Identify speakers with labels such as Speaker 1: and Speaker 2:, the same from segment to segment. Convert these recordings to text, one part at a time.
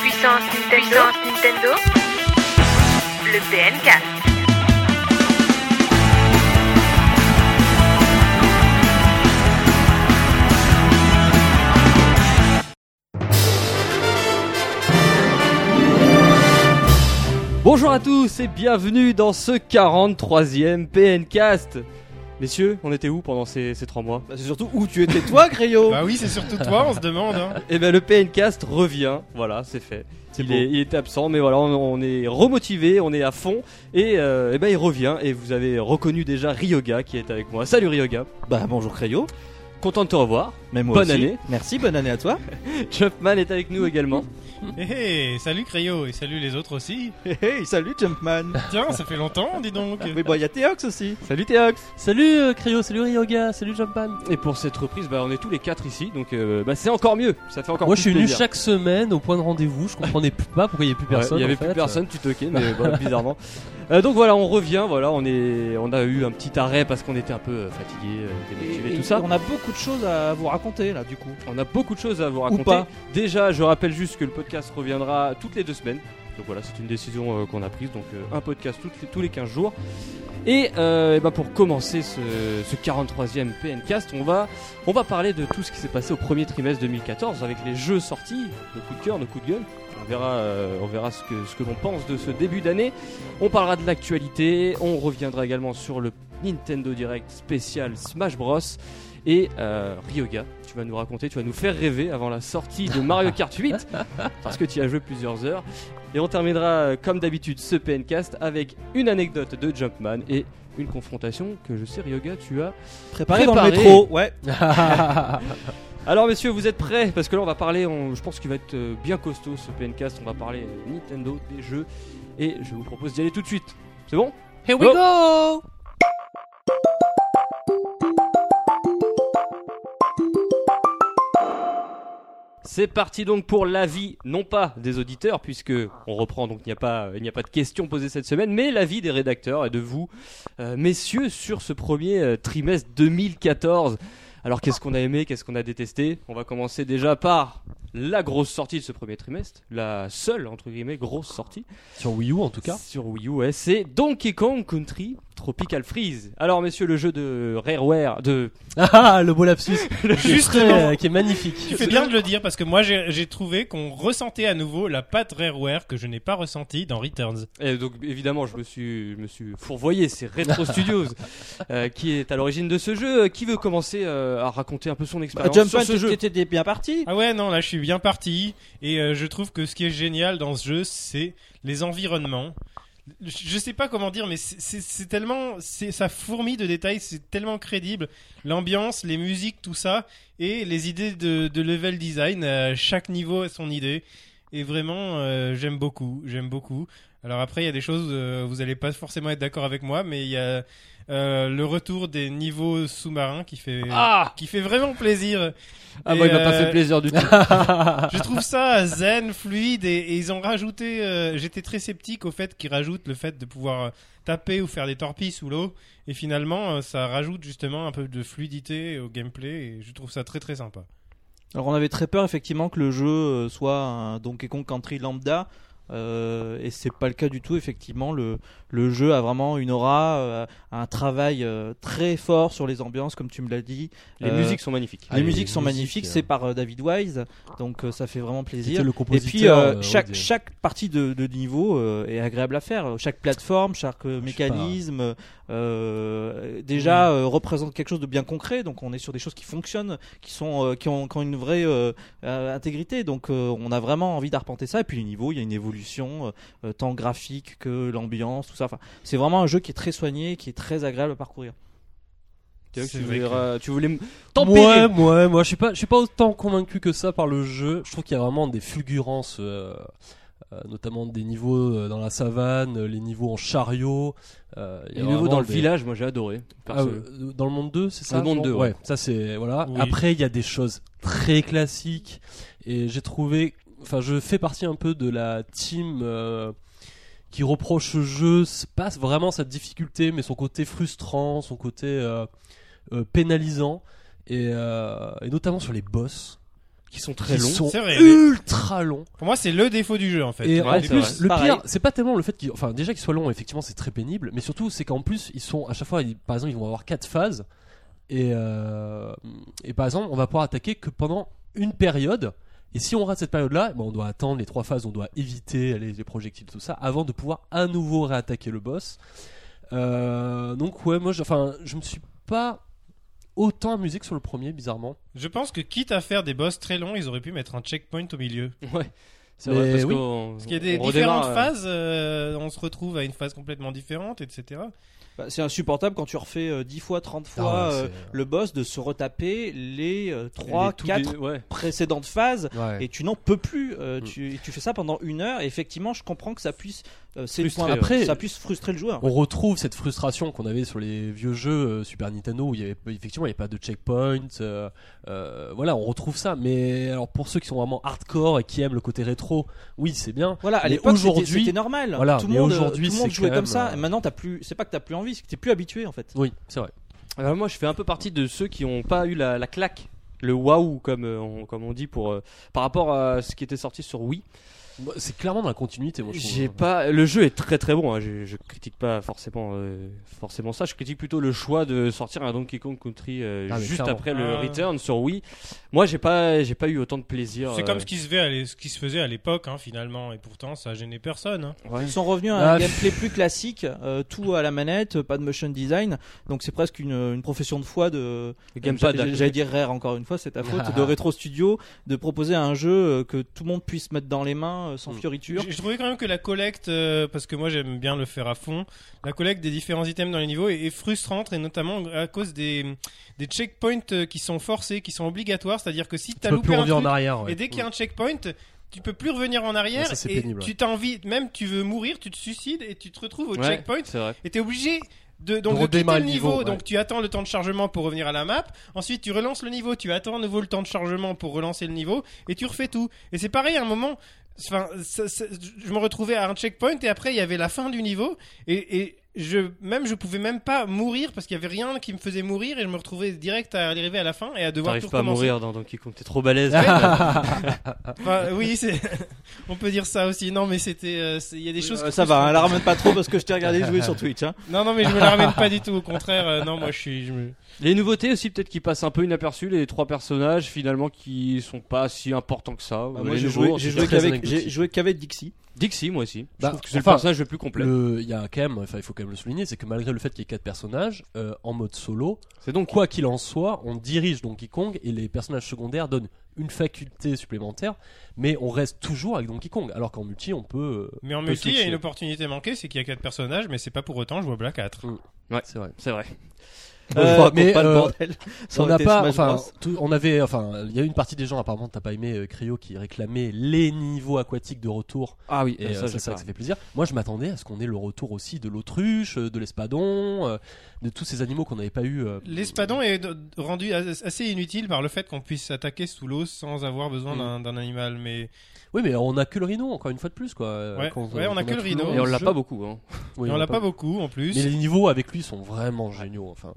Speaker 1: Puissance Nintendo. Puissance Nintendo. Le PNK.
Speaker 2: Bonjour à tous et bienvenue dans ce 43e PNcast. Messieurs, on était où pendant ces, ces trois mois
Speaker 3: Bah, C'est surtout où tu étais toi, Créo
Speaker 4: Bah oui, c'est surtout toi, on se demande. hein.
Speaker 2: Eh bien, le PNcast revient, voilà, c'est fait. Il,
Speaker 3: beau.
Speaker 2: est- il était absent, mais voilà, on, on est remotivé, on est à fond, et euh, eh ben, il revient, et vous avez reconnu déjà Ryoga qui est avec moi. Salut Ryoga,
Speaker 3: Bah bonjour, Créo.
Speaker 2: content de te revoir.
Speaker 3: Mais moi
Speaker 2: Bonne
Speaker 3: aussi.
Speaker 2: année.
Speaker 3: Merci, bonne année à toi.
Speaker 2: Jumpman est avec nous également.
Speaker 4: Hé, hé, Eh, salut Crayo et salut les autres aussi.
Speaker 3: Hey, hey, salut Jumpman.
Speaker 4: Tiens, ça fait longtemps, dis donc.
Speaker 3: Mais bon, il y a Théox aussi.
Speaker 2: Salut Théox
Speaker 5: Salut euh, Cryo, salut
Speaker 2: Ah,
Speaker 5: Ryoga, salut Jumpman.
Speaker 2: Et pour cette reprise, bah, on est tous les quatre ici, donc euh, bah, c'est encore mieux, ça fait encore
Speaker 5: Moi je
Speaker 2: plus
Speaker 5: suis venu
Speaker 2: plaisir.
Speaker 5: chaque semaine au point de rendez-vous, je comprenais plus pas pourquoi il n'y avait plus
Speaker 2: Ouais,
Speaker 5: personne.
Speaker 2: Il y avait
Speaker 5: en
Speaker 2: plus
Speaker 5: fait.
Speaker 2: personne, tu toquais, mais voilà, bizarrement. Euh, donc voilà, on revient. Voilà, on est, on a eu un petit arrêt parce qu'on était un peu euh, fatigué, euh, démotivé, tout ça.
Speaker 3: On a beaucoup de choses à vous raconter là, du coup.
Speaker 2: On a beaucoup de choses à vous raconter.
Speaker 3: pas.
Speaker 2: Déjà, je rappelle juste que le podcast reviendra toutes les deux semaines. Donc voilà, c'est une décision euh, qu'on a prise. Donc euh, un podcast toutes les- tous les 15 jours. Et, euh, eh ben, pour commencer ce, ce 43e PNcast, on va, on va parler de tout ce qui s'est passé au premier trimestre 2014 avec les jeux sortis, nos coups de cœur, nos coups de gueule. On verra, euh, on verra ce que, ce que l'on pense de ce début d'année. On parlera de l'actualité. On reviendra également sur le Nintendo Direct spécial Smash Bros. Et euh, Ryoga, tu vas nous raconter, tu vas nous faire rêver avant la sortie de Mario Kart 8, parce que tu y as joué plusieurs heures. Et on terminera, euh, comme d'habitude, ce PNcast avec une anecdote de Jumpman et une confrontation que je sais, Ryoga, tu as.
Speaker 3: Préparé, dans
Speaker 2: Préparé.
Speaker 3: le métro, ouais.
Speaker 2: Alors, messieurs, vous êtes prêts Parce que là, on va parler, on- je pense qu'il va être euh, bien costaud ce PNcast. On va parler euh, Nintendo, des jeux, et je vous propose d'y aller tout de suite. C'est bon
Speaker 5: Here we go
Speaker 2: C'est parti donc pour l'avis, non pas des auditeurs, puisque on reprend, donc il n'y a pas, il n'y a pas de questions posées cette semaine, mais l'avis des rédacteurs et de vous, euh, messieurs, sur ce premier euh, trimestre 2014. Alors qu'est-ce qu'on a aimé, qu'est-ce qu'on a détesté On va commencer déjà par la grosse sortie de ce premier trimestre, la seule entre guillemets grosse sortie
Speaker 5: Sur Wii U en tout cas.
Speaker 2: sur Wii U, ouais, c'est Donkey Kong Country Tropical Freeze. Alors messieurs, le jeu de Rareware, de
Speaker 5: Ah le beau lapsus qui est
Speaker 4: Justement.
Speaker 5: très, euh, qui est magnifique.
Speaker 4: Tu fais bien de le dire parce que moi j'ai j'ai trouvé qu'on ressentait à nouveau la patte Rareware que je n'ai pas ressentie dans Returns.
Speaker 2: Et eh, donc évidemment, je me suis, je me suis fourvoyé, c'est Retro Studios euh, qui est à l'origine de ce jeu. Qui veut commencer euh, à raconter un peu son
Speaker 3: Bah,
Speaker 2: expérience sur
Speaker 3: Jumpman,
Speaker 2: ce jeu
Speaker 3: tu étais bien parti.
Speaker 4: Ah ouais, non, là je suis bien parti et euh, je trouve que ce qui est génial dans ce jeu, c'est les environnements. Je je sais pas comment dire, mais c'est- c'est c'est tellement, c'est ça fourmille de détails, c'est tellement crédible. L'ambiance, les musiques, tout ça, et les idées de, de level design. euh, chaque niveau a son idée, et vraiment, euh, j'aime beaucoup, j'aime beaucoup. Alors après, il y a des choses, euh, vous allez pas forcément être d'accord avec moi, mais il y a euh, le retour des niveaux sous-marins qui fait,
Speaker 2: Ah,
Speaker 4: qui fait vraiment plaisir.
Speaker 2: ah
Speaker 4: Et,
Speaker 2: moi, il m'a pas
Speaker 4: euh,
Speaker 2: fait plaisir du tout.
Speaker 4: je trouve ça zen, fluide, et, et ils ont rajouté. euh, J'étais très sceptique au fait qu'ils rajoutent le fait de pouvoir euh, taper ou faire des torpilles sous l'eau, et finalement, euh, ça rajoute justement un peu de fluidité au gameplay, et je trouve ça très très sympa.
Speaker 3: Alors on avait très peur effectivement que le jeu euh, soit un Donkey Kong Country lambda euh, et c'est pas le cas du tout effectivement le, le jeu a vraiment une aura euh, un travail euh, très fort sur les ambiances comme tu me l'as dit
Speaker 2: Les
Speaker 3: euh,
Speaker 2: musiques sont magnifiques.
Speaker 3: les, musiques sont magnifiques c'est par euh, David Wise donc euh, ça fait vraiment plaisir
Speaker 5: le
Speaker 3: et
Speaker 5: compositeur.
Speaker 3: puis euh,
Speaker 5: euh,
Speaker 3: chaque,
Speaker 5: ouais, des-
Speaker 3: chaque partie de, de niveau euh, est agréable à faire. Chaque plateforme, chaque euh,
Speaker 5: Je sais pas. Hmm.
Speaker 3: mécanisme euh, déjà euh, représente quelque chose de bien concret. Donc on est sur des choses qui fonctionnent, qui sont euh, qui ont, qui ont une vraie euh, euh, intégrité. Donc euh, on a vraiment envie d'arpenter ça. Et puis les niveaux, il y a une évolution euh, euh, tant graphique que l'ambiance, tout ça. Enfin, c'est vraiment un jeu qui est très soigné, qui est très agréable à parcourir.
Speaker 2: Tu vois que
Speaker 4: C'est
Speaker 2: tu
Speaker 4: vrai
Speaker 2: voulais,
Speaker 4: que-
Speaker 2: euh, tu voulais me-
Speaker 5: Ouais,
Speaker 2: tempérer.
Speaker 5: ouais, moi je suis pas, je suis pas autant convaincu que ça par le jeu. Je trouve qu'il y a vraiment des fulgurances, euh, euh, notamment des niveaux euh, dans la savane, euh, les niveaux en chariot. Euh, il y
Speaker 2: Les
Speaker 5: a
Speaker 2: niveaux dans
Speaker 5: vraiment
Speaker 2: le
Speaker 5: des-
Speaker 2: village, moi j'ai adoré.
Speaker 5: Ah,
Speaker 2: perso.
Speaker 5: euh, dans le monde 2, c'est ça
Speaker 2: Le monde 2,
Speaker 5: ouais.
Speaker 2: ouais.
Speaker 5: ça c'est voilà.
Speaker 4: Oui.
Speaker 5: Après, il y a des choses très classiques et j'ai trouvé enfin je fais partie un peu de la team euh, qui reproche ce jeu, c'est pas vraiment sa difficulté mais son côté frustrant, son côté euh, euh, pénalisant et, euh, et notamment sur les boss. qui sont très
Speaker 4: Qui
Speaker 5: longs,
Speaker 4: sont C'est vrai.
Speaker 5: ultra longs.
Speaker 4: Pour moi, c'est le défaut du jeu en fait.
Speaker 5: Et
Speaker 2: Ouais,
Speaker 5: en
Speaker 2: Bah, c'est
Speaker 5: plus,
Speaker 2: vrai.
Speaker 5: le
Speaker 3: Pareil.
Speaker 5: pire, c'est pas tellement le fait qu'ils, enfin, déjà qu'ils soient longs, effectivement, c'est très pénible, mais surtout, c'est qu'en plus, ils sont à chaque fois, ils- par exemple, ils vont avoir quatre phases, et euh, et par exemple, on va pouvoir attaquer que pendant une période. Et si on rate cette période-là, ben, on doit attendre les trois phases, on doit éviter les, les projectiles, tout ça, avant de pouvoir à nouveau réattaquer le boss. Euh, donc ouais, moi, je- enfin, je me suis pas autant amusé que sur le premier, bizarrement.
Speaker 4: Je pense que quitte à faire des boss très longs, ils auraient pu mettre un checkpoint au milieu.
Speaker 2: Ouais. C'est
Speaker 5: Mais
Speaker 2: vrai, parce
Speaker 5: oui.
Speaker 2: qu'on-
Speaker 4: Parce qu'il y a
Speaker 2: on
Speaker 4: des
Speaker 2: redémarre,
Speaker 4: différentes
Speaker 2: euh,
Speaker 4: phases, euh, on se retrouve à une phase complètement différente, etc.
Speaker 3: Bah, c'est insupportable quand tu refais euh, 10 fois, 30 fois
Speaker 5: Ah ouais,
Speaker 3: euh,
Speaker 5: c'est-
Speaker 3: le boss de se retaper les euh,
Speaker 2: les
Speaker 3: 3,
Speaker 2: tout
Speaker 3: 4
Speaker 2: dé- ouais.
Speaker 3: précédentes phases.
Speaker 5: Ouais.
Speaker 3: Et tu n'en peux plus. euh,
Speaker 5: Mm.
Speaker 3: tu, et tu fais ça pendant une heure. Et effectivement, je comprends que ça puisse, euh, c'est le
Speaker 2: Frustrer,
Speaker 3: point-
Speaker 5: ouais. Après-
Speaker 3: ça puisse frustrer le joueur.
Speaker 5: On retrouve cette frustration qu'on avait sur les vieux jeux euh, Super Nintendo où il y avait effectivement il n'y avait pas de checkpoint. euh, euh, voilà, on retrouve ça. Mais alors pour ceux qui sont vraiment hardcore et qui aiment le côté rétro, oui c'est bien.
Speaker 3: Voilà, à
Speaker 5: Mais
Speaker 3: l'époque, c'était-
Speaker 5: aujourd'hui-
Speaker 3: c'était normal.
Speaker 5: voilà,
Speaker 3: tout le
Speaker 5: mais
Speaker 3: monde, euh,
Speaker 5: aujourd'hui,
Speaker 3: tout le monde
Speaker 5: c'est
Speaker 3: jouait
Speaker 5: quand
Speaker 3: comme
Speaker 5: même,
Speaker 3: ça.
Speaker 5: euh,
Speaker 3: Et maintenant, t'as plus, c'est pas que t'as plus envie, c'est que t'es plus habitué en fait.
Speaker 5: Oui, c'est vrai.
Speaker 2: Alors Ah, moi, je fais un peu partie de ceux qui n'ont pas eu la, la claque, le waouh, comme, euh, on, comme on dit, pour, euh, par rapport à ce qui était sorti sur Wii.
Speaker 5: Bah, C'est clairement dans la continuité. Moi, je trouve.
Speaker 2: J'ai pas. Le jeu est très très bon. hein. Je, je critique pas forcément euh, forcément ça. Je critique plutôt le choix de sortir un Donkey Kong Country euh,
Speaker 5: Ah, mais
Speaker 2: juste
Speaker 5: clairement.
Speaker 2: après le
Speaker 4: Ah.
Speaker 2: Return sur Wii. Moi, j'ai pas j'ai pas eu autant de plaisir.
Speaker 4: C'est
Speaker 2: euh,
Speaker 4: comme ce qui se fait à l'é- ce qui se faisait à l'époque, hein, finalement, et pourtant ça gênait personne. hein.
Speaker 2: ouais.
Speaker 3: Ils sont revenus à un
Speaker 5: Ah,
Speaker 3: gameplay plus classique, euh, tout à la manette, pas de motion design. Donc c'est presque une, une profession de foi de.
Speaker 2: Le euh, gamepad.
Speaker 3: J'allais- J'allais dire rare encore une fois, c'est ta faute
Speaker 5: Ah.
Speaker 3: de Retro Studio de proposer un jeu euh, que tout le monde puisse mettre dans les mains euh, sans
Speaker 5: Hmm.
Speaker 2: Mm.
Speaker 3: fioriture.
Speaker 4: Je, je trouvais quand même que la collecte, euh, parce que moi j'aime bien le faire à fond, la collecte des différents items dans les niveaux est, est frustrante et notamment à cause des, des checkpoints euh, qui sont forcés, qui sont obligatoires, c'est-à-dire que si
Speaker 5: Tu
Speaker 4: t'as
Speaker 5: peux
Speaker 4: loupé
Speaker 5: plus
Speaker 4: un
Speaker 5: revenir en
Speaker 4: truc,
Speaker 5: arrière. ouais.
Speaker 4: et dès qu'il y a un checkpoint, tu peux plus revenir en arrière
Speaker 5: Ouais, ça, c'est
Speaker 4: et
Speaker 5: pénible,
Speaker 4: tu t'as envie, même tu veux mourir, tu te suicides et tu te retrouves au
Speaker 2: Ouais,
Speaker 4: checkpoint
Speaker 2: C'est vrai.
Speaker 4: et t'es obligé de, donc de
Speaker 5: De
Speaker 4: quitter
Speaker 5: redémarrer
Speaker 4: le
Speaker 5: le
Speaker 4: niveau,
Speaker 5: niveau, ouais.
Speaker 4: donc tu attends le temps de chargement pour revenir à la map, ensuite tu relances le niveau, tu attends à nouveau le temps de chargement pour relancer le niveau, et tu refais tout. Et c'est pareil, à un moment, enfin, ça- ça- je me retrouvais à un checkpoint, et après il y avait la fin du niveau, et, et je, même je pouvais même pas mourir, parce qu'il y avait rien qui me faisait mourir, et je me retrouvais direct à arriver à la fin, et à devoir tout
Speaker 2: T'arrives pas à
Speaker 4: recommencer.
Speaker 2: mourir dans Donkey Kong. T'es trop balèze.
Speaker 4: Enfin, oui, c'est, on peut dire ça aussi, non mais c'était, euh, c'est- il y a des choses
Speaker 3: Euh,
Speaker 4: qui
Speaker 3: ça
Speaker 4: me
Speaker 3: va, hein, la ramène pas trop parce que je t'ai regardé jouer sur Twitch. hein.
Speaker 4: Non, non, mais je me la ramène pas du tout. Au contraire, euh, non, moi je suis. Je me...
Speaker 2: Les nouveautés aussi peut-être qui passent un peu inaperçues, les trois personnages finalement qui sont pas si importants que ça.
Speaker 3: Bah,
Speaker 2: Euh,
Speaker 3: moi
Speaker 2: les
Speaker 3: j'ai
Speaker 2: nouveaux,
Speaker 3: joué,
Speaker 2: en
Speaker 3: j'ai
Speaker 2: tout
Speaker 3: joué
Speaker 2: cas.
Speaker 5: très
Speaker 3: qu'avec-
Speaker 5: anecdotique.
Speaker 3: j'ai joué qu'avec Dixie.
Speaker 2: Dixie moi aussi.
Speaker 5: Bah,
Speaker 2: je trouve que c'est
Speaker 5: enfin,
Speaker 2: le personnage le plus complet.
Speaker 5: Le- Il y a quand même, enfin il faut quand même le souligner, c'est que malgré le fait qu'il y ait quatre personnages euh, en mode solo,
Speaker 2: C'est donc
Speaker 5: quoi qu'il en soit, on dirige Donkey Kong et les personnages secondaires donnent une faculté supplémentaire, mais on reste toujours avec Donkey Kong. Alors qu'en multi, on peut. euh,
Speaker 4: Mais en
Speaker 5: peut
Speaker 4: multi, il y a
Speaker 5: switcher.
Speaker 4: une opportunité manquée, c'est qu'il y a quatre personnages, mais c'est pas pour autant jouable à 4.
Speaker 5: C'est vrai.
Speaker 2: c'est vrai.
Speaker 5: Euh,
Speaker 3: Je vous raconte
Speaker 5: mais,
Speaker 3: pas le
Speaker 5: euh,
Speaker 3: bordel. Ça
Speaker 5: On
Speaker 3: aurait
Speaker 5: n'a
Speaker 3: été
Speaker 5: pas,
Speaker 3: Smash
Speaker 5: enfin,
Speaker 3: Bros.
Speaker 5: tout- on avait, enfin, il y a une partie des gens apparemment t'as pas aimé euh, Cryo qui réclamait les niveaux aquatiques de retour.
Speaker 2: Ah oui,
Speaker 5: Et euh, ça,
Speaker 2: je
Speaker 5: c'est vrai
Speaker 2: sais
Speaker 5: que ça fait plaisir. Moi, je m'attendais à ce qu'on ait le retour aussi de l'autruche, euh, de l'espadon, euh, de tous ces animaux qu'on n'avait pas eu. euh,
Speaker 4: L'espadon est d- rendu as- assez inutile par le fait qu'on puisse attaquer sous l'eau sans avoir besoin
Speaker 5: Mm.
Speaker 4: d'un- d'un animal. Mais
Speaker 5: Oui, mais on a que le rhino encore une fois de plus quoi. euh,
Speaker 4: Ouais,
Speaker 5: quand,
Speaker 4: ouais,
Speaker 5: euh,
Speaker 4: on a
Speaker 5: qu'on
Speaker 4: que le
Speaker 5: tout
Speaker 4: rhino.
Speaker 5: long
Speaker 2: Et on
Speaker 5: du
Speaker 2: l'a
Speaker 5: jeu.
Speaker 2: pas beaucoup. Hein.
Speaker 5: Oui,
Speaker 4: et on l'a pas
Speaker 5: beaucoup.
Speaker 4: beaucoup en plus.
Speaker 5: Mais les niveaux avec lui sont vraiment géniaux. Enfin,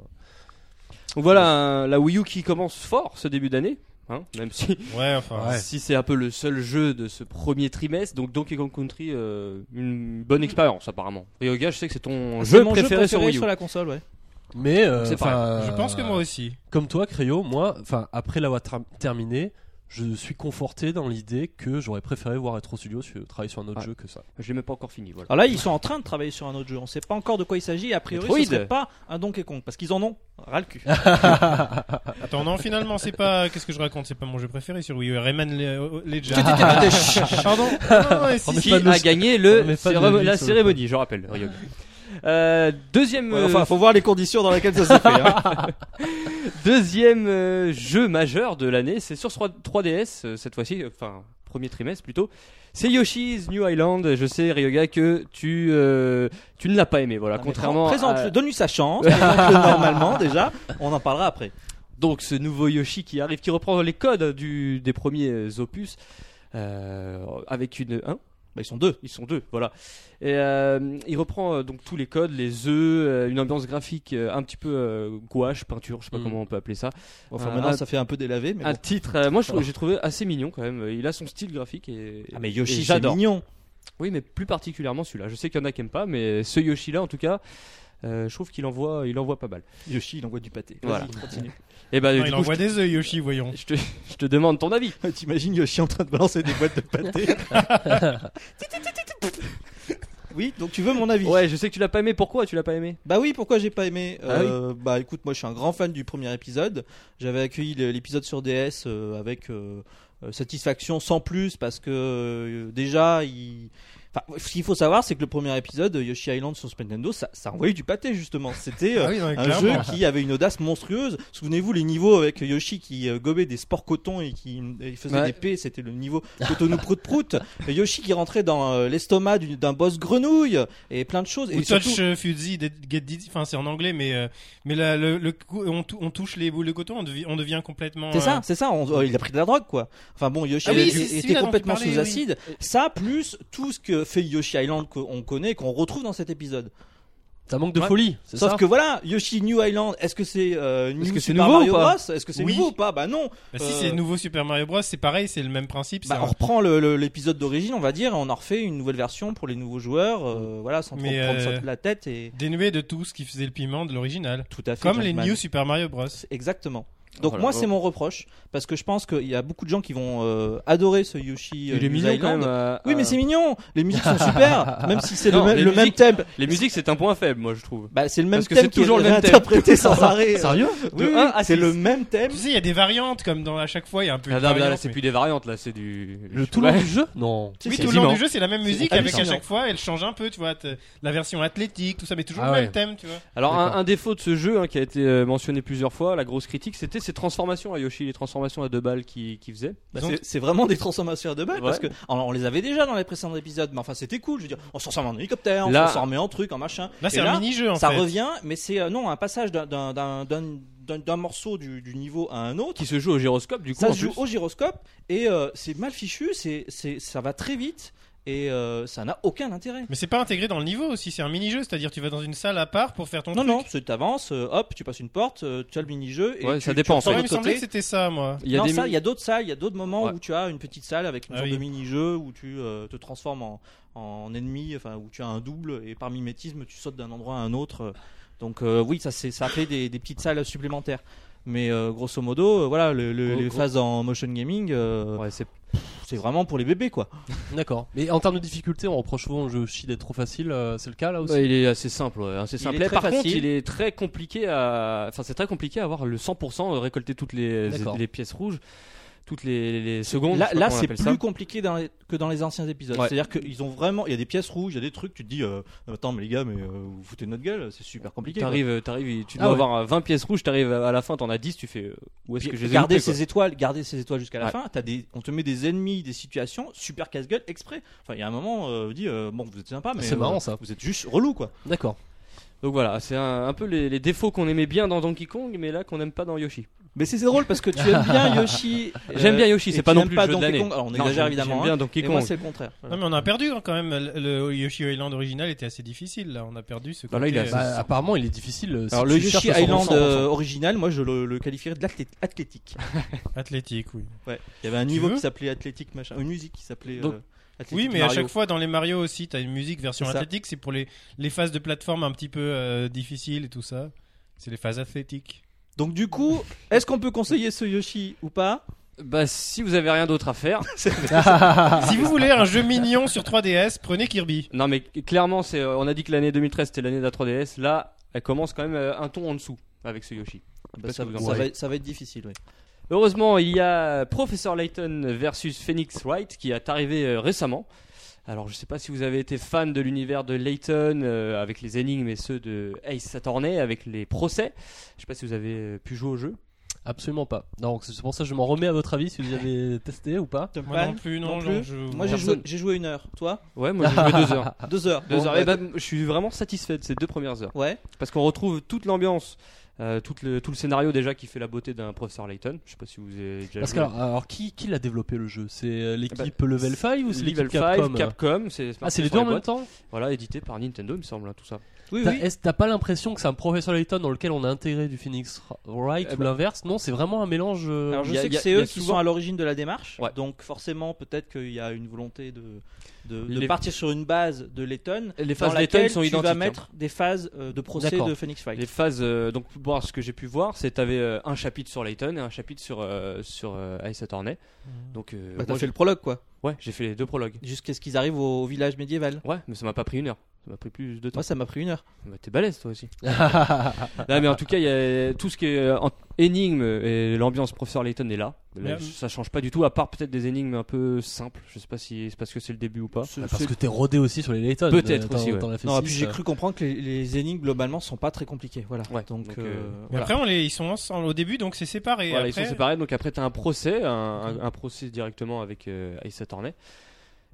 Speaker 2: Donc voilà un- la Wii U qui commence fort ce début d'année. hein, même si,
Speaker 4: Ouais, enfin.
Speaker 5: Ouais.
Speaker 2: si c'est un peu le seul jeu de ce premier trimestre, donc Donkey Kong Country, euh, une bonne expérience apparemment. Ryoga, je sais que c'est ton
Speaker 3: Ah, C'est
Speaker 2: jeu
Speaker 3: mon
Speaker 2: préféré, sur Wii U.
Speaker 3: sur la console, ouais.
Speaker 5: mais euh,
Speaker 2: C'est pareil.
Speaker 5: enfin,
Speaker 4: Je pense que moi aussi.
Speaker 5: comme toi, Créo, moi, enfin après l'avoir tra- terminé, je suis conforté dans l'idée que j'aurais préféré voir Retro Studio su- travailler sur un autre
Speaker 2: Ouais.
Speaker 5: jeu que ça.
Speaker 2: Je l'ai même pas encore fini. Voilà.
Speaker 3: Alors là, ils sont en train de travailler sur un autre jeu. On sait pas encore de quoi il s'agit. A priori,
Speaker 2: Metroid.
Speaker 3: ce serait pas un Donkey Kong parce qu'ils en ont ras le cul.
Speaker 4: Attends, non, finalement, c'est pas. Qu'est-ce que je raconte C'est pas mon jeu préféré sur Wii U. Rayman Le- Legends. Pardon Non, mais si,
Speaker 5: On met
Speaker 2: Qui
Speaker 4: si.
Speaker 5: pas de-
Speaker 2: a gagné le
Speaker 5: on met pas de
Speaker 2: cérémo-
Speaker 5: lutte
Speaker 2: la
Speaker 5: sur le
Speaker 2: cérémonie, je rappelle. Ryoga. Euh, deuxième,
Speaker 3: Ouais,
Speaker 2: euh,
Speaker 3: enfin, faut voir les conditions dans lesquelles ça s'est fait. hein.
Speaker 2: deuxième euh, jeu majeur de l'année, c'est sur 3, ds cette fois-ci, euh, enfin premier trimestre plutôt. C'est Yoshi's New Island. Je sais, Ryoga, que tu euh, tu ne l'as pas aimé. Voilà,
Speaker 3: Non, Ah, mais
Speaker 2: contrairement
Speaker 3: présente,
Speaker 2: à,
Speaker 3: donne-lui sa chance, présente-le normalement déjà, on en parlera après.
Speaker 2: Donc ce nouveau Yoshi qui arrive, qui reprend les codes du, des premiers euh, opus, euh, avec une... Hein
Speaker 3: Bah, ils sont deux.
Speaker 2: Ils sont deux, voilà. Et euh, il reprend euh, donc tous les codes, les œufs, euh, une ambiance graphique euh, un petit peu euh, gouache, peinture, je sais pas
Speaker 5: Mm.
Speaker 2: comment on peut appeler ça.
Speaker 3: Enfin,
Speaker 2: Ah,
Speaker 3: maintenant,
Speaker 2: ah,
Speaker 3: ça fait un peu délavé, mais
Speaker 2: un
Speaker 3: bon.
Speaker 2: titre, euh, moi je
Speaker 3: Ça
Speaker 2: trouve-
Speaker 3: va.
Speaker 2: j'ai trouvé assez mignon quand même. Il a son style graphique et.
Speaker 3: Ah, mais
Speaker 2: et
Speaker 3: Yoshi, c'est
Speaker 2: j'adore.
Speaker 3: mignon.
Speaker 2: Oui, mais plus particulièrement celui-là. Je sais qu'il y en a qui aiment pas, mais ce Yoshi-là, en tout cas, euh, je trouve qu'il envoie, il envoie pas mal.
Speaker 3: Yoshi, il envoie du pâté.
Speaker 2: Voilà.
Speaker 3: Vas-y, continue.
Speaker 2: Et ben,
Speaker 4: Non,
Speaker 2: du
Speaker 4: il
Speaker 2: coup,
Speaker 4: envoie des œufs, Yoshi, voyons.
Speaker 2: je, je te, je te demande ton avis.
Speaker 3: T'imagines Yoshi en train de balancer des boîtes de pâté Oui, donc tu veux mon avis
Speaker 2: Ouais, je sais que tu l'as pas aimé. Pourquoi tu l'as pas aimé
Speaker 3: Bah oui, pourquoi j'ai pas aimé
Speaker 2: Ah
Speaker 3: Euh, Bah écoute, moi je suis un grand fan du premier épisode. J'avais accueilli le- l'épisode sur DS euh, avec euh, euh, satisfaction sans plus parce que euh, déjà il. Enfin, ce qu'il faut savoir, c'est que le premier épisode, euh, Yoshi Island sur Super Nintendo, ça, ça envoyait du pâté justement. C'était euh,
Speaker 4: Ah oui, non, mais
Speaker 3: un jeu
Speaker 4: clairement.
Speaker 3: qui avait une audace monstrueuse. Souvenez-vous les niveaux avec Yoshi qui euh, gobait des sports coton et qui et il faisait
Speaker 2: Ouais.
Speaker 3: des P, c'était le niveau cotonou prout prout. Yoshi qui rentrait dans euh, l'estomac d'une- d'un boss grenouille et plein de choses.
Speaker 4: Ou
Speaker 3: Et
Speaker 4: touch
Speaker 3: surtout,
Speaker 4: euh, Fuzzy, Dead- get dizzy. Enfin, c'est en anglais, mais euh, mais là, le, le cou- on, tou- on touche les boules de coton, on, devi- on devient complètement.
Speaker 3: C'est
Speaker 4: euh,
Speaker 3: ça, c'est ça. on- euh, il a pris de la drogue, quoi. Enfin bon, Yoshi
Speaker 4: Ah oui,
Speaker 3: était-
Speaker 4: c'est celui-là
Speaker 3: était
Speaker 4: dont tu
Speaker 3: complètement
Speaker 4: parlais,
Speaker 3: sous
Speaker 4: oui.
Speaker 3: acide. Ça, plus tout ce que fait Yoshi Island qu'on connaît, qu'on retrouve dans cet épisode.
Speaker 5: Ça manque de
Speaker 2: Ouais.
Speaker 5: folie, c'est
Speaker 3: Sauf
Speaker 5: ça
Speaker 3: que voilà, Yoshi New Island, est-ce que c'est euh, New
Speaker 2: Est-ce que c'est
Speaker 3: Super
Speaker 2: nouveau ou
Speaker 3: Mario
Speaker 2: pas
Speaker 3: Bros Est-ce que c'est
Speaker 4: Oui.
Speaker 3: nouveau ou pas Bah non.
Speaker 4: Bah, si
Speaker 3: Euh,
Speaker 4: c'est le nouveau Super Mario Bros, c'est pareil, c'est le même principe.
Speaker 3: Bah,
Speaker 4: c'est
Speaker 3: on
Speaker 4: un-
Speaker 3: reprend le- le- l'épisode d'origine, on va dire, et on en refait une nouvelle version pour les nouveaux joueurs,
Speaker 2: Mm.
Speaker 3: euh, voilà, sans trop
Speaker 4: Mais,
Speaker 3: prendre
Speaker 4: euh,
Speaker 3: ça de la tête et
Speaker 4: dénué de tout ce qui faisait le piment de l'original.
Speaker 3: tout à fait.
Speaker 4: Comme les
Speaker 3: Jumpman.
Speaker 4: New Super Mario Bros.
Speaker 3: Exactement. Donc
Speaker 2: Voilà.
Speaker 3: moi c'est mon reproche parce que je pense qu'il y a beaucoup de gens qui vont euh, adorer ce Yoshi euh,
Speaker 2: Il est
Speaker 3: New
Speaker 2: mignon
Speaker 3: Island.
Speaker 2: quand même. euh,
Speaker 3: Oui, mais
Speaker 2: euh,
Speaker 3: c'est mignon. Les musiques sont super, même si c'est le,
Speaker 2: Non,
Speaker 3: même-
Speaker 2: les
Speaker 3: le même
Speaker 2: musiques-
Speaker 3: thème.
Speaker 2: Les musiques, c'est un point faible, moi je trouve.
Speaker 3: Bah, c'est le même
Speaker 2: Parce que
Speaker 3: thème
Speaker 2: c'est
Speaker 3: qui est
Speaker 2: toujours le même thème.
Speaker 3: réinterprété sans arrêt.
Speaker 5: Sérieux
Speaker 3: Oui,
Speaker 2: De
Speaker 3: oui,
Speaker 2: un à
Speaker 3: c'est
Speaker 2: six.
Speaker 3: le même thème.
Speaker 4: Tu sais, il y a des variantes, comme dans à chaque fois, il y a un peu.
Speaker 2: Ah,
Speaker 4: une
Speaker 2: non, mais là,
Speaker 4: variante,
Speaker 2: c'est
Speaker 4: mais-
Speaker 2: plus des variantes, là, c'est du.
Speaker 5: Le tout long
Speaker 2: Ouais.
Speaker 5: du jeu Non.
Speaker 4: Oui,
Speaker 2: c'est
Speaker 4: tout le long
Speaker 2: quasiment.
Speaker 4: du jeu, c'est la même musique
Speaker 3: C'est
Speaker 4: avec à
Speaker 3: hallucinant.
Speaker 4: chaque fois, elle change un peu, tu vois. t'as La version athlétique, tout ça, mais toujours
Speaker 5: Ah
Speaker 4: le
Speaker 5: ouais.
Speaker 4: même thème, tu vois.
Speaker 2: Alors un,
Speaker 5: D'accord.
Speaker 2: un défaut de ce jeu hein, qui a été euh, mentionné plusieurs fois, la grosse critique, c'était ses transformations à Yoshi, les transformations à deux balles qu'il qui faisait.
Speaker 3: Bah,
Speaker 4: Donc-
Speaker 3: c'est- c'est vraiment des transformations à deux balles
Speaker 2: Ouais.
Speaker 3: parce que alors, on les avait déjà dans les précédents épisodes, mais enfin c'était cool. Je veux dire, on se transforme en hélicoptère, on se
Speaker 2: Là-
Speaker 3: transforme en truc, en machin.
Speaker 4: Là, c'est
Speaker 3: Et
Speaker 4: un mini-jeu, en
Speaker 3: ça
Speaker 4: fait.
Speaker 3: revient, mais c'est euh, non un passage d'un- d'un- d'un d'un- d'un- d'un morceau du, du niveau à un autre.
Speaker 2: Qui se joue au gyroscope du coup.
Speaker 3: Ça
Speaker 2: en
Speaker 3: se joue
Speaker 2: plus.
Speaker 3: au gyroscope et euh, c'est mal fichu, c'est c'est- ça va très vite et euh, ça n'a aucun intérêt.
Speaker 4: Mais c'est pas intégré dans le niveau aussi, c'est un mini-jeu, c'est-à-dire tu vas dans une salle à part pour faire ton
Speaker 3: Non,
Speaker 4: truc.
Speaker 3: non, c'est t'avances, euh, hop, tu passes une porte, euh, tu as le mini-jeu. et
Speaker 2: Ouais,
Speaker 3: tu-
Speaker 2: ça
Speaker 3: tu
Speaker 2: dépend, en
Speaker 3: ressors de
Speaker 4: Ouais, il me
Speaker 3: l'autre
Speaker 4: semblait que
Speaker 3: côté.
Speaker 4: c'était ça, moi.
Speaker 2: Il y a
Speaker 3: non,
Speaker 2: des
Speaker 3: ça, il
Speaker 2: mi-
Speaker 3: y a d'autres salles, il y a d'autres moments
Speaker 2: Ouais.
Speaker 3: où tu as une petite salle avec une
Speaker 4: Ah
Speaker 3: sorte
Speaker 4: oui.
Speaker 3: de mini-jeu où tu euh, te transformes en, en ennemi, enfin où tu as un double et par mimétisme tu sautes d'un endroit à un autre. Donc euh, oui, ça c'est ça fait des, des petites salles supplémentaires. Mais euh, grosso modo, euh, voilà, le- le-
Speaker 2: Gros-
Speaker 3: les
Speaker 2: gros-
Speaker 3: phases en motion gaming, euh,
Speaker 2: Ouais, c'est
Speaker 3: c'est vraiment pour les bébés quoi.
Speaker 5: D'accord. Mais en termes de difficulté, on reproche souvent au jeu chi d'être trop facile, euh, c'est le cas là aussi
Speaker 2: Ouais, il est assez simple, ouais, assez
Speaker 3: Il
Speaker 2: simple. Et
Speaker 3: est très
Speaker 2: Par contre,
Speaker 3: facile.
Speaker 2: il est très compliqué à, enfin, c'est très compliqué à avoir le 100% euh, récolter toutes les,
Speaker 5: D'accord.
Speaker 2: les pièces rouges, toutes les, les secondes. je
Speaker 3: Là,
Speaker 2: sais pas comment
Speaker 3: là
Speaker 2: on
Speaker 3: c'est
Speaker 2: appelle
Speaker 3: plus
Speaker 2: ça.
Speaker 3: compliqué dans les- que dans les anciens épisodes.
Speaker 2: Ouais.
Speaker 3: C'est-à-dire qu'ils ont vraiment, il y a des pièces rouges, il y a des trucs, tu te dis, euh, attends mais les gars, mais euh, vous foutez de notre gueule, c'est super compliqué. quoi.
Speaker 2: T'arrives, t'arrives, tu
Speaker 5: Ah
Speaker 2: dois
Speaker 5: ouais.
Speaker 2: avoir euh, 20 pièces rouges, t'arrives à à la fin, t'en as 10, tu fais euh, où est-ce que je les ai
Speaker 3: garder
Speaker 2: loupées, quoi.
Speaker 3: ses étoiles, garder ses étoiles jusqu'à la
Speaker 2: Ouais.
Speaker 3: fin. T'as des, on te met des ennemis, des situations super casse-gueule exprès. Enfin, il y a un moment, euh, on dit euh, bon, vous êtes sympa, mais
Speaker 5: C'est
Speaker 3: euh,
Speaker 5: marrant, ça.
Speaker 3: Vous êtes juste relou quoi.
Speaker 5: D'accord.
Speaker 2: Donc voilà, c'est un, un peu les, les défauts qu'on aimait bien dans Donkey Kong, mais là qu'on n'aime pas dans Yoshi.
Speaker 3: Mais c'est drôle parce que tu aimes bien Yoshi. euh,
Speaker 2: J'aime bien Yoshi,
Speaker 3: et
Speaker 2: c'est
Speaker 3: tu
Speaker 2: pas non
Speaker 3: n'aimes
Speaker 2: plus
Speaker 3: pas
Speaker 2: le jeu de
Speaker 3: Donkey
Speaker 2: l'année.
Speaker 3: Kong. Alors on
Speaker 2: Non,
Speaker 3: exagère
Speaker 2: j'aime-
Speaker 3: évidemment. hein.
Speaker 2: J'aime bien Donkey
Speaker 3: Et moi
Speaker 2: Kong.
Speaker 3: c'est le contraire. Voilà.
Speaker 4: Non, mais on a perdu hein, quand même. Le, le Yoshi Island original était assez difficile, là. On a perdu ce
Speaker 2: Bah, là,
Speaker 4: côté.
Speaker 2: il est
Speaker 4: euh,
Speaker 2: assez-
Speaker 5: Bah, apparemment, il est difficile. euh, si
Speaker 3: Alors
Speaker 5: tu
Speaker 3: le
Speaker 5: cherches
Speaker 3: Yoshi
Speaker 5: à 100%.
Speaker 3: Island euh, original, moi je le, le qualifierais de l'athlé- athlétique.
Speaker 4: Athlétique, oui.
Speaker 3: Ouais. Il y avait un
Speaker 4: Tu
Speaker 3: niveau
Speaker 4: veux
Speaker 3: qui s'appelait athlétique machin, une musique qui s'appelait.
Speaker 2: Donc-
Speaker 3: euh, Athlétique
Speaker 4: Oui, mais à
Speaker 3: Mario.
Speaker 4: chaque fois dans les Mario aussi, t'as une musique version
Speaker 3: C'est ça.
Speaker 4: athlétique, c'est pour les, les phases de plateforme un petit peu euh, difficiles et tout ça. C'est les phases athlétiques.
Speaker 3: Donc du coup, est-ce qu'on peut conseiller ce Yoshi ou pas
Speaker 2: Bah si vous avez rien d'autre à faire.
Speaker 4: si vous voulez un jeu mignon sur 3DS, prenez Kirby.
Speaker 2: non mais clairement, c'est, euh, on a dit que l'année 2013 c'était l'année de la 3DS. Là, elle commence quand même euh, un ton en dessous avec ce Yoshi.
Speaker 3: Bah,
Speaker 2: Parce
Speaker 3: ça,
Speaker 2: que vous en
Speaker 3: ça
Speaker 2: parlez.
Speaker 3: va, ça va être difficile. Oui.
Speaker 2: Heureusement, il y a Professor Layton versus Phoenix Wright qui est arrivé euh, récemment. Alors, je sais pas si vous avez été fan de l'univers de Layton euh, avec les énigmes et ceux de Ace Attorney avec les procès. Je sais pas si vous avez euh, pu jouer au jeu.
Speaker 5: Absolument pas. Donc c'est pour ça que je m'en remets à votre avis si vous avez testé ou pas.
Speaker 3: Tom
Speaker 4: Moi
Speaker 3: Pan
Speaker 4: non plus, non,
Speaker 3: non plus.
Speaker 4: non, je-
Speaker 3: Moi j'ai joué,
Speaker 2: Personne.
Speaker 3: j'ai joué une heure. Toi
Speaker 2: Ouais, moi j'ai joué deux heures.
Speaker 3: Deux heures.
Speaker 2: Deux
Speaker 3: Bon,
Speaker 2: heures.
Speaker 3: bah,
Speaker 2: Eh ben, je suis vraiment satisfait de ces deux premières heures
Speaker 3: Ouais.
Speaker 2: parce qu'on retrouve toute l'ambiance Euh, tout, le, tout le scénario déjà qui fait la beauté d'un professeur Layton. Je sais pas si vous avez déjà
Speaker 5: Parce que
Speaker 2: joué.
Speaker 5: alors, alors, qui, qui l'a développé le jeu C'est euh, l'équipe Level 5 ou c'est l'équipe
Speaker 2: Level 5,
Speaker 5: Capcom euh
Speaker 2: Capcom, c'est
Speaker 5: Ah, c'est les
Speaker 2: sur
Speaker 5: deux en même
Speaker 2: boîtes.
Speaker 5: temps
Speaker 2: Voilà, édité par Nintendo, il me semble, hein, tout ça.
Speaker 3: Oui,
Speaker 5: T'as-
Speaker 3: oui.
Speaker 5: Est-ce t'as pas l'impression que c'est un Professor Layton dans lequel on a intégré du Phoenix Wright
Speaker 2: Eh
Speaker 5: ou
Speaker 2: ben-
Speaker 5: l'inverse Non, c'est vraiment un mélange. euh,
Speaker 3: Alors je
Speaker 2: y a-
Speaker 3: sais
Speaker 2: y
Speaker 3: que
Speaker 2: a-
Speaker 3: c'est
Speaker 2: y a
Speaker 3: eux qui
Speaker 2: souvent-
Speaker 3: sont à l'origine de la démarche,
Speaker 2: Ouais.
Speaker 3: donc forcément peut-être qu'il y a une volonté de, de, de
Speaker 2: Les-
Speaker 3: partir sur une base de Letton
Speaker 2: Les
Speaker 3: dans
Speaker 2: phases Layton
Speaker 3: laquelle
Speaker 2: sont
Speaker 3: tu vas
Speaker 2: identiques. hein.
Speaker 3: mettre des phases euh, de procès
Speaker 5: D'accord.
Speaker 3: de Phoenix Fight.
Speaker 2: Les phases, euh, donc voir ce que j'ai pu voir, c'est t'avais euh, un chapitre sur Layton et un chapitre sur euh, sur euh, Ace Attorney. Donc euh,
Speaker 3: Bah, t'as
Speaker 2: moi,
Speaker 3: fait
Speaker 2: j'ai-
Speaker 3: le prologue quoi,
Speaker 2: ouais, j'ai fait les deux prologues.
Speaker 3: jusqu'à ce qu'ils arrivent au, au village médiéval.
Speaker 2: Ouais, mais ça m'a pas pris une heure. Ça m'a pris plus de temps.
Speaker 3: Moi ça m'a pris une heure.
Speaker 2: Bah, T'es balèze toi aussi. Non, mais en tout cas, il y a tout ce qui est euh, en- énigme et l'ambiance professeur Layton est là. Là,
Speaker 4: Mais-
Speaker 2: Ça change pas du tout, à part peut-être des énigmes un peu simples. Je sais pas si c'est parce que c'est le début ou pas.
Speaker 3: Ce-
Speaker 5: Bah, parce
Speaker 3: ce-
Speaker 5: que t'es rodé aussi sur les Layton.
Speaker 2: Peut-être
Speaker 5: euh, t'en-
Speaker 2: aussi, ouais.
Speaker 5: t'en as fait
Speaker 3: Non,
Speaker 5: six,
Speaker 3: puis j'ai
Speaker 5: euh.
Speaker 3: cru comprendre que les, les énigmes globalement sont pas très compliquées. Voilà.
Speaker 2: Ouais,
Speaker 3: Donc,
Speaker 2: donc,
Speaker 3: euh,
Speaker 2: euh,
Speaker 4: Mais
Speaker 3: voilà.
Speaker 4: après, on les, ils sont ensemble au début, donc c'est séparé.
Speaker 2: Voilà,
Speaker 4: Après,
Speaker 2: ils sont séparés. Donc après, t'as un procès, un, un- un procès directement avec euh, Ace Attorney.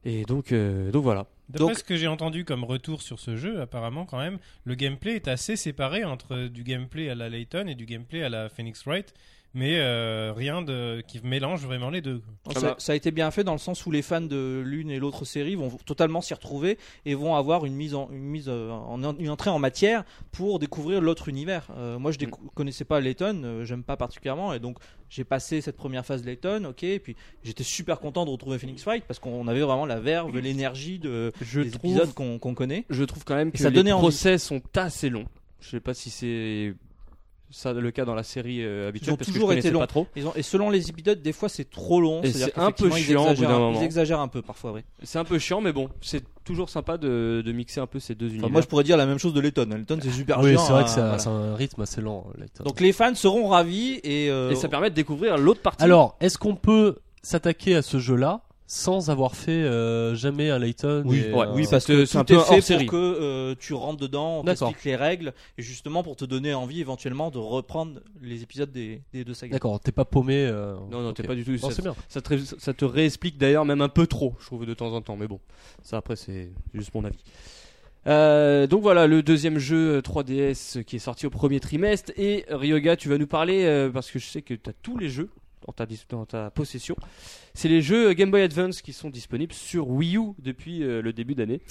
Speaker 2: Et donc, euh, donc voilà.
Speaker 4: D'après
Speaker 2: Donc-
Speaker 4: ce que j'ai entendu comme retour sur ce jeu, apparemment, quand même, le gameplay est assez séparé entre euh, du gameplay à la Layton et du gameplay à la Phoenix Wright, mais euh, rien de qui mélange vraiment les deux.
Speaker 2: Ça
Speaker 3: ça,
Speaker 2: va.
Speaker 3: ça a été bien fait dans le sens où les fans de l'une et l'autre série vont totalement s'y retrouver et vont avoir une mise en une mise euh, en, une entrée en matière pour découvrir l'autre univers. Euh, moi, je ne
Speaker 2: Mm.
Speaker 3: connaissais pas Layton, euh, j'aime pas particulièrement et donc j'ai passé cette première phase Layton, ok, et puis j'étais super content de retrouver Phoenix Fight parce qu'on avait vraiment la verve, l'énergie de
Speaker 2: Je
Speaker 3: des épisodes qu'on qu'on connaît.
Speaker 2: je trouve quand même que
Speaker 3: ça
Speaker 2: les
Speaker 3: donnait envie.
Speaker 2: procès sont assez longs. Je sais pas si c'est ça le cas dans la série euh, habituelle
Speaker 3: Ils ont
Speaker 2: parce que
Speaker 3: toujours
Speaker 2: je
Speaker 3: été
Speaker 2: connaissais
Speaker 3: longs.
Speaker 2: pas trop.
Speaker 3: Ils ont- et selon les épisodes, des fois c'est trop long.
Speaker 2: Et
Speaker 3: c'est-à-dire
Speaker 2: c'est un peu
Speaker 3: qu'effectivement,
Speaker 2: chiant au
Speaker 3: ils
Speaker 2: bout d'un
Speaker 3: exagèrent-
Speaker 2: moment.
Speaker 3: Ils exagèrent un peu parfois, oui.
Speaker 2: C'est un peu chiant, mais bon, c'est toujours sympa de, de mixer un peu ces deux univers.
Speaker 3: Enfin, moi, je pourrais dire la même chose de Letton. Letton, c'est super
Speaker 5: Oui,
Speaker 3: chiant,
Speaker 5: c'est vrai
Speaker 3: hein,
Speaker 5: que c'est
Speaker 3: voilà.
Speaker 5: c'est un rythme assez lent. Layton.
Speaker 3: Donc les fans seront ravis et, euh,
Speaker 2: Et ça permet de découvrir l'autre partie.
Speaker 5: Alors, est-ce qu'on peut s'attaquer à ce jeu-là sans avoir fait euh, jamais un Layton
Speaker 2: Oui,
Speaker 5: et euh,
Speaker 2: ouais,
Speaker 5: un-
Speaker 3: oui, parce
Speaker 2: c'est-
Speaker 3: que
Speaker 2: c'est
Speaker 3: tout
Speaker 2: un
Speaker 3: est
Speaker 2: peu
Speaker 3: fait
Speaker 2: hors série.
Speaker 3: pour que euh, tu rentres dedans, on
Speaker 5: D'accord.
Speaker 3: t'explique les règles et justement pour te donner envie éventuellement de reprendre les épisodes des, des deux sagas.
Speaker 5: D'accord, t'es pas paumé. euh,
Speaker 2: Non, non, t'es
Speaker 5: ok.
Speaker 2: pas du tout.
Speaker 5: Non,
Speaker 2: ça,
Speaker 5: c'est bien.
Speaker 2: ça te, ré- ça te réexplique d'ailleurs même un peu trop, je trouve, de temps en temps. Mais bon, ça après, c'est juste mon avis. Euh, donc voilà, le deuxième jeu euh, 3DS qui est sorti au premier trimestre. Et Ryoga, tu vas nous parler, euh, parce que je sais que tu as tous les jeux dans ta, dis- dans ta possession. C'est les jeux euh, Game Boy Advance qui sont disponibles sur Wii U depuis euh, le début d'année.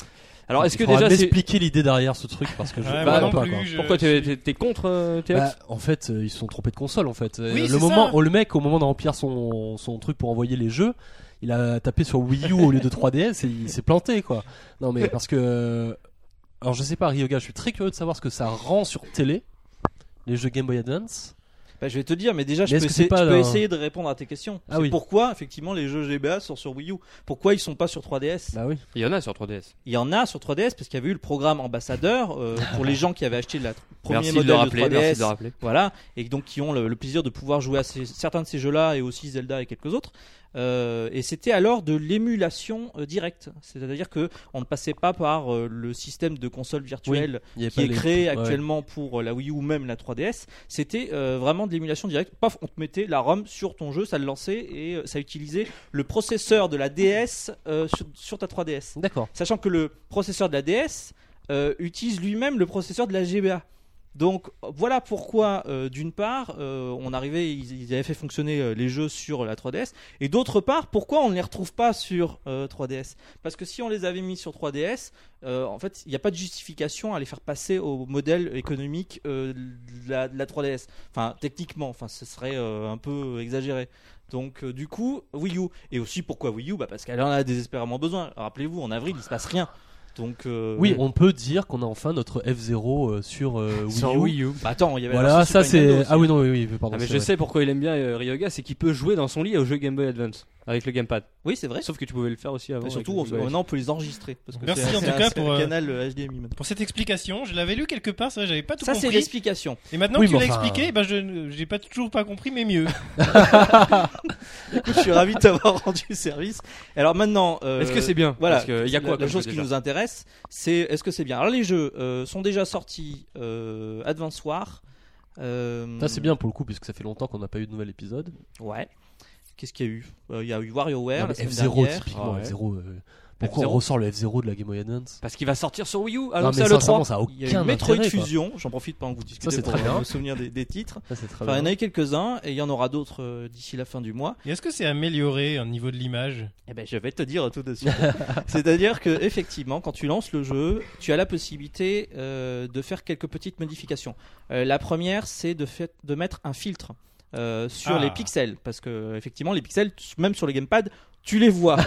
Speaker 2: Alors, est-ce que
Speaker 5: Il faudra
Speaker 2: déjà c'est.
Speaker 5: m'expliquer l'idée derrière ce truc parce que je
Speaker 4: Ouais,
Speaker 5: comprends
Speaker 2: moi non
Speaker 5: pas,
Speaker 4: plus,
Speaker 5: quoi.
Speaker 4: je-
Speaker 2: Pourquoi t'es t'es- t'es contre, euh, Théox
Speaker 5: Bah, en fait, euh, ils se sont trompés de console en fait. Euh,
Speaker 4: Oui, c'est
Speaker 5: le moment,
Speaker 4: ça.
Speaker 5: oh, le mec, au moment de remplir son, son truc pour envoyer les jeux, il a tapé sur Wii U au lieu de 3DS et il s'est planté quoi. Non mais parce que, euh, alors je sais pas, Ryoga, je suis très curieux de savoir ce que ça rend sur télé les jeux Game Boy Advance.
Speaker 3: Bah, je vais te dire, mais déjà je,
Speaker 5: Mais
Speaker 3: peux,
Speaker 5: est-ce que c'est
Speaker 3: essayer,
Speaker 5: pas
Speaker 3: je peux
Speaker 5: un-
Speaker 3: essayer de répondre à tes questions.
Speaker 5: Ah
Speaker 3: C'est
Speaker 5: oui.
Speaker 3: Pourquoi effectivement les jeux GBA sont sur Wii U Pourquoi ils sont pas sur 3DS
Speaker 5: Bah oui.
Speaker 2: Il y en a sur 3DS.
Speaker 3: Il y en a sur 3DS parce qu'il y avait eu le programme ambassadeur euh, pour les gens qui avaient acheté le premier
Speaker 2: Merci de
Speaker 3: modèle
Speaker 2: le rappeler.
Speaker 3: 3DS.
Speaker 2: merci de le rappeler.
Speaker 3: voilà, et donc qui ont le, le plaisir de pouvoir jouer à ces- certains de ces jeux-là et aussi Zelda et quelques autres. Euh, et c'était alors de l'émulation euh, directe, c'est-à-dire que on ne passait pas par euh, le système de console virtuelle
Speaker 5: Il y avait
Speaker 3: qui
Speaker 5: pas
Speaker 3: est
Speaker 5: les-
Speaker 3: créé
Speaker 5: ouais.
Speaker 3: actuellement pour euh, la Wii U ou même la 3DS. C'était euh, vraiment de l'émulation directe. Paf, on te mettait la ROM sur ton jeu, ça le lançait et euh, ça utilisait le processeur de la DS euh, sur- sur ta 3DS.
Speaker 5: D'accord.
Speaker 3: Sachant que le processeur de la DS euh, utilise lui-même le processeur de la GBA. Donc voilà pourquoi, euh, d'une part, euh, on arrivait, ils, ils avaient fait fonctionner euh, les jeux sur la 3DS, et d'autre part, pourquoi on ne les retrouve pas sur euh, 3DS Parce que si on les avait mis sur 3DS, euh, en fait, il n'y a pas de justification à les faire passer au modèle économique euh, de, la, de la 3DS. Enfin, techniquement, enfin, ce serait euh, un peu exagéré. Donc euh, du coup, Wii U. Et aussi pourquoi Wii U bah Parce qu'elle en a désespérément besoin. Rappelez-vous, en avril, il se passe rien. Donc euh,
Speaker 5: Oui, on peut dire qu'on a enfin notre F0 sur euh, Wii U.
Speaker 2: U.
Speaker 3: bah, attends, il y avait la
Speaker 5: Voilà,
Speaker 3: version
Speaker 5: ça
Speaker 3: Super Nintendo
Speaker 5: c'est.
Speaker 3: aussi. hein.
Speaker 5: Ah oui, non, oui, oui, pardon.
Speaker 2: Ah, mais
Speaker 5: c'est
Speaker 2: je
Speaker 5: vrai.
Speaker 2: sais pourquoi il aime bien euh, Ryoga, c'est qu'il peut jouer dans son lit au jeu Game Boy Advance avec le gamepad.
Speaker 3: Oui, c'est vrai.
Speaker 2: Sauf que tu pouvais le faire
Speaker 5: Ah
Speaker 2: aussi avant.
Speaker 3: Et surtout, on-
Speaker 2: avec le Game Boy
Speaker 3: maintenant, on peut les enregistrer. Parce que
Speaker 4: Merci,
Speaker 3: c'est-
Speaker 4: en
Speaker 3: c'est
Speaker 4: tout
Speaker 3: un-
Speaker 4: cas,
Speaker 3: c'est
Speaker 4: pour,
Speaker 3: un
Speaker 4: euh,
Speaker 3: canal euh, HDMI. maintenant.
Speaker 4: Pour cette explication, je l'avais lu quelque part, c'est vrai, j'avais pas tout
Speaker 3: Ça, c'est
Speaker 4: compris.
Speaker 3: l'explication.
Speaker 4: Et maintenant
Speaker 5: Oui,
Speaker 4: que tu
Speaker 5: mais
Speaker 4: l'as
Speaker 5: enfin-
Speaker 3: euh,
Speaker 4: expliqué, bah, je ne- j'ai pas toujours pas compris, mais mieux.
Speaker 3: Je suis ravi de t'avoir rendu service. Alors maintenant, euh,
Speaker 2: Advance. Est-ce que c'est bien
Speaker 3: Voilà,
Speaker 2: Parce qu'il y a
Speaker 3: la-
Speaker 2: quoi
Speaker 3: La
Speaker 2: comme
Speaker 3: chose
Speaker 2: jeu
Speaker 3: qui
Speaker 2: déjà
Speaker 3: nous intéresse, c'est est-ce que c'est bien. Alors les jeux euh, sont déjà sortis euh, Advance War. euh,
Speaker 5: Ça c'est bien pour le coup puisque ça fait longtemps qu'on n'a pas eu de nouvel épisode.
Speaker 3: Ouais. Qu'est-ce qu'il y a eu Euh, Il y a eu
Speaker 5: Non,
Speaker 3: WarioWare.
Speaker 5: mais
Speaker 3: la semaine
Speaker 5: F0
Speaker 3: dernière.
Speaker 5: typiquement
Speaker 2: Ah ouais.
Speaker 5: F0. euh, Pourquoi on
Speaker 2: F-Zero.
Speaker 5: ressort le F0 de la Game Boy Advance
Speaker 2: Parce qu'il va sortir sur Wii U.
Speaker 5: Non,
Speaker 2: Alors
Speaker 5: mais
Speaker 2: Ah, ça le 3.
Speaker 5: sincèrement, ça a
Speaker 3: Il y a
Speaker 5: aucun
Speaker 3: eu Metroid
Speaker 5: intérêt, quoi.
Speaker 3: Fusion, j'en profite pendant que vous discutez
Speaker 5: c'est
Speaker 3: pour
Speaker 5: très bien.
Speaker 3: euh, me souvenir des, des titres.
Speaker 5: Ça, c'est très
Speaker 3: Enfin, il y en
Speaker 5: bien.
Speaker 3: a eu quelques-uns et il y en aura d'autres euh, d'ici la fin du mois.
Speaker 4: Et est-ce que c'est amélioré au niveau de l'image
Speaker 3: Eh ben, je vais te dire tout de suite. C'est-à-dire que effectivement, quand tu lances le jeu, tu as la possibilité euh, de faire quelques petites modifications. Euh, la première, c'est de, fait- de mettre un filtre euh, sur
Speaker 4: Ah.
Speaker 3: les pixels, parce que effectivement, les pixels, tu- même sur les gamepads, tu les vois.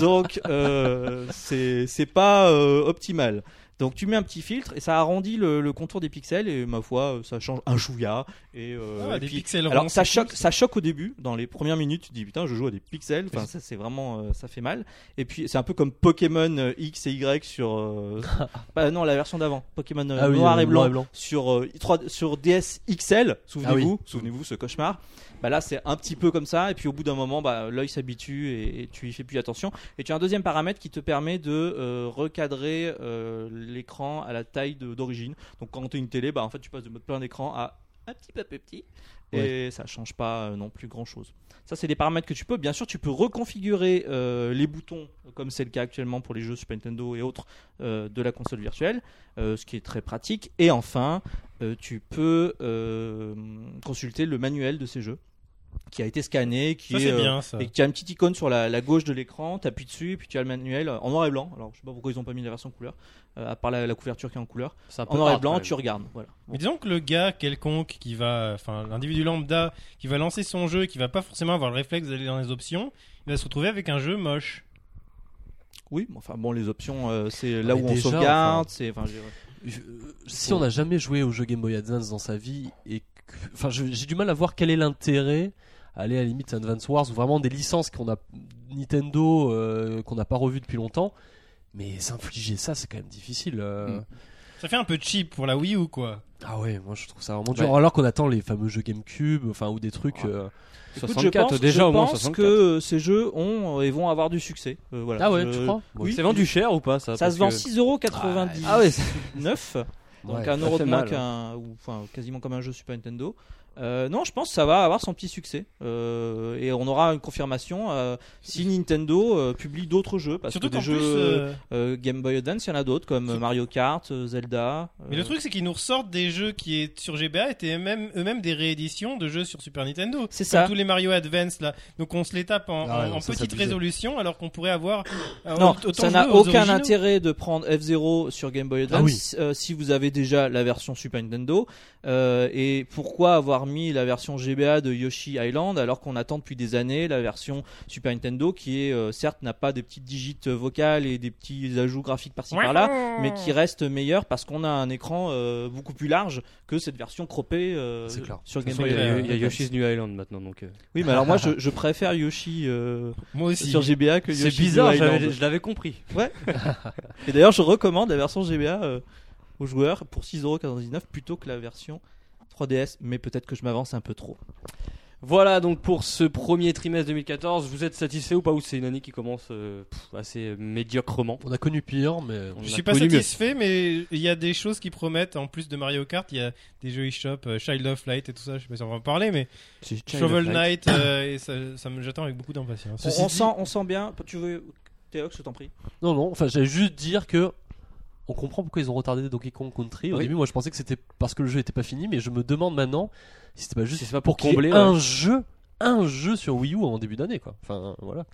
Speaker 3: Donc, euh, c'est c'est pas euh, optimal. Donc tu mets un petit filtre et ça arrondit le, le contour des pixels et ma foi ça change un chouïa et, euh,
Speaker 4: Ah,
Speaker 3: et
Speaker 4: Des
Speaker 3: puis-
Speaker 4: pixels ronds,
Speaker 3: alors ça
Speaker 4: c'est
Speaker 3: choque,
Speaker 4: cool,
Speaker 3: ça choque au début, dans les premières minutes, tu te dis putain, je joue à des pixels, enfin ça c'est vraiment, euh, ça fait mal. Et puis c'est un peu comme Pokémon euh, X et Y sur, euh, bah non la version d'avant, Pokémon euh,
Speaker 5: Ah oui,
Speaker 3: noir
Speaker 5: euh,
Speaker 3: et blanc,
Speaker 5: noir et blanc.
Speaker 3: sur euh, 3 sur DS XL, souvenez-vous,
Speaker 5: Ah
Speaker 3: souvenez-vous ce cauchemar. Bah là c'est un petit peu comme ça, et puis au bout d'un moment, bah l'œil s'habitue et, et tu y fais plus attention. Et tu as un deuxième paramètre qui te permet de euh, recadrer euh, l'écran à la taille de- d'origine. Donc quand tu as une télé, bah en fait tu passes de mode plein d'écran à un petit peu plus petit et ça change pas euh, non plus grand chose. Ça, c'est des paramètres que tu peux. Bien sûr, tu peux reconfigurer euh, les boutons, comme c'est le cas actuellement pour les jeux Super Nintendo et autres euh, de la console virtuelle, euh, ce qui est très pratique. Et enfin, euh, tu peux euh, consulter le manuel de ces jeux qui a été scanné, qui
Speaker 4: Ça
Speaker 3: est,
Speaker 4: c'est
Speaker 3: euh,
Speaker 4: bien ça.
Speaker 3: et que tu as une petite icône sur la, la gauche de l'écran, tu appuies dessus, puis tu as le manuel euh, en noir et blanc. Alors, je sais pas pourquoi ils ont pas mis la version couleur, euh, à part la, la couverture qui est en couleur.
Speaker 2: C'est un peu
Speaker 3: En noir et
Speaker 2: hard, quand
Speaker 3: blanc,
Speaker 2: même.
Speaker 3: tu regardes. Voilà. Bon.
Speaker 4: Mais disons que le gars quelconque qui va, enfin l'individu lambda qui va lancer son jeu et qui va pas forcément avoir le réflexe d'aller dans les options, il va se retrouver avec un jeu moche.
Speaker 3: Oui, mais enfin bon, les options, euh, c'est là
Speaker 5: mais
Speaker 3: où on
Speaker 5: déjà,
Speaker 3: sauvegarde,
Speaker 5: enfin-
Speaker 3: c'est. Enfin, j'ai-
Speaker 5: Je- euh, si on n'a jamais joué au jeu Game Boy Advance dans sa vie et que- enfin je- j'ai du mal à voir quel est l'intérêt à aller à la limite à Advance Wars ou vraiment des licences qu'on a Nintendo euh, qu'on n'a pas revu depuis longtemps mais s'infliger ça c'est quand même difficile euh.
Speaker 3: Mm.
Speaker 4: Ça fait un peu cheap pour la Wii U quoi.
Speaker 5: ah ouais moi je trouve ça vraiment dur
Speaker 3: Ouais.
Speaker 5: alors qu'on attend les fameux jeux GameCube enfin ou des trucs
Speaker 3: Ouais.
Speaker 5: euh,
Speaker 3: Écoute,
Speaker 2: 64,
Speaker 3: je pense,
Speaker 2: déjà
Speaker 3: je
Speaker 2: au moins
Speaker 3: pense
Speaker 2: 64.
Speaker 3: que euh, ces jeux ont euh, et vont avoir du succès. Euh, voilà.
Speaker 5: ah ouais
Speaker 3: Je-
Speaker 5: tu crois
Speaker 3: oui.
Speaker 2: C'est vendu cher ou pas ça
Speaker 3: Ça
Speaker 2: Parce
Speaker 3: se vend
Speaker 2: que-
Speaker 3: 6,99€.
Speaker 2: Ah ouais, ça-
Speaker 3: donc
Speaker 5: Ouais.
Speaker 3: un
Speaker 2: ça
Speaker 3: euro
Speaker 2: fait
Speaker 3: de moins
Speaker 2: mal.
Speaker 3: qu'un, ou enfin quasiment comme un jeu Super Nintendo. Euh, non, je pense que ça va avoir son petit succès Euh, et on aura une confirmation euh, si Nintendo euh, publie d'autres jeux parce
Speaker 4: Surtout
Speaker 3: que des
Speaker 4: qu'en
Speaker 3: jeux
Speaker 4: plus, euh,
Speaker 3: euh, Game Boy Advance, il y en a d'autres comme
Speaker 4: Sur-
Speaker 3: Mario Kart, euh, Zelda.
Speaker 4: mais
Speaker 3: euh,
Speaker 4: le truc c'est qu'ils nous ressortent des jeux qui est sur GBA étaient eux-mêmes eux-mêmes des rééditions de jeux sur Super Nintendo.
Speaker 3: C'est
Speaker 4: Comme
Speaker 3: ça.
Speaker 4: tous les Mario Advance là. Donc on se les tape en,
Speaker 5: Ah ouais,
Speaker 4: en- en
Speaker 5: ça, c'est
Speaker 4: petite
Speaker 5: abusé.
Speaker 4: résolution alors qu'on pourrait avoir euh,
Speaker 3: Non,
Speaker 4: autant
Speaker 3: ça
Speaker 4: jouer
Speaker 3: n'a
Speaker 4: aux
Speaker 3: aucun
Speaker 4: originaux.
Speaker 3: intérêt de prendre F0 sur Game Boy Advance
Speaker 5: Ah oui.
Speaker 3: euh, si vous avez déjà la version Super Nintendo. Euh, et pourquoi avoir mis la version GBA de Yoshi Island alors qu'on attend depuis des années la version Super Nintendo qui est euh, certes n'a pas des petites digites vocales et des petits ajouts graphiques par-ci par-là, mais qui reste meilleure parce qu'on a un écran euh, beaucoup plus large que cette version croppée euh,
Speaker 5: C'est clair.
Speaker 3: sur
Speaker 2: De toute
Speaker 3: Game
Speaker 2: façon,
Speaker 3: Boy
Speaker 2: Il y a- il y a
Speaker 3: Advance.
Speaker 2: Yoshi's New Island maintenant donc. euh,
Speaker 3: Oui, mais alors moi je, je préfère Yoshi euh,
Speaker 4: Moi aussi.
Speaker 3: sur GBA que Yoshi
Speaker 2: C'est bizarre,
Speaker 3: Island.
Speaker 2: j'avais- je l'avais compris.
Speaker 3: Et d'ailleurs, je recommande la version GBA euh, aux joueurs pour 6,99€ plutôt que la version 3DS, mais peut-être que je m'avance un peu trop.
Speaker 2: Voilà donc pour ce premier trimestre 2014, vous êtes satisfait ou pas Ou c'est une année qui commence euh, pff, assez euh, médiocrement
Speaker 5: on a connu pire mais
Speaker 2: On
Speaker 4: Je
Speaker 2: a
Speaker 4: suis pas
Speaker 2: connu mieux.
Speaker 4: satisfait, mais il y a des choses qui promettent. En plus de Mario Kart, il y a des jeux eShop, euh, Child of Light et tout ça. Je sais pas si on va en parler, mais Shovel Knight, euh, et ça, ça me j'attends avec beaucoup d'impatience.
Speaker 3: On,
Speaker 5: Ceci
Speaker 3: on
Speaker 5: dit-
Speaker 3: sent, on sent bien. Tu veux, Théox, je t'en prie.
Speaker 5: Non, non, enfin, j'allais juste dire que. On comprend pourquoi ils ont retardé Donkey Kong Country. Au
Speaker 2: Oui.
Speaker 5: début, moi, je pensais que c'était parce que le jeu était pas fini, mais je me demande maintenant si c'était pas juste
Speaker 2: Si c'est pas pour
Speaker 5: qu'il y ait
Speaker 2: combler,
Speaker 5: un jeu, un jeu sur Wii U en début d'année, quoi. Enfin, voilà.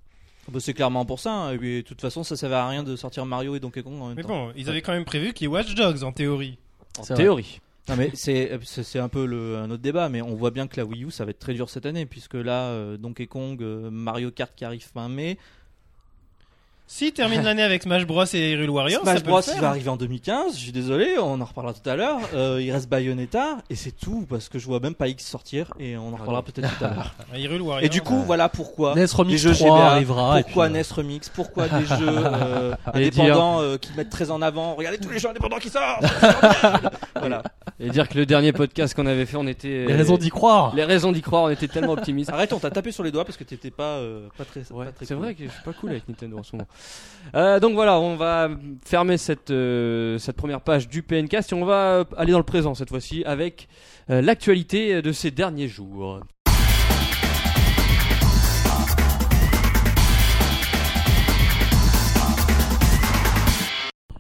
Speaker 3: Bah, c'est clairement pour ça. hein, et puis, de toute façon, ça servait à rien de sortir Mario et Donkey Kong en même
Speaker 4: Mais
Speaker 3: temps.
Speaker 4: bon, ils avaient quand même prévu qu'il y ait Watch Dogs en théorie.
Speaker 2: En
Speaker 5: C'est
Speaker 2: théorie.
Speaker 3: Non, mais c'est, c'est c'est un peu le- un autre débat, mais on voit bien que la Wii U, ça va être très dur cette année, puisque là, euh, Donkey Kong, euh, Mario Kart qui arrive fin mai,
Speaker 4: Si termine l'année avec Smash Bros et Hyrule Warriors,
Speaker 3: Smash
Speaker 4: ça peut
Speaker 3: Bros
Speaker 4: le faire. hein.
Speaker 3: il va arriver en 2015, je suis désolé, on en reparlera tout à l'heure. Euh, il reste Bayonetta et c'est tout parce que je vois même pas X sortir et on en reparlera peut-être tout à l'heure.
Speaker 4: Ah, Hyrule Warriors.
Speaker 3: Et du coup, voilà pourquoi.
Speaker 5: NES Remix
Speaker 3: les jeux
Speaker 5: 3
Speaker 3: GBA,
Speaker 2: Ah,
Speaker 5: arrivera. et
Speaker 3: pourquoi
Speaker 5: puis,
Speaker 3: NES Remix Pourquoi des jeux euh,
Speaker 2: Allez dire.
Speaker 3: indépendants euh, qui mettent très en avant Regardez tous les jeux indépendants qui sortent Voilà.
Speaker 2: Et dire que le dernier podcast qu'on avait fait, on était.
Speaker 5: euh, Les raisons d'y croire.
Speaker 2: Les raisons d'y croire, on était tellement optimistes.
Speaker 3: Arrête, on t'a tapé sur les doigts parce que t'étais pas, euh, pas très.
Speaker 2: Ouais,
Speaker 3: pas très
Speaker 2: c'est
Speaker 3: cool.
Speaker 2: vrai que je suis pas cool avec Nintendo en ce moment. Euh, donc voilà, on va fermer cette, euh, cette première page du PNcast et on va euh, aller dans le présent cette fois-ci avec euh, l'actualité de ces derniers jours.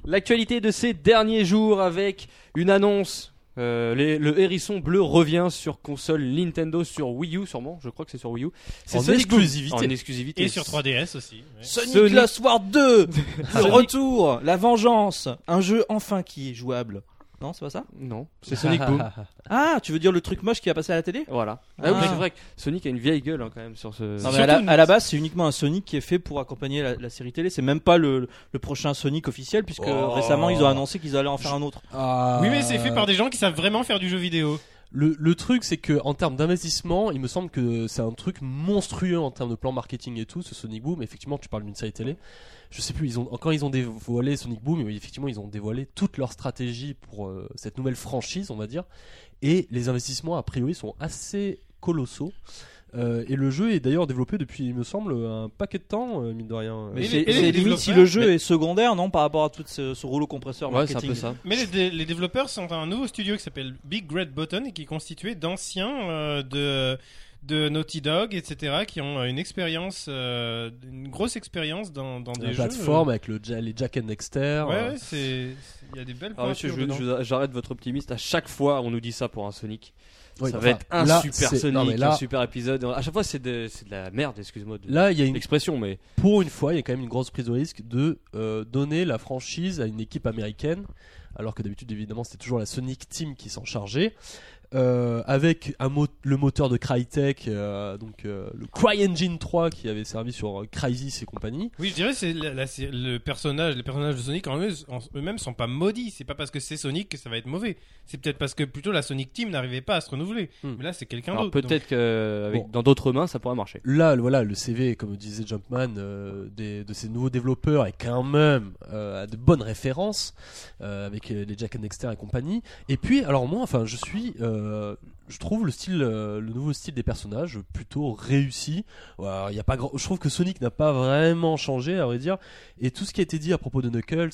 Speaker 2: L'actualité de ces derniers jours avec une annonce. Euh, les- le hérisson bleu revient sur console Nintendo, sur Wii U sûrement, je crois que c'est sur Wii U. C'est
Speaker 5: En
Speaker 2: Sonic Boom.
Speaker 5: exclusivité.
Speaker 2: En exclusivité.
Speaker 4: hein. Et sur 3DS aussi. ouais.
Speaker 3: Sonic,
Speaker 2: Sonic-
Speaker 3: Lost War 2 Le
Speaker 2: Sonic-
Speaker 3: retour La vengeance Un jeu enfin qui est jouable. Non, c'est pas ça
Speaker 2: Non, c'est Sonic Boom.
Speaker 3: Ah, tu veux dire le truc moche qui va passer à la télé
Speaker 2: Voilà. Ah,
Speaker 3: Ah.
Speaker 2: oui, c'est vrai que Sonic a une vieille gueule hein, quand même sur ce.
Speaker 3: Non,
Speaker 4: Surtout
Speaker 3: mais à, la,
Speaker 4: une-
Speaker 3: à la base, c'est uniquement un Sonic qui est fait pour accompagner la, la série télé. C'est même pas le, le prochain Sonic officiel, puisque
Speaker 5: Oh.
Speaker 3: récemment ils ont annoncé qu'ils allaient en faire un autre.
Speaker 5: Ah.
Speaker 4: Oui, mais c'est fait par des gens qui savent vraiment faire du jeu vidéo.
Speaker 5: Le, le truc, c'est que en termes d'investissement, il me semble que c'est un truc monstrueux en termes de plan marketing et tout, ce Sonic Boom. Effectivement, tu parles d'une série télé. Je sais plus, ils ont quand ils ont dévoilé Sonic Boom, effectivement, ils ont dévoilé toute leur stratégie pour euh, cette nouvelle franchise, on va dire. Et les investissements, a priori, sont assez colossaux. Euh, et le jeu est d'ailleurs développé depuis, il me semble, un paquet de temps, euh, mine de rien.
Speaker 3: Mais
Speaker 4: Et
Speaker 3: c'est
Speaker 4: les- et les
Speaker 3: c'est limite
Speaker 4: développeurs
Speaker 3: si le jeu est secondaire, non, par rapport à tout ce, ce rouleau compresseur
Speaker 2: Ouais, c'est un
Speaker 3: marketing.
Speaker 2: peu ça.
Speaker 4: Mais les, dé- les développeurs sont un nouveau studio qui s'appelle Big Red Button et qui est constitué d'anciens euh, de, de Naughty Dog, etc., qui ont euh, une expérience, euh, une grosse expérience dans, dans des
Speaker 5: la
Speaker 4: jeux.
Speaker 5: plateforme avec le, ja- les Jack and Dexter.
Speaker 4: Ouais,
Speaker 5: euh,
Speaker 4: ouais, c'est. c'est- Il y a des belles
Speaker 2: Ah, monsieur,
Speaker 4: pointures
Speaker 2: je-
Speaker 4: dedans.
Speaker 2: je- j'arrête votre optimisme. À chaque fois, on nous dit ça pour un Sonic.
Speaker 5: oui,
Speaker 2: ça
Speaker 5: enfin,
Speaker 2: va être un
Speaker 5: là,
Speaker 2: super
Speaker 5: c'est-
Speaker 2: Sonic,
Speaker 5: non, mais là,
Speaker 2: un super épisode. À chaque fois, c'est de, c'est de la merde, excuse-moi de
Speaker 5: là, il y a une
Speaker 2: l'expression, mais
Speaker 5: pour une fois, il y a quand même une grosse prise de risque de euh, donner la franchise à une équipe américaine, alors que d'habitude, évidemment, c'était toujours la Sonic Team qui s'en chargeait, euh, avec un mo- le moteur de Crytek, euh, donc euh, le CryEngine 3 qui avait servi sur euh, Crysis et compagnie.
Speaker 4: Oui, je dirais c'est la- la- c'est le personnage, les personnages de Sonic en eux- en eux-mêmes sont pas maudits. C'est pas parce que c'est Sonic que ça va être mauvais. C'est peut-être parce que plutôt la Sonic Team n'arrivait pas à se renouveler.
Speaker 5: Hmm.
Speaker 4: Mais là, c'est quelqu'un
Speaker 2: alors
Speaker 4: d'autre. donc.
Speaker 2: peut-être que euh, avec-
Speaker 5: Bon.
Speaker 2: dans d'autres mains, ça pourrait marcher.
Speaker 5: Là, le- voilà, le CV, comme disait Jumpman, euh, des- de ces nouveaux développeurs est quand même euh, à de bonnes références euh, avec euh, les Jack and Dexter et compagnie. Et puis, alors moi, enfin, je suis, euh, je trouve le style, euh, le nouveau style des personnages plutôt réussi. Ouais, alors, Il y a pas, grand- je trouve que Sonic n'a pas vraiment changé, à vrai dire. Et tout ce qui a été dit à propos de Knuckles.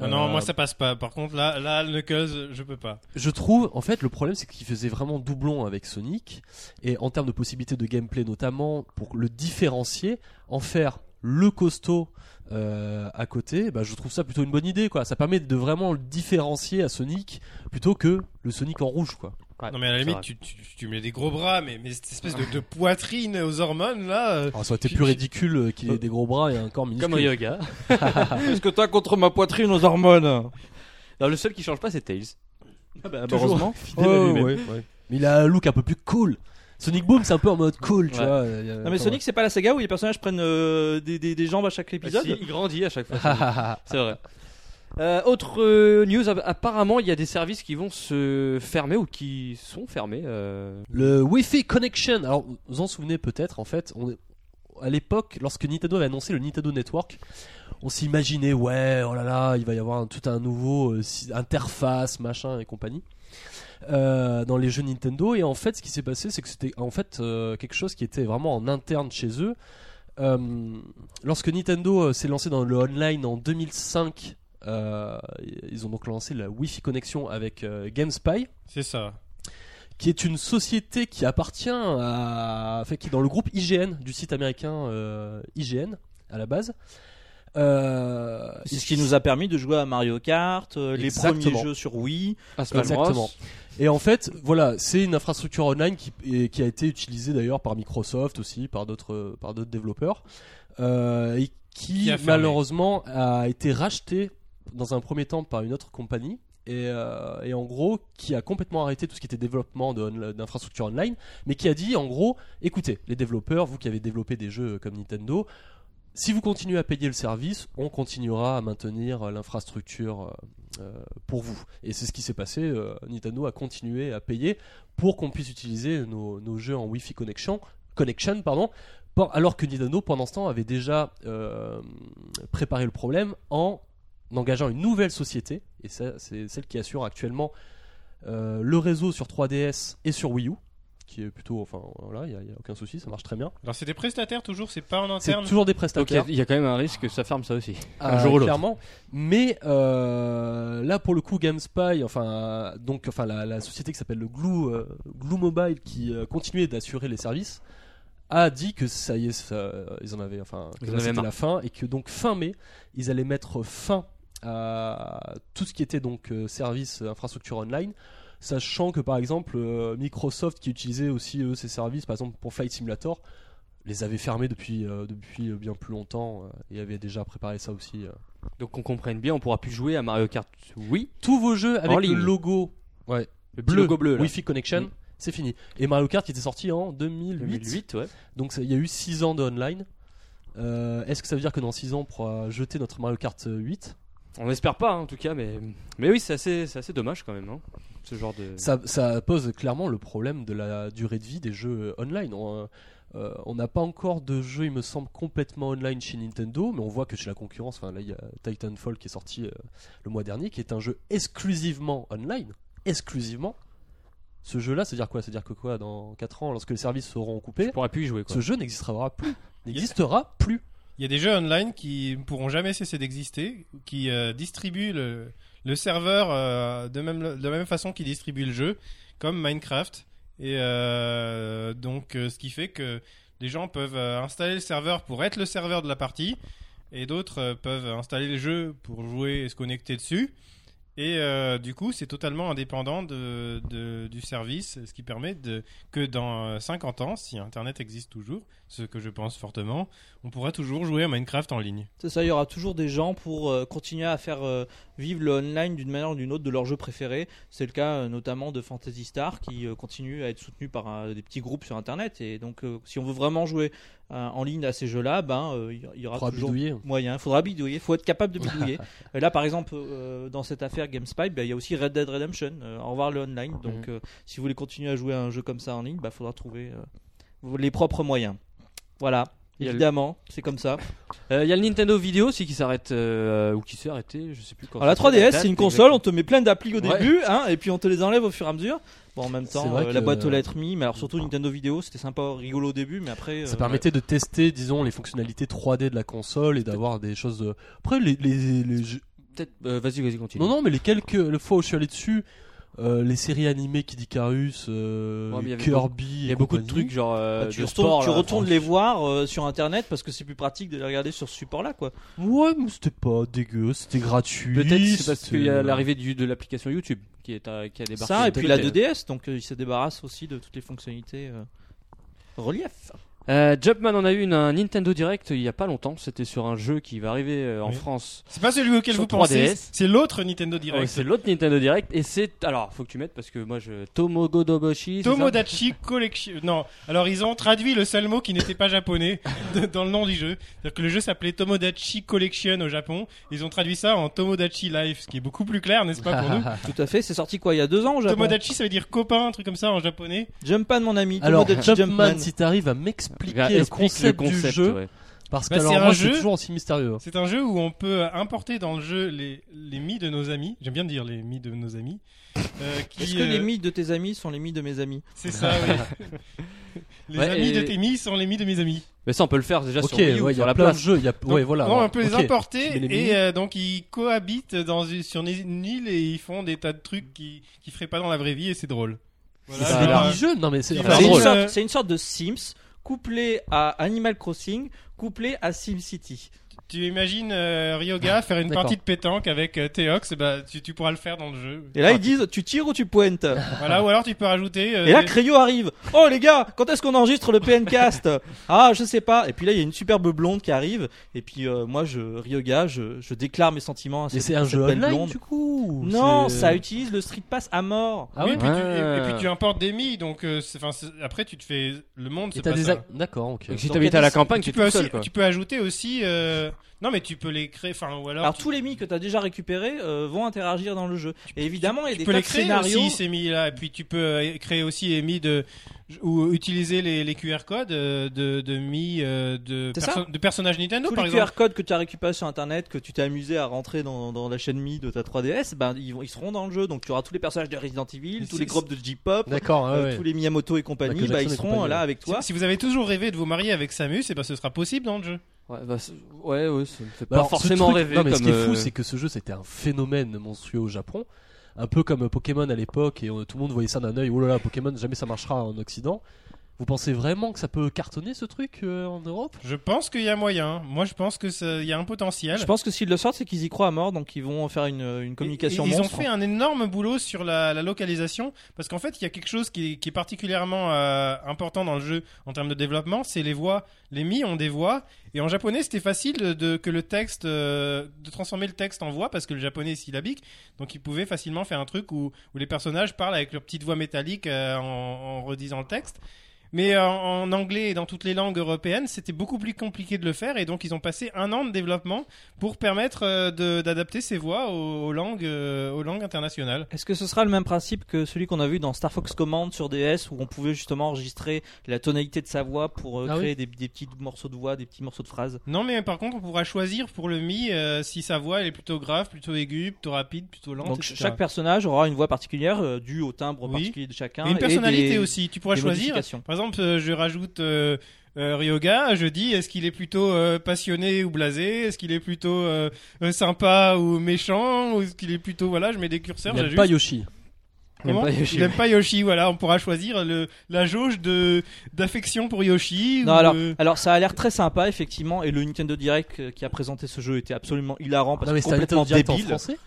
Speaker 4: Ah Non,
Speaker 5: euh,
Speaker 4: moi ça passe pas. Par contre, là, là, Knuckles, je peux pas.
Speaker 5: je trouve, en fait, le problème, c'est qu'il faisait vraiment doublon avec Sonic. Et en termes de possibilités de gameplay, notamment, pour le différencier, en faire le costaud euh, à côté, bah, je trouve ça plutôt une bonne idée. Quoi. Ça permet de vraiment le différencier à Sonic plutôt que le Sonic en rouge. Quoi.
Speaker 4: Non, mais à la
Speaker 2: c'est
Speaker 4: limite,
Speaker 2: vrai.
Speaker 4: tu, tu, tu mets des gros bras, mais, mais cette espèce de, de poitrine aux hormones, là. euh,
Speaker 5: Alors, Ah, ça aurait été plus ridicule euh, qu'il ait des gros bras et un corps minuscule.
Speaker 2: Comme au yoga.
Speaker 3: Qu'est-ce Ah, que t'as contre ma poitrine aux hormones
Speaker 2: Non, le seul qui change pas, c'est Tails.
Speaker 5: Toujours
Speaker 3: Ah, bah, Heureusement.
Speaker 5: fidèle à lui-même. Mais il a un look un peu plus cool. Sonic Boom, c'est un peu en mode cool, tu
Speaker 2: Ouais.
Speaker 5: vois. Il y a-
Speaker 3: Non, mais Sonic, c'est pas la saga où les personnages prennent euh, des, des- des jambes à chaque épisode
Speaker 2: il grandit à chaque fois. Sonic.
Speaker 5: Enfin,
Speaker 2: c'est vrai. Euh, autre euh, news, app- apparemment il y a des services qui vont se fermer ou qui sont fermés. euh.
Speaker 5: Le Wi-Fi Connection. Alors, vous vous en souvenez peut-être, en fait, on est- à l'époque, lorsque Nintendo avait annoncé le Nintendo Network, on s'imaginait, ouais, oh là là, il va y avoir un- tout un nouveau euh, si- interface, machin et compagnie, euh, dans les jeux Nintendo. Et en fait, ce qui s'est passé, c'est que c'était en fait euh, quelque chose qui était vraiment en interne chez eux. Euh, lorsque Nintendo euh, s'est lancé dans le online en 2005, euh, ils ont donc lancé la Wi-Fi Connection avec euh, GameSpy
Speaker 4: C'est ça.
Speaker 5: qui est une société qui appartient à. Enfin, qui est dans le groupe IGN, du site américain euh, IGN, à la base. Euh,
Speaker 3: C'est ce qui nous a permis de jouer à Mario Kart, euh, les
Speaker 5: Exactement.
Speaker 3: premiers jeux sur Wii.
Speaker 2: Ah, Smash Bros.
Speaker 5: Exactement. Et en fait, voilà, c'est une infrastructure online qui, et qui a été utilisée d'ailleurs par Microsoft aussi, par d'autres par d'autres développeurs, euh, et qui,
Speaker 4: Qui a fermé.
Speaker 5: malheureusement a été rachetée dans un premier temps par une autre compagnie. Et, euh, et en gros, qui a complètement arrêté tout ce qui était développement de onla- d'infrastructures online, mais qui a dit en gros, écoutez, les développeurs, vous qui avez développé des jeux comme Nintendo, si vous continuez à payer le service, on continuera à maintenir euh, l'infrastructure euh, euh, pour vous. Et c'est ce qui s'est passé. euh, Nintendo a continué à payer pour qu'on puisse utiliser nos, nos jeux en Wi-Fi connection, connection pardon, pen- alors que Nintendo, pendant ce temps, avait déjà euh, préparé le problème en engageant une nouvelle société. Et ça, c'est celle qui assure actuellement euh, le réseau sur 3DS et sur Wii U. Qui est plutôt. Enfin, voilà, il n'y a, il y a aucun souci, ça marche très bien.
Speaker 4: Alors, c'est des prestataires toujours, c'est pas en
Speaker 5: C'est
Speaker 4: interne.
Speaker 5: toujours des
Speaker 2: Donc il y
Speaker 5: prestataires.
Speaker 2: a- il y a quand même un risque que ça ferme ça aussi.
Speaker 5: Euh,
Speaker 2: Un jour ou l'autre.
Speaker 5: clairement. Mais euh, là, pour le coup, GameSpy, enfin, euh, donc, enfin, la, la société qui s'appelle le Glue, euh, Glue Mobile, qui euh, continuait d'assurer les services, a dit que ça y est, ça- ils en avaient, enfin,
Speaker 2: Ils
Speaker 5: que
Speaker 2: en
Speaker 5: là,
Speaker 2: avaient
Speaker 5: c'était
Speaker 2: marre.
Speaker 5: la fin, et que donc fin mai, ils allaient mettre fin à tout ce qui était donc euh, service euh, infrastructure online, sachant que par exemple euh, Microsoft qui utilisait aussi eux ces services, par exemple pour Flight Simulator, les avait fermés depuis, euh, depuis euh, bien plus longtemps euh, et avait déjà préparé ça aussi. euh.
Speaker 2: Donc qu'on comprenne bien, on pourra plus jouer à Mario Kart. Oui,
Speaker 5: Tous vos jeux
Speaker 2: En
Speaker 5: avec le
Speaker 2: ligne.
Speaker 5: logo
Speaker 2: le petit
Speaker 5: bleu,
Speaker 2: logo bleu là.
Speaker 5: Wi-Fi Connection,
Speaker 2: Mm.
Speaker 5: c'est fini. Et Mario Kart qui était sorti en 2008.
Speaker 2: 2008, ouais.
Speaker 5: Donc ça- il y a eu 6 ans de online. Euh, Est-ce que ça veut dire que dans 6 ans on pourra jeter notre Mario Kart euh, 8
Speaker 2: On espère pas hein, en tout cas, mais mais oui, c'est assez, c'est assez dommage quand même, hein, ce genre de.
Speaker 5: ça, ça pose clairement le problème de la durée de vie des jeux euh, online. On euh, euh, on n'a pas encore de jeu, il me semble, complètement online chez Nintendo, mais on voit que chez la concurrence, enfin là il y a Titanfall qui est sorti euh, le mois dernier, qui est un jeu exclusivement online, exclusivement. Ce jeu-là, c'est dire quoi C'est dire que quoi Dans 4 ans, lorsque les services seront coupés,
Speaker 2: On pourra plus y jouer quoi.
Speaker 5: ce jeu n'existera plus. N'existera plus.
Speaker 4: Il y a des jeux online qui ne pourront jamais cesser d'exister, qui euh, distribuent le, le serveur euh, de, même, de la même façon qu'ils distribuent le jeu, comme Minecraft. Et euh, donc, euh, ce qui fait que des gens peuvent euh, installer le serveur pour être le serveur de la partie, et d'autres euh, peuvent installer le jeu pour jouer et se connecter dessus. Et euh, du coup, c'est totalement indépendant de, de- du service, ce qui permet de, que dans euh, 50 ans, si Internet existe toujours, ce que je pense fortement, on pourra toujours jouer à Minecraft en ligne.
Speaker 3: C'est ça, il y aura toujours des gens pour euh, continuer à faire euh, vivre le online d'une manière ou d'une autre de leur jeu préféré. C'est le cas euh, notamment de Fantasy Star qui euh, continue à être soutenu par euh, des petits groupes sur internet. Et donc, euh, si on veut vraiment jouer euh, en ligne à ces jeux-là, ben, euh, il y- il y aura
Speaker 5: Faudra
Speaker 3: toujours
Speaker 5: bidouiller.
Speaker 3: moyen. Il faudra bidouiller, il faut être capable de bidouiller. Euh, Là, par exemple, euh, dans cette affaire GameSpy, ben, il y a aussi Red Dead Redemption. Euh, au revoir le online. Donc, euh, si vous voulez continuer à jouer à un jeu comme ça en ligne, il faudra trouver euh, les propres moyens. Voilà,
Speaker 2: Il y a le-
Speaker 3: évidemment, c'est comme ça.
Speaker 2: Euh, Il y a le Nintendo Vidéo aussi qui s'arrête euh, ou qui s'est arrêté, je sais plus quand.
Speaker 3: Alors, la
Speaker 2: c'était, date
Speaker 3: 3DS, c'est une
Speaker 2: exacte.
Speaker 3: console, on te met plein d'applis au
Speaker 2: Ouais.
Speaker 3: début, hein, et puis on te les enlève au fur et à mesure. Bon, en même
Speaker 5: C'est
Speaker 3: temps,
Speaker 5: vrai
Speaker 3: euh, la
Speaker 5: que-
Speaker 3: boîte aux lettres Mi, mais alors surtout Nintendo Vidéo, c'était sympa, rigolo au début, mais après.
Speaker 5: Ça
Speaker 3: euh,
Speaker 5: permettait de tester, disons, les fonctionnalités 3D de la console et d'avoir des choses. euh, Après, les, les, les jeux-
Speaker 2: Peut-être. euh, vas-y, vas-y, continue.
Speaker 5: Non, non, mais les quelques les fois où je suis allé dessus, euh, les séries animées Kid Icarus, euh,
Speaker 2: Ouais, mais il y avait
Speaker 5: Kirby.
Speaker 2: Il y
Speaker 5: et
Speaker 2: a beaucoup de
Speaker 5: compagnie.
Speaker 2: trucs genre. euh,
Speaker 3: bah, tu
Speaker 2: de
Speaker 3: retournes,
Speaker 2: sport,
Speaker 3: tu
Speaker 2: là.
Speaker 3: retournes les voir euh, sur internet parce que c'est plus pratique de les regarder sur ce support là quoi.
Speaker 5: Ouais, mais c'était pas dégueu, c'était gratuit.
Speaker 2: Peut-être c'est parce
Speaker 5: c'était-
Speaker 2: qu'il y a l'arrivée du- de l'application YouTube qui est euh, qui a débarqué.
Speaker 3: euh, Ça et puis la
Speaker 2: Peut-être.
Speaker 3: 2DS donc euh, ils se débarrassent aussi de toutes les fonctionnalités euh, relief.
Speaker 2: Euh, Jumpman en a eu une, un Nintendo Direct il y a pas longtemps. C'était sur un jeu qui va arriver euh, en
Speaker 4: Oui.
Speaker 2: France.
Speaker 4: C'est pas celui auquel
Speaker 2: Sur
Speaker 4: vous pensez,
Speaker 2: 3DS.
Speaker 4: c'est l'autre Nintendo
Speaker 2: Ouais,
Speaker 4: Direct.
Speaker 2: Oh, c'est l'autre Nintendo Direct et c'est alors faut que tu mettes parce que moi je Tomogodoboshi. c'est ça
Speaker 4: Tomodachi Collection. Non, alors ils ont traduit le seul mot qui n'était pas japonais de- dans le nom du jeu. C'est-à-dire que le jeu s'appelait Tomodachi Collection au Japon. Ils ont traduit ça en Tomodachi Life, ce qui est beaucoup plus clair, n'est-ce pas pour nous
Speaker 3: Tout à fait, c'est sorti quoi il y a deux ans au Japon.
Speaker 4: Tomodachi, ça veut dire copain, un truc comme ça en japonais.
Speaker 3: Jumpman mon ami.
Speaker 5: Alors,
Speaker 3: Tomodachi
Speaker 5: Jumpman,
Speaker 3: Jumpman.
Speaker 5: si t'arrives à
Speaker 2: Il va-
Speaker 5: m'expliquer le,
Speaker 2: Bah, explique
Speaker 5: concept du jeu,
Speaker 2: ouais.
Speaker 5: parce que
Speaker 4: Bah, c'est
Speaker 5: alors
Speaker 4: un
Speaker 5: moi, c'est
Speaker 4: jeu-
Speaker 5: toujours aussi mystérieux. hein.
Speaker 4: C'est un jeu où on peut euh, importer dans le jeu les, les mi de nos amis. J'aime bien dire les mi de nos amis. Euh, qui,
Speaker 3: Est-ce que les
Speaker 4: euh,
Speaker 3: mi de tes amis sont les mi de mes amis
Speaker 4: C'est ça, oui. les
Speaker 2: Ouais,
Speaker 4: amis
Speaker 2: et-
Speaker 4: de tes mi sont les mi de mes amis.
Speaker 2: Mais ça on peut le faire déjà
Speaker 5: Ok,
Speaker 2: sur Wii U,
Speaker 5: ouais, il y
Speaker 2: sur
Speaker 5: a
Speaker 2: la
Speaker 5: plein
Speaker 2: plage.
Speaker 5: de jeux, il y a. ouais, voilà.
Speaker 4: non, on
Speaker 5: alors,
Speaker 4: peut les
Speaker 5: ok.
Speaker 4: importer
Speaker 5: Mais les
Speaker 4: et
Speaker 5: mini-
Speaker 4: euh, donc ils cohabitent dans une- sur une île et ils font des tas de trucs qui qui feraient pas dans la vraie vie et c'est drôle. Bah,
Speaker 5: Mais
Speaker 4: Voilà,
Speaker 5: C'est
Speaker 2: Ah,
Speaker 5: des
Speaker 2: alors-
Speaker 4: voilà.
Speaker 5: mini-jeux, non mais c'est.
Speaker 4: Il
Speaker 5: enfin,
Speaker 4: va-
Speaker 5: c'est
Speaker 3: C'est une,
Speaker 5: drôle.
Speaker 4: ça-
Speaker 3: sorte- c'est une sorte de Sims couplé à Animal Crossing, couplé à SimCity.
Speaker 4: Tu imagines euh, Ryoga faire une
Speaker 5: Ah, D'accord.
Speaker 4: partie de pétanque avec euh, Theox, bah tu, tu pourras le faire dans le jeu.
Speaker 3: Et là, ils disent tu tires ou tu pointes.
Speaker 4: Voilà, ou alors tu peux rajouter. euh,
Speaker 3: Et là,
Speaker 4: des-
Speaker 3: Cryo arrive. Oh les gars, quand est-ce qu'on enregistre le PNcast Ah, je sais pas. Et puis là, il y a une superbe blonde qui arrive. Et puis euh, moi, je Ryoga, je, je déclare mes sentiments à
Speaker 5: Mais
Speaker 3: cette,
Speaker 5: c'est un
Speaker 3: cette
Speaker 5: jeu
Speaker 3: belle
Speaker 5: online
Speaker 3: blonde.
Speaker 5: du coup. ou
Speaker 3: Non,
Speaker 5: c'est- euh,
Speaker 3: ça utilise le Street Pass à mort.
Speaker 5: Ah
Speaker 4: oui,
Speaker 5: ouais.
Speaker 4: puis tu-
Speaker 2: Ah.
Speaker 4: et, et puis tu importes des mi, donc euh, c'est- 'fin, c'est- après tu te fais le monde.
Speaker 5: Et
Speaker 4: c'est
Speaker 5: t'as
Speaker 4: pas
Speaker 5: des.
Speaker 4: ça.
Speaker 5: ac- D'accord, ok.
Speaker 2: Donc si
Speaker 3: Donc,
Speaker 2: t'habites
Speaker 3: il y a
Speaker 2: à la
Speaker 3: des-
Speaker 2: campagne,
Speaker 4: tu
Speaker 2: tu
Speaker 4: peux,
Speaker 2: peux
Speaker 4: aussi-
Speaker 2: seul quoi.
Speaker 4: tu peux ajouter aussi. euh, Non, mais tu peux les créer. Enfin, ou alors,
Speaker 3: Alors
Speaker 4: tu,
Speaker 3: tous les mi que t'as déjà récupérés euh, vont interagir dans le jeu. Et évidemment, il y a
Speaker 4: tu
Speaker 3: des
Speaker 4: peux
Speaker 3: tas
Speaker 4: les
Speaker 3: de
Speaker 4: créer
Speaker 3: scénarios.
Speaker 4: aussi ces mi là. Et puis tu peux euh, créer aussi les mi de ou utiliser les, les QR codes euh, de, de mi euh, de,
Speaker 3: C'est ça
Speaker 4: perso- de personnages Nintendo
Speaker 3: tous
Speaker 4: par
Speaker 3: les
Speaker 4: exemple.
Speaker 3: QR codes que tu as récupérés sur internet, que tu t'es amusé à rentrer dans, dans la chaîne Mi de ta 3DS, ben, ils, vont- ils seront dans le jeu. Donc tu auras tous les personnages de Resident Evil,
Speaker 4: Mais
Speaker 3: tous
Speaker 4: c'est-
Speaker 3: les groupes de J-pop,
Speaker 5: D'accord, ouais,
Speaker 3: euh,
Speaker 5: ouais.
Speaker 3: tous les Miyamoto et compagnie,
Speaker 5: Michael
Speaker 3: bah, ils
Speaker 5: Jackson et
Speaker 3: seront
Speaker 5: compagnie,
Speaker 3: là
Speaker 5: ouais.
Speaker 3: avec
Speaker 4: Si,
Speaker 3: toi.
Speaker 4: si vous avez toujours rêvé de vous marier avec Samus, et ben ce sera possible dans le jeu.
Speaker 2: Ouais, bah, c'est- ouais, ouais, ça me fait
Speaker 5: Bah,
Speaker 2: pas
Speaker 5: alors, ce
Speaker 2: forcément
Speaker 5: truc-
Speaker 2: rêver
Speaker 5: Non, mais ce
Speaker 2: comme,
Speaker 5: qui est fou,
Speaker 2: euh,
Speaker 5: c'est que ce jeu, c'était un phénomène monstrueux au Japon. Un peu comme euh, Pokémon à l'époque, et euh, tout le monde voyait ça d'un œil, oh là là, Pokémon, jamais ça marchera en Occident. Vous pensez vraiment que ça peut cartonner ce truc euh, en Europe
Speaker 4: Je pense qu'il y a moyen. Moi, je pense qu'il y a un potentiel.
Speaker 3: Je pense que s'ils le sortent, c'est qu'ils y croient à mort, donc ils vont faire une, une communication.
Speaker 4: Et- et ils ont
Speaker 3: monstre.
Speaker 4: fait un énorme boulot sur la, la localisation parce qu'en fait, il y a quelque chose qui est, qui est particulièrement euh, important dans le jeu en termes de développement, c'est les voix. Les mi ont des voix et en japonais, c'était facile de, de- que le texte euh, de transformer le texte en voix parce que le japonais est syllabique, donc ils pouvaient facilement faire un truc où, où les personnages parlent avec leur petite voix métallique euh, en, en redisant le texte. Mais euh, en anglais et dans toutes les langues européennes, c'était beaucoup plus compliqué de le faire et donc ils ont passé un an de développement pour permettre euh, de- d'adapter ces voix aux, aux langues, euh, aux langues internationales.
Speaker 3: Est-ce que ce sera le même principe que celui qu'on a vu dans Star Fox Command sur DS où on pouvait justement enregistrer la tonalité de sa voix pour euh,
Speaker 5: Ah oui.
Speaker 3: créer des, des petits morceaux de voix, des petits morceaux de phrases
Speaker 4: Non, mais par contre, on pourra choisir pour le mi euh, si sa voix elle est plutôt grave, plutôt aiguë, plutôt rapide, plutôt lente.
Speaker 3: Donc
Speaker 4: etc.
Speaker 3: chaque personnage aura une voix particulière euh, due au timbre
Speaker 4: Oui.
Speaker 3: particulier de chacun.
Speaker 4: Et une
Speaker 3: et
Speaker 4: personnalité
Speaker 3: des-
Speaker 4: aussi. Tu pourras
Speaker 3: des
Speaker 4: choisir.
Speaker 3: modifications.
Speaker 4: Par exemple, euh, je rajoute euh, euh, Ryoga. Je dis est-ce qu'il est plutôt euh, passionné ou blasé Est-ce qu'il est plutôt euh, euh, sympa ou méchant Ou est-ce qu'il est plutôt voilà Je mets des curseurs.
Speaker 5: Il y a
Speaker 4: j'ajuste.
Speaker 5: pas Yoshi.
Speaker 2: Il aime
Speaker 4: Comment
Speaker 2: pas Yoshi,
Speaker 4: Il aime pas Yoshi. Voilà, on pourra choisir le, la jauge de d'affection pour Yoshi.
Speaker 3: Non,
Speaker 4: ou,
Speaker 3: alors,
Speaker 4: euh,
Speaker 3: alors ça a l'air très sympa effectivement et le Nintendo Direct euh, qui a présenté ce jeu était absolument hilarant parce
Speaker 5: Non mais
Speaker 3: que
Speaker 5: c'était un
Speaker 3: complètement
Speaker 5: Nintendo Direct en
Speaker 3: débile.
Speaker 5: français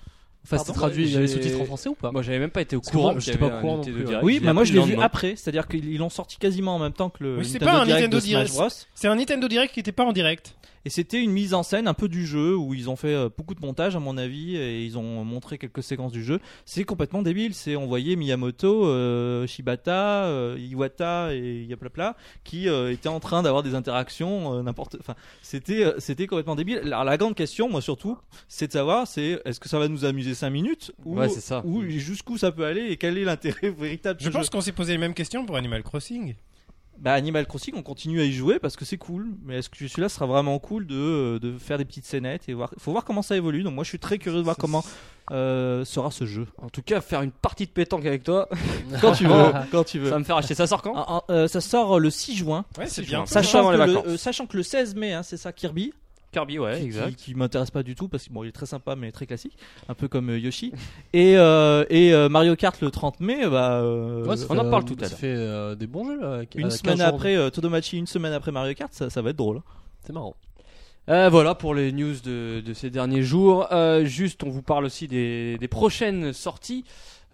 Speaker 5: Enfin, c'était
Speaker 2: Pardon
Speaker 5: traduit, il y avait les
Speaker 2: J'ai-
Speaker 5: sous-titres en français ou pas
Speaker 2: Moi, j'avais même pas été au
Speaker 5: Parce que
Speaker 2: courant.
Speaker 5: moi, j'étais
Speaker 2: qu'il y
Speaker 5: pas
Speaker 2: avait
Speaker 5: au
Speaker 2: un
Speaker 5: courant non
Speaker 2: Nintendo
Speaker 5: plus, ouais.
Speaker 2: Direct.
Speaker 3: Oui, mais moi
Speaker 2: appris
Speaker 3: je l'ai
Speaker 2: le
Speaker 3: vu
Speaker 2: lendemain.
Speaker 3: après, c'est-à-dire qu'ils l'ont sorti quasiment en même temps que le
Speaker 4: Oui, c'est
Speaker 3: Nintendo
Speaker 4: pas un
Speaker 3: Direct
Speaker 4: Nintendo
Speaker 3: de Smash
Speaker 4: Direct.
Speaker 3: Bros.
Speaker 4: C'est un Nintendo Direct qui n'était pas en direct.
Speaker 3: Et c'était une mise en scène un peu du jeu où ils ont fait euh, beaucoup de montage à mon avis et ils ont montré quelques séquences du jeu. C'est complètement débile. C'est on voyait Miyamoto, euh, Shibata, euh, Iwata et Yaplapla qui euh, étaient en train d'avoir des interactions euh, n'importe. Enfin, c'était euh, c'était complètement débile. Alors la grande question, moi surtout, c'est de savoir c'est est-ce que ça va nous amuser 5 minutes ou
Speaker 2: Ouais, c'est ça.
Speaker 3: ou jusqu'où ça peut aller et quel est l'intérêt véritable de
Speaker 4: Je
Speaker 3: ce
Speaker 4: pense
Speaker 3: jeu.
Speaker 4: qu'on s'est posé les mêmes questions pour Animal Crossing.
Speaker 3: Bah Animal Crossing, on continue à y jouer parce que c'est cool. Mais est-ce que celui-là sera vraiment cool de, euh, de faire des petites scénettes et voir Faut voir comment ça évolue. Donc moi, je suis très curieux de
Speaker 2: Bah,
Speaker 3: voir
Speaker 4: Ça,
Speaker 3: comment euh, sera ce jeu.
Speaker 2: En tout cas, faire une partie de pétanque avec toi,
Speaker 3: Quand tu veux, quand tu
Speaker 2: ça
Speaker 3: veux.
Speaker 2: va me faire acheter. Ça sort quand
Speaker 3: Ah, ah, euh, ça sort le 6 juin,
Speaker 4: Ouais, c'est
Speaker 2: Si,
Speaker 4: bien.
Speaker 2: je Ça- pense
Speaker 3: sachant
Speaker 2: avant
Speaker 3: que,
Speaker 2: les
Speaker 3: le,
Speaker 2: vacances.
Speaker 3: euh, sachant que le 16 mai, hein, c'est ça, Kirby,
Speaker 2: Kirby, ouais,
Speaker 3: qui, qui,
Speaker 2: exact.
Speaker 3: qui m'intéresse pas du tout parce qu'il est très sympa mais très classique, un peu comme euh, Yoshi, et, euh, et euh, Mario Kart le 30 mai, bah, euh,
Speaker 5: Ouais, ça
Speaker 2: on
Speaker 5: fait,
Speaker 2: en parle
Speaker 5: euh,
Speaker 2: tout à
Speaker 5: Ça
Speaker 2: l'heure.
Speaker 5: fait euh, des bons jeux là. à- à
Speaker 3: une
Speaker 5: 15
Speaker 3: semaine
Speaker 5: jours.
Speaker 3: après euh, Todomachi, une semaine après Mario Kart, ça, ça va être drôle.
Speaker 5: C'est marrant.
Speaker 2: Euh, voilà pour les news de, de ces derniers jours. Euh, juste, on vous parle aussi des, des prochaines sorties.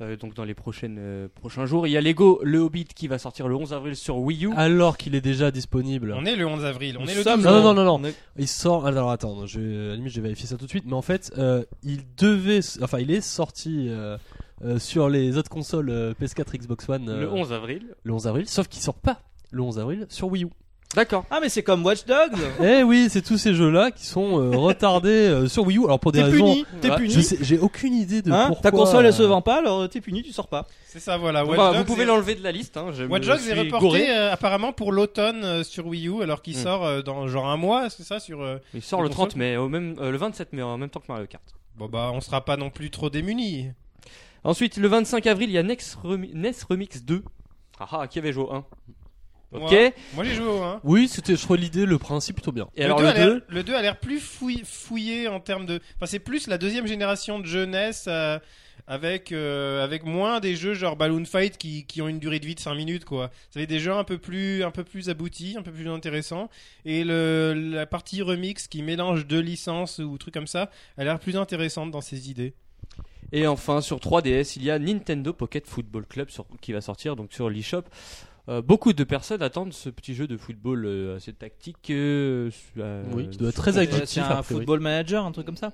Speaker 2: Euh, donc dans les prochaines, euh, prochains jours, il y a Lego Le Hobbit qui va sortir le 11 avril sur Wii U.
Speaker 4: Ah,
Speaker 5: Alors qu'il est déjà disponible.
Speaker 4: On est le 11 avril. On
Speaker 3: Nous
Speaker 4: est le
Speaker 3: sommes-
Speaker 4: 12
Speaker 5: Non,
Speaker 4: avril.
Speaker 5: non, non, non,
Speaker 3: On est-
Speaker 5: Il sort. ah, Alors attends, je, vais- à la limite, je vais vérifier ça tout de suite. Mais en fait, euh, il devait. Enfin, il est sorti euh, euh, sur les autres consoles euh, PS4, Xbox One euh,
Speaker 2: Le 11 avril.
Speaker 5: le 11 avril. Sauf qu'il sort pas le 11 avril sur Wii U.
Speaker 2: D'accord.
Speaker 3: Ah mais c'est comme Watch Dogs
Speaker 5: Eh oui, c'est tous ces jeux-là qui sont euh, retardés euh, sur Wii U. Alors pour des
Speaker 3: T'es
Speaker 5: raisons.
Speaker 3: puni, t'es
Speaker 2: Ouais.
Speaker 5: Je
Speaker 3: puni.
Speaker 5: sais- j'ai aucune idée de
Speaker 3: Hein,
Speaker 5: pourquoi.
Speaker 3: ta console elle se
Speaker 5: euh,
Speaker 3: vend pas, alors euh, t'es puni, tu sors pas.
Speaker 4: C'est ça, voilà.
Speaker 2: Bon,
Speaker 4: Ah, Watch
Speaker 2: bah,
Speaker 4: Dogs
Speaker 2: vous pouvez
Speaker 4: est-
Speaker 2: l'enlever de la liste. Hein. Je
Speaker 4: Watch
Speaker 2: me
Speaker 4: Dogs est
Speaker 2: suis
Speaker 4: reporté
Speaker 2: gouré.
Speaker 4: euh, apparemment pour l'automne euh, sur Wii U, alors qu'il
Speaker 2: Hmm.
Speaker 4: sort euh, dans genre un mois, c'est ça sur. euh,
Speaker 2: Il sort le
Speaker 4: console.
Speaker 2: 30 mai, au même, euh, le 27 mai, en même temps que Mario Kart.
Speaker 4: Bon bah, on sera pas non plus trop démunis.
Speaker 2: Ensuite, le 25 avril, il y a Nex Remi- NES Remix 2. Ah ah, qui avait joué au 1
Speaker 4: Moi.
Speaker 2: Ok.
Speaker 4: Moi, j'ai joué au 1.
Speaker 5: Oui, c'était. Je trouvais l'idée, le principe plutôt bien.
Speaker 2: Et alors
Speaker 4: deux
Speaker 2: le
Speaker 4: a l'air-
Speaker 2: 2
Speaker 4: le 2 a l'air plus fouillé, fouillé en termes de. Enfin, c'est plus la deuxième génération de jeunesse euh, avec, euh, avec moins des jeux genre Balloon Fight qui, qui ont une durée de vie de 5 minutes, quoi. Ça fait des jeux un peu plus, un peu plus aboutis, un peu plus intéressants. Et le, la partie remix qui mélange deux licences ou trucs comme ça a l'air plus intéressante dans ses idées.
Speaker 2: Et enfin, sur 3DS, il y a Nintendo Pocket Football Club sur- qui va sortir donc sur l'eShop. Euh, beaucoup de personnes attendent ce petit jeu de football euh, assez tactique. euh, euh,
Speaker 5: Oui, qui doit être très actif.
Speaker 3: C'est
Speaker 5: a
Speaker 3: un
Speaker 5: priori.
Speaker 3: football manager, un truc comme ça.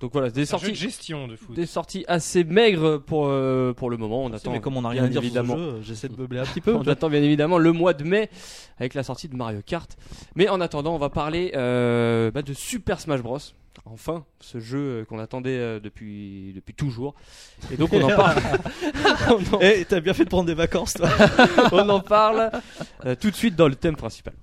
Speaker 2: Donc voilà, des
Speaker 4: C'est un jeu de
Speaker 2: sorties,
Speaker 4: gestion de foot.
Speaker 2: des sorties assez maigres pour, euh, pour le moment. On attend,
Speaker 3: mais comme on n'a
Speaker 2: bien
Speaker 3: rien à dire
Speaker 2: évidemment.
Speaker 3: sur ce jeu, euh, j'essaie de meubler un petit peu.
Speaker 2: On attend bien évidemment le mois de mai avec la sortie de Mario Kart. Mais en attendant, on va parler euh, bah, de Super Smash Bros. Enfin, ce jeu euh, qu'on attendait euh, depuis, depuis toujours. Et donc on en parle. On en-
Speaker 3: Eh, t'as bien fait de prendre des vacances, toi.
Speaker 2: on en parle euh, tout de suite dans le thème principal.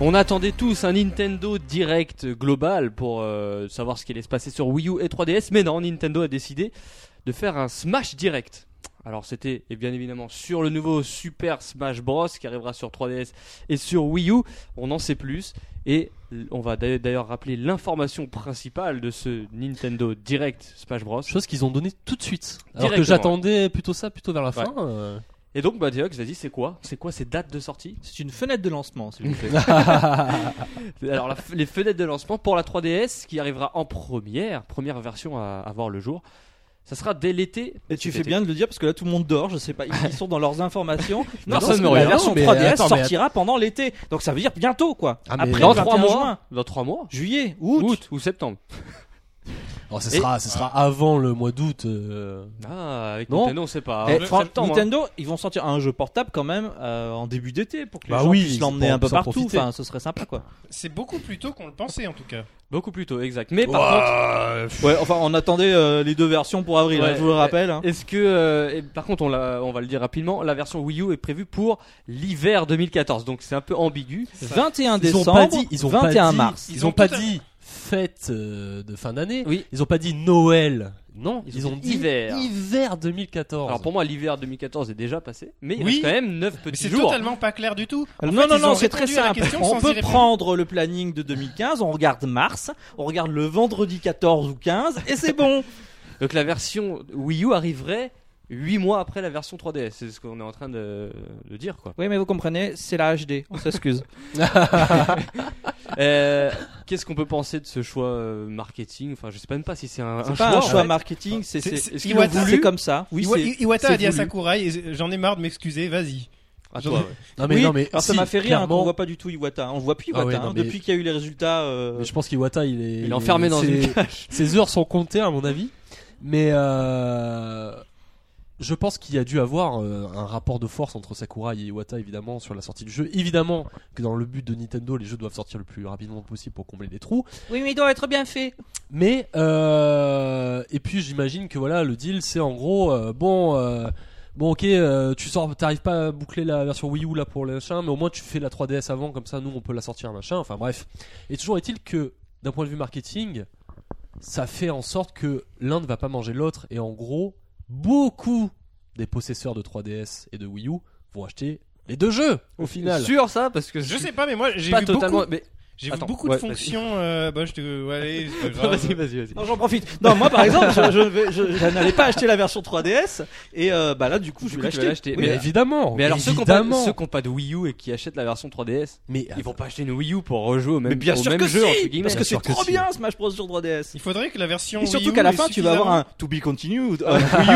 Speaker 2: On attendait tous un Nintendo Direct global pour euh, savoir ce qui allait se passer sur Wii U et 3DS, mais non, Nintendo a décidé de faire un Smash Direct. Alors c'était et bien évidemment sur le nouveau Super Smash Bros qui arrivera sur 3DS et sur Wii U. On en sait plus et on va d'ailleurs- d'ailleurs rappeler l'information principale de ce Nintendo Direct Smash Bros.
Speaker 5: Chose qu'ils ont donnée tout de suite. Alors que
Speaker 2: Directement.
Speaker 5: j'attendais plutôt ça, plutôt vers la fin. euh.
Speaker 2: Et donc bah Diox, vas-y, c'est quoi C'est quoi ces dates de sortie
Speaker 3: C'est une fenêtre de lancement, s'il vous plaît.
Speaker 2: Alors la f- les fenêtres de lancement pour la 3DS qui arrivera en première, première version à, à voir le jour. Ça sera dès l'été.
Speaker 3: Et tu
Speaker 2: Cet
Speaker 3: fais
Speaker 2: été.
Speaker 3: bien de le dire parce que là tout le monde dort, je sais pas, ils ils sont dans leurs informations.
Speaker 2: Non,
Speaker 3: parce
Speaker 2: ça
Speaker 3: que
Speaker 2: me
Speaker 3: la
Speaker 2: revient,
Speaker 3: version
Speaker 6: mais
Speaker 3: 3DS
Speaker 6: attends, mais
Speaker 3: sortira pendant l'été. Donc ça veut dire bientôt quoi.
Speaker 6: Ah, mais
Speaker 3: Après
Speaker 2: Dans
Speaker 3: le
Speaker 2: trois
Speaker 3: 21
Speaker 2: mois.
Speaker 3: juin,
Speaker 2: Dans trois mois.
Speaker 3: juillet,
Speaker 2: Août,
Speaker 3: août.
Speaker 2: ou septembre.
Speaker 6: Oh, ce
Speaker 2: Et-
Speaker 6: sera, ce sera
Speaker 3: Ah.
Speaker 6: avant le mois d'août. euh.
Speaker 2: Ah, avec
Speaker 3: Non.
Speaker 2: Nintendo, on sait pas.
Speaker 3: Eh,
Speaker 2: Septembre,
Speaker 3: fran-
Speaker 2: hein.
Speaker 3: Nintendo, ils vont sortir un jeu portable quand même euh, en début d'été pour que les
Speaker 6: Bah
Speaker 3: gens
Speaker 6: oui,
Speaker 3: puissent
Speaker 6: ils
Speaker 3: l'emmener
Speaker 6: vont
Speaker 3: un peu
Speaker 6: s'en
Speaker 3: partout.
Speaker 6: profiter.
Speaker 3: Enfin, ce serait sympa quoi.
Speaker 4: C'est beaucoup plus tôt qu'on le pensait en tout cas.
Speaker 2: Beaucoup plus tôt, exact. Mais par contre,
Speaker 6: Ouah, pff,
Speaker 3: Ouais, enfin, on attendait euh, les deux versions pour avril.
Speaker 2: Ouais,
Speaker 3: hein, je vous le
Speaker 2: ouais.
Speaker 3: rappelle. hein.
Speaker 2: Est-ce que, euh, et par contre, on, l'a- on va le dire rapidement, la version Wii U est prévue pour l'hiver 2014, donc c'est un peu ambigu.
Speaker 3: 21
Speaker 5: Ils ont
Speaker 3: décembre,
Speaker 5: pas dit, ils ont
Speaker 3: 21
Speaker 5: pas dit,
Speaker 3: mars.
Speaker 5: Ils
Speaker 4: Ils
Speaker 5: ont
Speaker 4: ont
Speaker 5: pas
Speaker 4: tout à-
Speaker 5: dit fête euh, de fin d'année.
Speaker 2: Oui.
Speaker 5: Ils ont pas dit Noël. Non,
Speaker 2: Ils
Speaker 5: ils,
Speaker 2: ont
Speaker 5: ont
Speaker 2: dit
Speaker 5: dit
Speaker 2: hiver.
Speaker 5: hiver 2014.
Speaker 2: Alors pour moi, l'hiver 2014 est déjà passé, mais il
Speaker 4: Oui.
Speaker 2: reste quand même 9
Speaker 4: Mais
Speaker 2: petits
Speaker 4: c'est
Speaker 2: jours.
Speaker 4: totalement pas clair du tout. En
Speaker 3: non,
Speaker 4: fait,
Speaker 3: non,
Speaker 4: ils ont
Speaker 3: non, c'est très
Speaker 4: répondu à la
Speaker 3: simple.
Speaker 4: question
Speaker 3: On
Speaker 4: sans y
Speaker 3: peut
Speaker 4: répondre.
Speaker 3: prendre le planning de 2015, on regarde mars, on regarde le vendredi 14 ou 15, et c'est bon.
Speaker 2: Donc la version Wii U arriverait 8 mois après la version 3DS, c'est ce qu'on est en train de, de dire quoi.
Speaker 3: oui, mais vous comprenez, c'est la HD, on s'excuse.
Speaker 2: Euh, Qu'est-ce qu'on peut penser de ce choix euh, marketing Enfin, je sais même pas si c'est un, un
Speaker 3: C'est pas un
Speaker 2: choix.
Speaker 3: choix
Speaker 2: en fait.
Speaker 3: marketing, c'est
Speaker 4: C'est-
Speaker 3: c'est-
Speaker 4: c'est-
Speaker 3: est-ce qu'ils l'ont
Speaker 4: Iwata-
Speaker 3: voulu C'est comme ça. Oui,
Speaker 4: Iwa-
Speaker 3: c'est-
Speaker 4: Iwata
Speaker 3: c'est
Speaker 4: a dit à
Speaker 3: voulu.
Speaker 4: Sakurai, et j'en ai marre de m'excuser, vas-y.
Speaker 2: À toi, ouais.
Speaker 5: non
Speaker 3: Oui,
Speaker 5: non
Speaker 3: alors ça
Speaker 5: si,
Speaker 3: m'a fait rire hein,
Speaker 5: clairement,
Speaker 3: qu'on voit pas du tout Iwata. On voit plus Iwata
Speaker 5: Ah ouais,
Speaker 3: hein,
Speaker 5: non, mais-
Speaker 3: depuis qu'il y a eu les résultats. euh,
Speaker 5: mais je pense qu'Iwata il est
Speaker 2: Il est enfermé dans
Speaker 5: ses-
Speaker 2: une cage.
Speaker 5: Ses heures sont comptées à mon avis, mais euh, je pense qu'il y a dû avoir euh, un rapport de force entre Sakurai et Iwata évidemment sur la sortie du jeu. Évidemment que dans le but de Nintendo, les jeux doivent sortir le plus rapidement possible pour combler les trous.
Speaker 3: Oui, mais il doit être bien fait.
Speaker 5: Mais euh, et puis j'imagine que voilà le deal c'est en gros euh, bon euh, bon ok euh, tu sors t'arrives pas à boucler la version Wii U là pour le machin mais au moins tu fais la 3DS avant comme ça nous on peut la sortir machin enfin bref et toujours est-il que d'un point de vue marketing ça fait en sorte que l'un ne va pas manger l'autre et en gros beaucoup des possesseurs de 3DS et de Wii U vont acheter les deux jeux au final
Speaker 2: Sûr ça parce que
Speaker 4: Je sais pas, mais moi j'ai
Speaker 2: pas
Speaker 4: vu
Speaker 2: totalement.
Speaker 4: beaucoup,
Speaker 2: Mais...
Speaker 4: j'ai vu
Speaker 2: Attends,
Speaker 4: beaucoup
Speaker 2: ouais,
Speaker 4: de
Speaker 2: vas-y.
Speaker 4: fonctions. euh, bah, je te, ouais, allez, c'est pas grave.
Speaker 2: Vas-y, vas-y, vas-y.
Speaker 3: Non, j'en profite. Non, moi par exemple, je, je vais- je- je n'allais pas acheter la version 3DS et euh, bah là du coup,
Speaker 2: Du
Speaker 3: je
Speaker 2: coup,
Speaker 3: vais
Speaker 2: tu vas
Speaker 3: l'acheter.
Speaker 2: l'acheter.
Speaker 5: mais,
Speaker 2: Mais-
Speaker 5: évidemment
Speaker 2: Mais alors ceux qui ont pas-
Speaker 5: évidemment
Speaker 2: ceux qui n'ont pas de Wii U et qui achètent la version 3DS,
Speaker 5: mais
Speaker 2: ils vont pas acheter une Wii U pour rejouer au même,
Speaker 3: Mais bien
Speaker 2: au
Speaker 3: sûr
Speaker 2: même
Speaker 3: que
Speaker 2: jeu
Speaker 3: si,
Speaker 2: entre guillemets.
Speaker 3: parce que c'est
Speaker 5: sûr que
Speaker 3: trop
Speaker 5: si.
Speaker 3: bien Smash Bros sur 3DS.
Speaker 4: Il faudrait que la version
Speaker 3: Et surtout
Speaker 4: Wii U
Speaker 3: qu'à la
Speaker 4: ait
Speaker 3: fin, tu vas avoir
Speaker 4: suffisamment-
Speaker 3: un To Be Continued. euh, Wii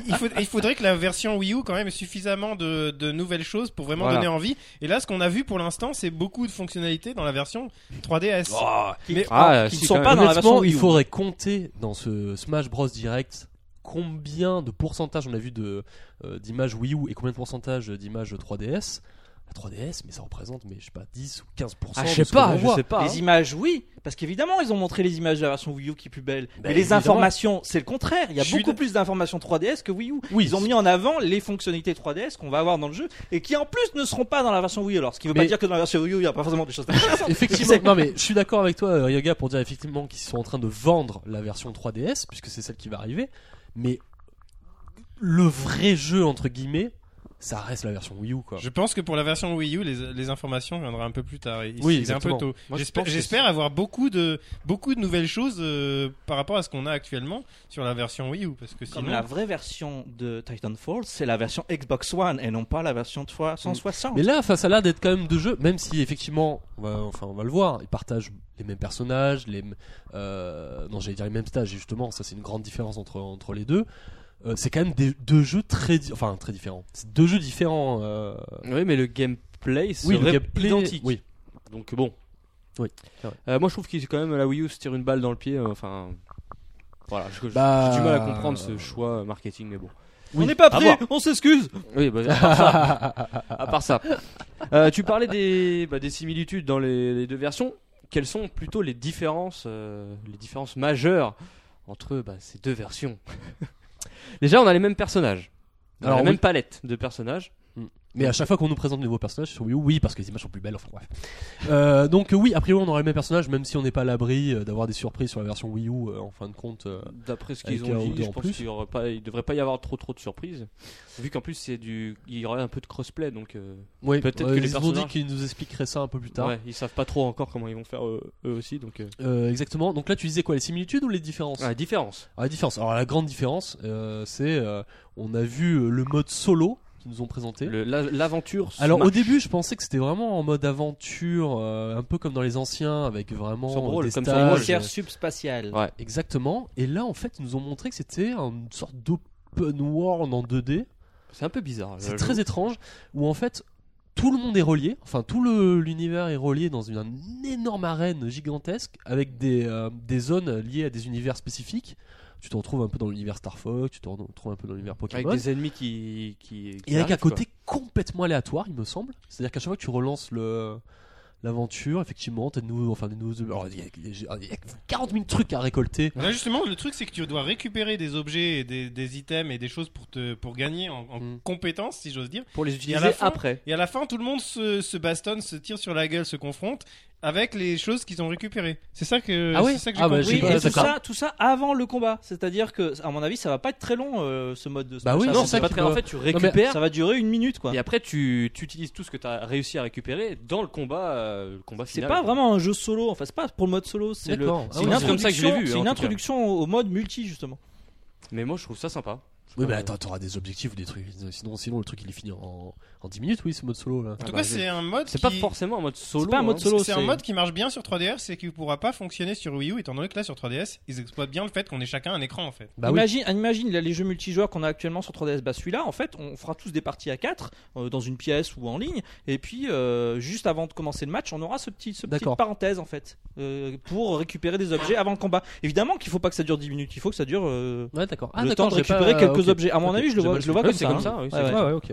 Speaker 3: U.
Speaker 4: il, faut- il faudrait que la version Wii U quand même ait suffisamment de, de nouvelles choses pour vraiment
Speaker 2: Voilà.
Speaker 4: donner envie. Et là, ce qu'on a vu pour l'instant, c'est beaucoup de fonctionnalités dans la version 3DS.
Speaker 3: Oh,
Speaker 4: mais
Speaker 2: Ah,
Speaker 3: qui
Speaker 2: si,
Speaker 3: ne sont
Speaker 2: quand
Speaker 3: pas dans la version
Speaker 5: Honnêtement,
Speaker 3: Wii
Speaker 5: il
Speaker 3: U.
Speaker 5: faudrait compter dans ce Smash Bros Direct combien de pourcentage on a vu de euh, d'images Wii U et combien de pourcentage d'images 3DS. La 3DS, mais ça représente, mais je sais pas, 10 ou 15
Speaker 2: Ah,
Speaker 5: de
Speaker 2: je sais
Speaker 5: ce que l'on
Speaker 2: pas, je
Speaker 5: voit.
Speaker 2: sais pas.
Speaker 3: Les images, oui, parce qu'évidemment, ils ont montré les images de la version Wii U qui est plus belle.
Speaker 2: Bah,
Speaker 5: Ben,
Speaker 3: Mais les
Speaker 5: évidemment.
Speaker 3: informations, c'est le contraire. Il y a
Speaker 4: Je suis
Speaker 3: beaucoup
Speaker 4: d-
Speaker 3: plus d'informations 3DS que Wii U.
Speaker 5: Oui,
Speaker 3: Ils ont mis en avant les fonctionnalités 3DS qu'on va avoir dans le jeu et qui en plus ne seront pas dans la version Wii. U. Alors, ce qui veut pas
Speaker 5: Mais-
Speaker 3: dire que dans la version Wii U, il n'y a pas forcément des choses.
Speaker 5: effectivement. non mais je suis d'accord avec toi, euh, Yoga, pour dire effectivement qu'ils sont en train de vendre la version 3DS puisque c'est celle qui va arriver. Mais le vrai jeu entre guillemets, ça reste la version Wii U quoi.
Speaker 4: Je pense que pour la version Wii U, les, les informations viendront un peu plus tard. Il,
Speaker 5: Oui,
Speaker 4: il est un peu
Speaker 5: exactement.
Speaker 4: tôt.
Speaker 2: Moi, je
Speaker 4: J'espère
Speaker 2: pense que
Speaker 4: j'espère avoir beaucoup de, beaucoup de nouvelles choses euh, par rapport à ce qu'on a actuellement sur la version Wii U. Parce
Speaker 3: Comme
Speaker 4: que sinon,
Speaker 3: la vraie version de Titanfall, c'est la version Xbox One et non pas la version 360.
Speaker 5: Mais là, enfin, ça a l'air d'être quand même deux jeux, même si effectivement, on va- enfin, on va le voir, ils partagent les mêmes personnages, les, m- euh, non, j'allais dire les mêmes stages, et justement, ça c'est une grande différence entre, entre les deux. Euh, c'est quand même des, deux jeux très, di- enfin, très différents. C'est deux jeux différents. euh,
Speaker 2: Oui, mais le gameplay
Speaker 5: oui,
Speaker 2: serait
Speaker 5: le gameplay-
Speaker 2: identique.
Speaker 5: Oui.
Speaker 2: Donc bon.
Speaker 5: Oui, c'est vrai.
Speaker 2: Euh, moi, je trouve qu'il quand même la Wii U se tire une balle dans le pied. euh, Enfin, voilà. je- je-
Speaker 5: Bah,
Speaker 2: J'ai du mal à comprendre ce choix euh, marketing, mais bon.
Speaker 3: On n'est pas
Speaker 2: À
Speaker 3: prêt,
Speaker 2: voir.
Speaker 3: on s'excuse.
Speaker 2: Oui, bah, à part ça. à part ça. Euh, tu parlais des, bah, des similitudes dans les, les deux versions. Quelles sont plutôt les différences, euh, les différences majeures entre bah, ces deux versions Déjà, on a les mêmes personnages. On a
Speaker 5: Alors,
Speaker 2: la même
Speaker 5: oui.
Speaker 2: palette de personnages.
Speaker 5: Mm. Mais à chaque fois qu'on nous présente de nouveaux personnages sur Wii U, oui, parce que les images sont plus belles, enfin bref. Euh, donc euh, oui, a priori on aura les mêmes personnages, même si on n'est pas à l'abri euh, d'avoir des surprises sur la version Wii U euh, en fin de compte. euh,
Speaker 2: D'après ce qu'ils
Speaker 5: Avec un
Speaker 2: ont
Speaker 5: ou deux
Speaker 2: dit, je
Speaker 5: en
Speaker 2: pense
Speaker 5: plus.
Speaker 2: qu'il y aura pas- il devrait pas y avoir trop trop de surprises. Vu qu'en plus c'est du, il y aura un peu de crossplay, donc euh,
Speaker 5: ouais,
Speaker 2: Peut-être
Speaker 5: euh,
Speaker 2: que les
Speaker 5: ils nous ont dit
Speaker 2: personnages-
Speaker 5: qu'ils nous expliqueraient ça un peu plus tard.
Speaker 2: ouais, ils savent pas trop encore comment ils vont faire euh, eux aussi, donc euh,
Speaker 5: Euh, exactement. Donc là, tu disais quoi, les similitudes ou les différences
Speaker 2: ah, la différence.
Speaker 5: Alors, la différence. Alors la grande différence, euh, c'est euh, on a vu euh, le mode solo qu'ils nous ont présenté.
Speaker 2: Le- la- L'aventure. se
Speaker 5: Alors
Speaker 2: marche.
Speaker 5: au début, je pensais que c'était vraiment en mode aventure, euh, un peu comme dans les anciens, avec vraiment
Speaker 2: Sur
Speaker 5: euh,
Speaker 2: Brawl,
Speaker 5: des
Speaker 2: comme sur
Speaker 5: stages.
Speaker 2: Brawl.
Speaker 3: Frontière subspatiale.
Speaker 2: Ouais.
Speaker 5: Exactement. Et là, en fait, ils nous ont montré que c'était une sorte d'open world en 2D.
Speaker 2: c'est un peu bizarre.
Speaker 5: C'est
Speaker 2: je-
Speaker 5: très étrange, où en fait tout le monde est relié, enfin tout le- l'univers est relié dans une, un énorme arène gigantesque avec des, euh, des zones liées à des univers spécifiques. Tu te retrouves un peu dans l'univers Star Fox, tu te retrouves un peu dans l'univers
Speaker 2: avec
Speaker 5: Pokémon.
Speaker 2: des ennemis qui qui. qui
Speaker 5: Et avec
Speaker 2: arrivent,
Speaker 5: un côté complètement aléatoire, il me semble. C'est-à-dire qu'à chaque fois que tu relances le l'aventure, effectivement, t'as de nouveaux, enfin des nouveaux. alors, il y, a- il y a- il y a 40 000 trucs à récolter.
Speaker 4: Là, justement, le truc, c'est que tu dois récupérer des objets, et des, des items et des choses pour, te, pour gagner en, en
Speaker 5: Mm.
Speaker 4: compétences, si j'ose dire.
Speaker 2: quoi, pour les
Speaker 4: à
Speaker 2: utiliser
Speaker 4: la fin-
Speaker 2: après.
Speaker 4: Et à la fin, tout le monde se, se bastonne, se tire sur la gueule, se confronte avec les choses qu'ils ont récupérées. C'est ça que,
Speaker 5: Ah ouais
Speaker 4: c'est ça que j'ai
Speaker 5: Ah bah,
Speaker 4: compris.
Speaker 3: Oui,
Speaker 5: j'ai pas-
Speaker 3: et tout
Speaker 5: d'accord.
Speaker 3: ça, tout ça avant le combat. C'est-à-dire que, à mon avis, ça va pas être très long euh, ce mode de. ce
Speaker 5: Bah
Speaker 3: mode
Speaker 5: oui,
Speaker 3: de
Speaker 5: c'est
Speaker 2: non,
Speaker 5: ça
Speaker 2: c'est pas
Speaker 5: qui
Speaker 2: très.
Speaker 5: me-
Speaker 2: En fait, tu
Speaker 5: mais-
Speaker 2: récupères.
Speaker 3: Ça va durer une minute, quoi.
Speaker 2: Et après, tu, tu utilises tout ce que tu as réussi à récupérer dans le combat, euh, le combat
Speaker 3: C'est
Speaker 2: final.
Speaker 3: pas vraiment un jeu solo. Enfin, c'est pas pour le mode solo. C'est le.
Speaker 5: D'accord. Ah
Speaker 3: C'est
Speaker 5: ouais,
Speaker 3: une
Speaker 2: oui, c'est comme ça que je l'ai
Speaker 3: introduction,
Speaker 2: vu, hein,
Speaker 3: c'est
Speaker 2: en tout
Speaker 3: une
Speaker 2: cas.
Speaker 3: introduction au au mode multi justement.
Speaker 2: Mais moi, je trouve ça sympa.
Speaker 5: Oui, mais attends, t'auras des objectifs ou des trucs. Sinon, sinon le truc il est fini en, en 10 minutes, oui, ce mode solo là.
Speaker 4: En tout
Speaker 2: bah,
Speaker 4: cas,
Speaker 2: je-
Speaker 4: c'est un mode
Speaker 2: C'est
Speaker 4: qui...
Speaker 2: pas forcément un mode solo.
Speaker 3: C'est pas un mode
Speaker 2: hein.
Speaker 3: solo,
Speaker 4: C'est un
Speaker 3: c'est-
Speaker 4: mode qui marche bien sur 3DS et qui ne pourra pas fonctionner sur Wii U, étant donné que là, sur 3DS, ils exploitent bien le fait qu'on ait chacun un écran, en fait.
Speaker 5: Bah oui.
Speaker 3: imagine, imagine là, les jeux multijoueurs qu'on a actuellement sur 3DS. Bah celui-là, en fait, on fera tous des parties à 4 dans une pièce ou en ligne. Et puis, euh, juste avant de commencer le match, on aura ce petit, ce petite
Speaker 5: D'accord.
Speaker 3: parenthèse en fait euh, pour récupérer des objets avant le combat. Évidemment qu'il faut pas que ça dure 10 minutes. Il faut que ça dure euh,
Speaker 5: Ouais, d'accord. Ah,
Speaker 3: le
Speaker 5: d'accord,
Speaker 3: temps de
Speaker 5: j'ai pas-
Speaker 3: récupérer quelques
Speaker 5: ok.
Speaker 3: objets. À mon
Speaker 5: Ok,
Speaker 3: avis, je
Speaker 5: j'ai
Speaker 3: le vois,
Speaker 5: mal
Speaker 3: je le vois comme
Speaker 2: Oui, c'est
Speaker 3: ça.
Speaker 2: comme
Speaker 3: hein.
Speaker 2: ça, oui, c'est
Speaker 3: Ouais,
Speaker 2: comme
Speaker 3: ouais.
Speaker 2: ça.
Speaker 5: ok.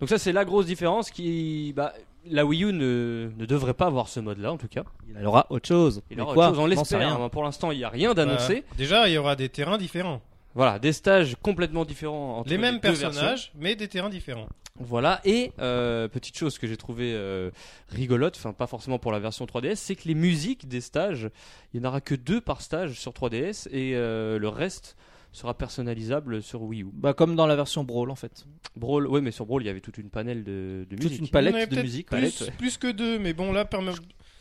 Speaker 2: Donc ça, c'est la grosse différence qui, bah, la Wii U ne, ne devrait pas avoir ce mode-là, en tout cas.
Speaker 3: Il y aura autre chose.
Speaker 2: Il
Speaker 3: Mais
Speaker 2: aura
Speaker 3: quoi
Speaker 2: autre chose, on
Speaker 3: J'en sais
Speaker 2: l'espère.
Speaker 3: rien.
Speaker 2: hein. Pour l'instant, il n'y a rien d'annoncé.
Speaker 4: Bah, déjà, il y aura des terrains différents.
Speaker 2: Voilà, des stages complètement différents entre
Speaker 4: les mêmes
Speaker 2: deux versions.
Speaker 4: personnages, mais des terrains différents.
Speaker 2: Voilà. Et euh, petite chose que j'ai trouvé euh, rigolote, enfin pas forcément pour la version 3DS, c'est que les musiques des stages, il n'y en aura que deux par stage sur 3DS et euh, le reste sera personnalisable sur Wii U.
Speaker 3: Bah comme dans la version Brawl en fait.
Speaker 2: Brawl, ouais, mais sur Brawl, il y avait toute une panel de, de
Speaker 3: Toute
Speaker 2: musique.
Speaker 3: une
Speaker 4: On avait
Speaker 3: palette de
Speaker 4: peut-être
Speaker 3: musique.
Speaker 4: Plus,
Speaker 3: ouais.
Speaker 4: plus que deux, mais bon, là, permet-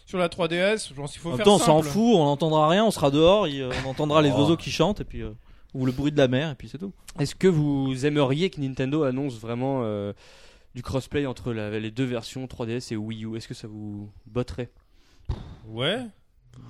Speaker 4: sur la 3DS, je pense qu'il faut
Speaker 3: En même
Speaker 4: faire
Speaker 3: temps, on
Speaker 4: simple.
Speaker 3: s'en fout, on n'entendra rien, on sera dehors, il- euh, on entendra les
Speaker 5: Oh.
Speaker 3: oiseaux qui chantent et puis euh, ou le bruit de la mer et puis c'est tout.
Speaker 2: Est-ce que vous aimeriez que Nintendo annonce vraiment euh, du crossplay entre la- les deux versions 3DS et Wii U Est-ce que ça vous botterait
Speaker 4: Ouais.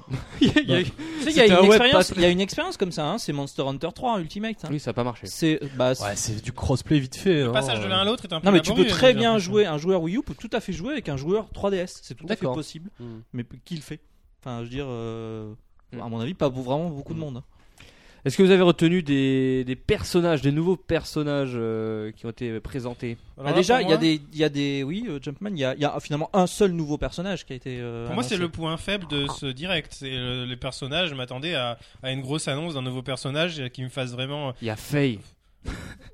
Speaker 2: Il y a-
Speaker 3: Tu sais, il y a
Speaker 2: C'était un
Speaker 3: une
Speaker 2: web
Speaker 3: expérience,
Speaker 2: pass.
Speaker 3: il y a une expérience comme ça, hein, c'est Monster Hunter 3 Ultimate. hein.
Speaker 2: Oui, ça n'a pas marché.
Speaker 3: C'est bah, c'est-
Speaker 5: Ouais, c'est du crossplay vite fait.
Speaker 4: Le
Speaker 5: hein.
Speaker 4: passage de l'un à l'autre est un peu
Speaker 3: non mais tu peux
Speaker 4: laborieux,
Speaker 3: très
Speaker 4: j'ai
Speaker 3: bien
Speaker 4: l'impression.
Speaker 3: jouer un joueur Wii U peut tout à fait jouer avec un joueur 3DS, c'est tout à fait
Speaker 5: D'accord.
Speaker 3: possible.
Speaker 5: Mm.
Speaker 3: Mais qui le fait Enfin, je veux dire, euh,
Speaker 5: Hmm.
Speaker 2: Mm.
Speaker 3: à mon avis, pas vraiment beaucoup
Speaker 4: Hmm.
Speaker 3: de
Speaker 2: Mm.
Speaker 3: monde. hein.
Speaker 2: Est-ce que vous avez retenu des, des personnages, des nouveaux personnages euh, qui ont été présentés
Speaker 4: Alors
Speaker 3: Ah,
Speaker 4: là,
Speaker 3: déjà,
Speaker 4: pour
Speaker 3: il y a
Speaker 4: moi-
Speaker 3: des, il y a des, oui, euh, Jumpman, il y a, il y a finalement un seul nouveau personnage qui a été. euh,
Speaker 4: Pour moi, c'est
Speaker 3: annoncé.
Speaker 4: le point faible de ce direct. C'est le- les personnages. Je m'attendais à, à une grosse annonce d'un nouveau personnage euh, qui me fasse vraiment.
Speaker 2: Il y a Faye.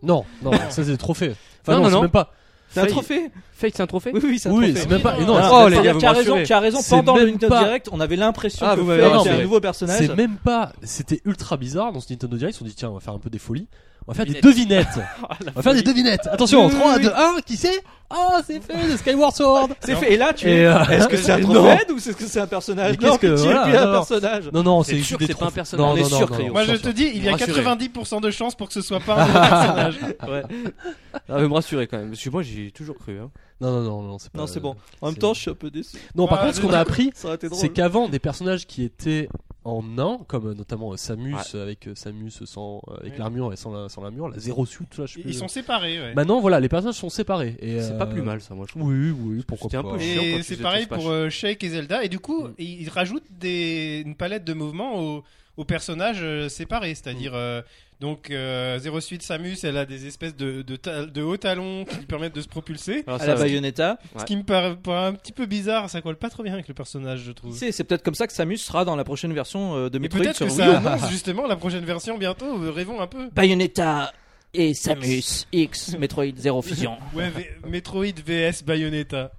Speaker 5: Non, non, ça c'est trop fait.
Speaker 2: Non,
Speaker 5: Enfin,
Speaker 2: non,
Speaker 5: non, c'est
Speaker 2: non.
Speaker 5: même pas.
Speaker 3: C'est un
Speaker 2: Faye-
Speaker 3: trophée.
Speaker 2: Faye, c'est un trophée
Speaker 3: Oui, oui, c'est un
Speaker 5: Oui,
Speaker 3: trophée.
Speaker 5: c'est même pas. et non,
Speaker 3: Alors,
Speaker 2: Oh, les
Speaker 3: c'est-à-dire
Speaker 2: gars, vous
Speaker 3: tu as
Speaker 2: me
Speaker 3: raison,
Speaker 2: rassurez.
Speaker 3: tu as raison.
Speaker 5: C'est
Speaker 3: Pendant le
Speaker 5: même
Speaker 3: Nintendo
Speaker 5: pas-
Speaker 3: Direct, on avait l'impression
Speaker 2: Ah,
Speaker 3: que
Speaker 2: vous m'avez
Speaker 3: Faye était
Speaker 5: rassuré.
Speaker 3: un nouveau
Speaker 5: c'est
Speaker 3: personnage.
Speaker 5: même pas. C'était ultra bizarre dans ce Nintendo Direct. Ils se sont dit, tiens, on va faire un peu des folies. On va faire
Speaker 2: Devinette. Oh,
Speaker 5: des devinettes. on va faire des devinettes. Attention, 3, 2, 1, qui c'est Ah, c'est fait, le Skyward Sword.
Speaker 3: C'est fait. Et là, tu
Speaker 5: Et,
Speaker 3: es.
Speaker 5: euh,
Speaker 3: Est-ce que c'est un
Speaker 5: non.
Speaker 3: trophée ou est-ce que c'est un personnage
Speaker 5: Mais
Speaker 3: Non,
Speaker 5: qu'est-ce que-
Speaker 3: tu es
Speaker 5: voilà,
Speaker 3: plus un
Speaker 5: non, non.
Speaker 3: personnage.
Speaker 5: Non, non,
Speaker 2: C'est
Speaker 5: c'est
Speaker 2: sûr
Speaker 5: des
Speaker 2: que c'est pas un
Speaker 5: trophées.
Speaker 2: personnage.
Speaker 5: Non,
Speaker 2: On est
Speaker 5: non,
Speaker 2: sûr,
Speaker 5: non,
Speaker 2: Crayon.
Speaker 5: non,
Speaker 4: Moi,
Speaker 5: sûr,
Speaker 4: je te dis, il y a
Speaker 2: Rassurez.
Speaker 4: 90% de chances pour que ce soit pas un nouveau personnage.
Speaker 3: Ouais.
Speaker 2: Ah, vous me rassurez quand même, parce que moi j'ai toujours cru. hein.
Speaker 5: Non, non, non, non, c'est pas.
Speaker 3: Non, c'est bon. En même
Speaker 5: Euh, c'est-
Speaker 3: temps, je suis un peu déçu.
Speaker 5: Non, par
Speaker 4: Ah,
Speaker 5: contre, ce qu'on a appris,
Speaker 3: Ça aurait été drôle.
Speaker 5: C'est qu'avant, des personnages qui étaient en nain, comme euh, notamment euh, Samus,
Speaker 2: Ouais.
Speaker 5: euh, avec euh, Samus sans, euh, avec
Speaker 4: Ouais.
Speaker 5: l'armure et sans, la- sans l'armure, la Zero Suit, là, je sais
Speaker 4: Ils
Speaker 5: plus.
Speaker 4: sont séparés. ouais.
Speaker 5: Maintenant, voilà, les personnages sont séparés. et,
Speaker 2: C'est
Speaker 5: euh,
Speaker 2: pas plus mal ça, moi je trouve.
Speaker 5: Oui, oui, pourquoi
Speaker 2: C'était
Speaker 5: pas.
Speaker 2: un peu chiant. quand
Speaker 4: Et
Speaker 2: ils
Speaker 4: c'est
Speaker 2: étaient
Speaker 4: pareil
Speaker 2: tous pas
Speaker 4: pour
Speaker 2: chers.
Speaker 4: euh, Shake et Zelda. Et du coup, ils ils rajoutent des, une palette de mouvements aux, aux personnages euh, séparés. C'est-à-dire, euh, donc, euh, Zero Suite Samus, elle a des espèces de, de, ta- de hauts talons qui lui permettent de se propulser.
Speaker 2: Alors,
Speaker 3: À
Speaker 2: ça,
Speaker 3: la
Speaker 2: euh,
Speaker 3: Bayonetta,
Speaker 2: Ouais.
Speaker 4: Ce qui me paraît, paraît un petit peu bizarre. Ça colle pas trop bien avec le personnage, je
Speaker 3: Tu
Speaker 4: trouve.
Speaker 3: sais, c'est peut-être comme ça que Samus sera dans la prochaine version euh, de
Speaker 4: Mais
Speaker 3: Metroid
Speaker 4: peut-être
Speaker 3: sur
Speaker 4: que
Speaker 3: Wii
Speaker 4: ça
Speaker 3: U.
Speaker 4: annonce justement la prochaine version bientôt. euh, Rêvons un peu.
Speaker 3: Bayonetta
Speaker 7: et Samus X Metroid Zero Fusion.
Speaker 4: Ouais, V- Metroid VS Bayonetta.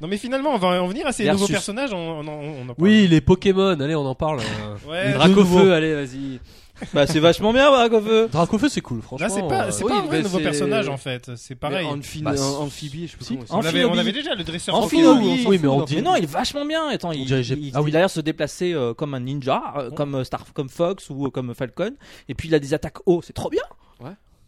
Speaker 4: Non mais finalement, on va en venir à ces
Speaker 3: Versus.
Speaker 4: nouveaux personnages. On, on en- on en parle.
Speaker 5: Oui, les Pokémon, allez, on en parle. euh.
Speaker 4: Ouais,
Speaker 2: Drac au
Speaker 5: de nouveau.
Speaker 2: feu, allez, vas-y.
Speaker 3: Bah, c'est vachement bien, Bracofeu.
Speaker 5: Dracofeu, c'est cool, franchement.
Speaker 4: Là, Ah, c'est pas,
Speaker 5: euh,
Speaker 4: c'est
Speaker 2: oui,
Speaker 4: pas un vrai
Speaker 2: mais
Speaker 4: nouveau
Speaker 2: c'est-
Speaker 4: personnage en fait. C'est pareil.
Speaker 2: Mais amphi-
Speaker 5: Bah,
Speaker 2: un- Euh, amphibie, je sais pas
Speaker 5: si.
Speaker 2: comment ça
Speaker 4: On avait, on
Speaker 3: Amphinobi.
Speaker 4: avait déjà le dresseur.
Speaker 5: Amphinobi.
Speaker 4: Amphinobi.
Speaker 5: Amphinobi. Oui, mais on dit-
Speaker 3: Mais non, il est vachement bien. Attends, il,
Speaker 5: J'ai- j'ai-
Speaker 3: il-
Speaker 5: ah oui. Oh.
Speaker 3: il a l'air de se déplacer euh, comme un ninja, euh, comme euh, Star, comme Fox ou euh, comme Falcon. Et puis il a des attaques haut, c'est trop bien.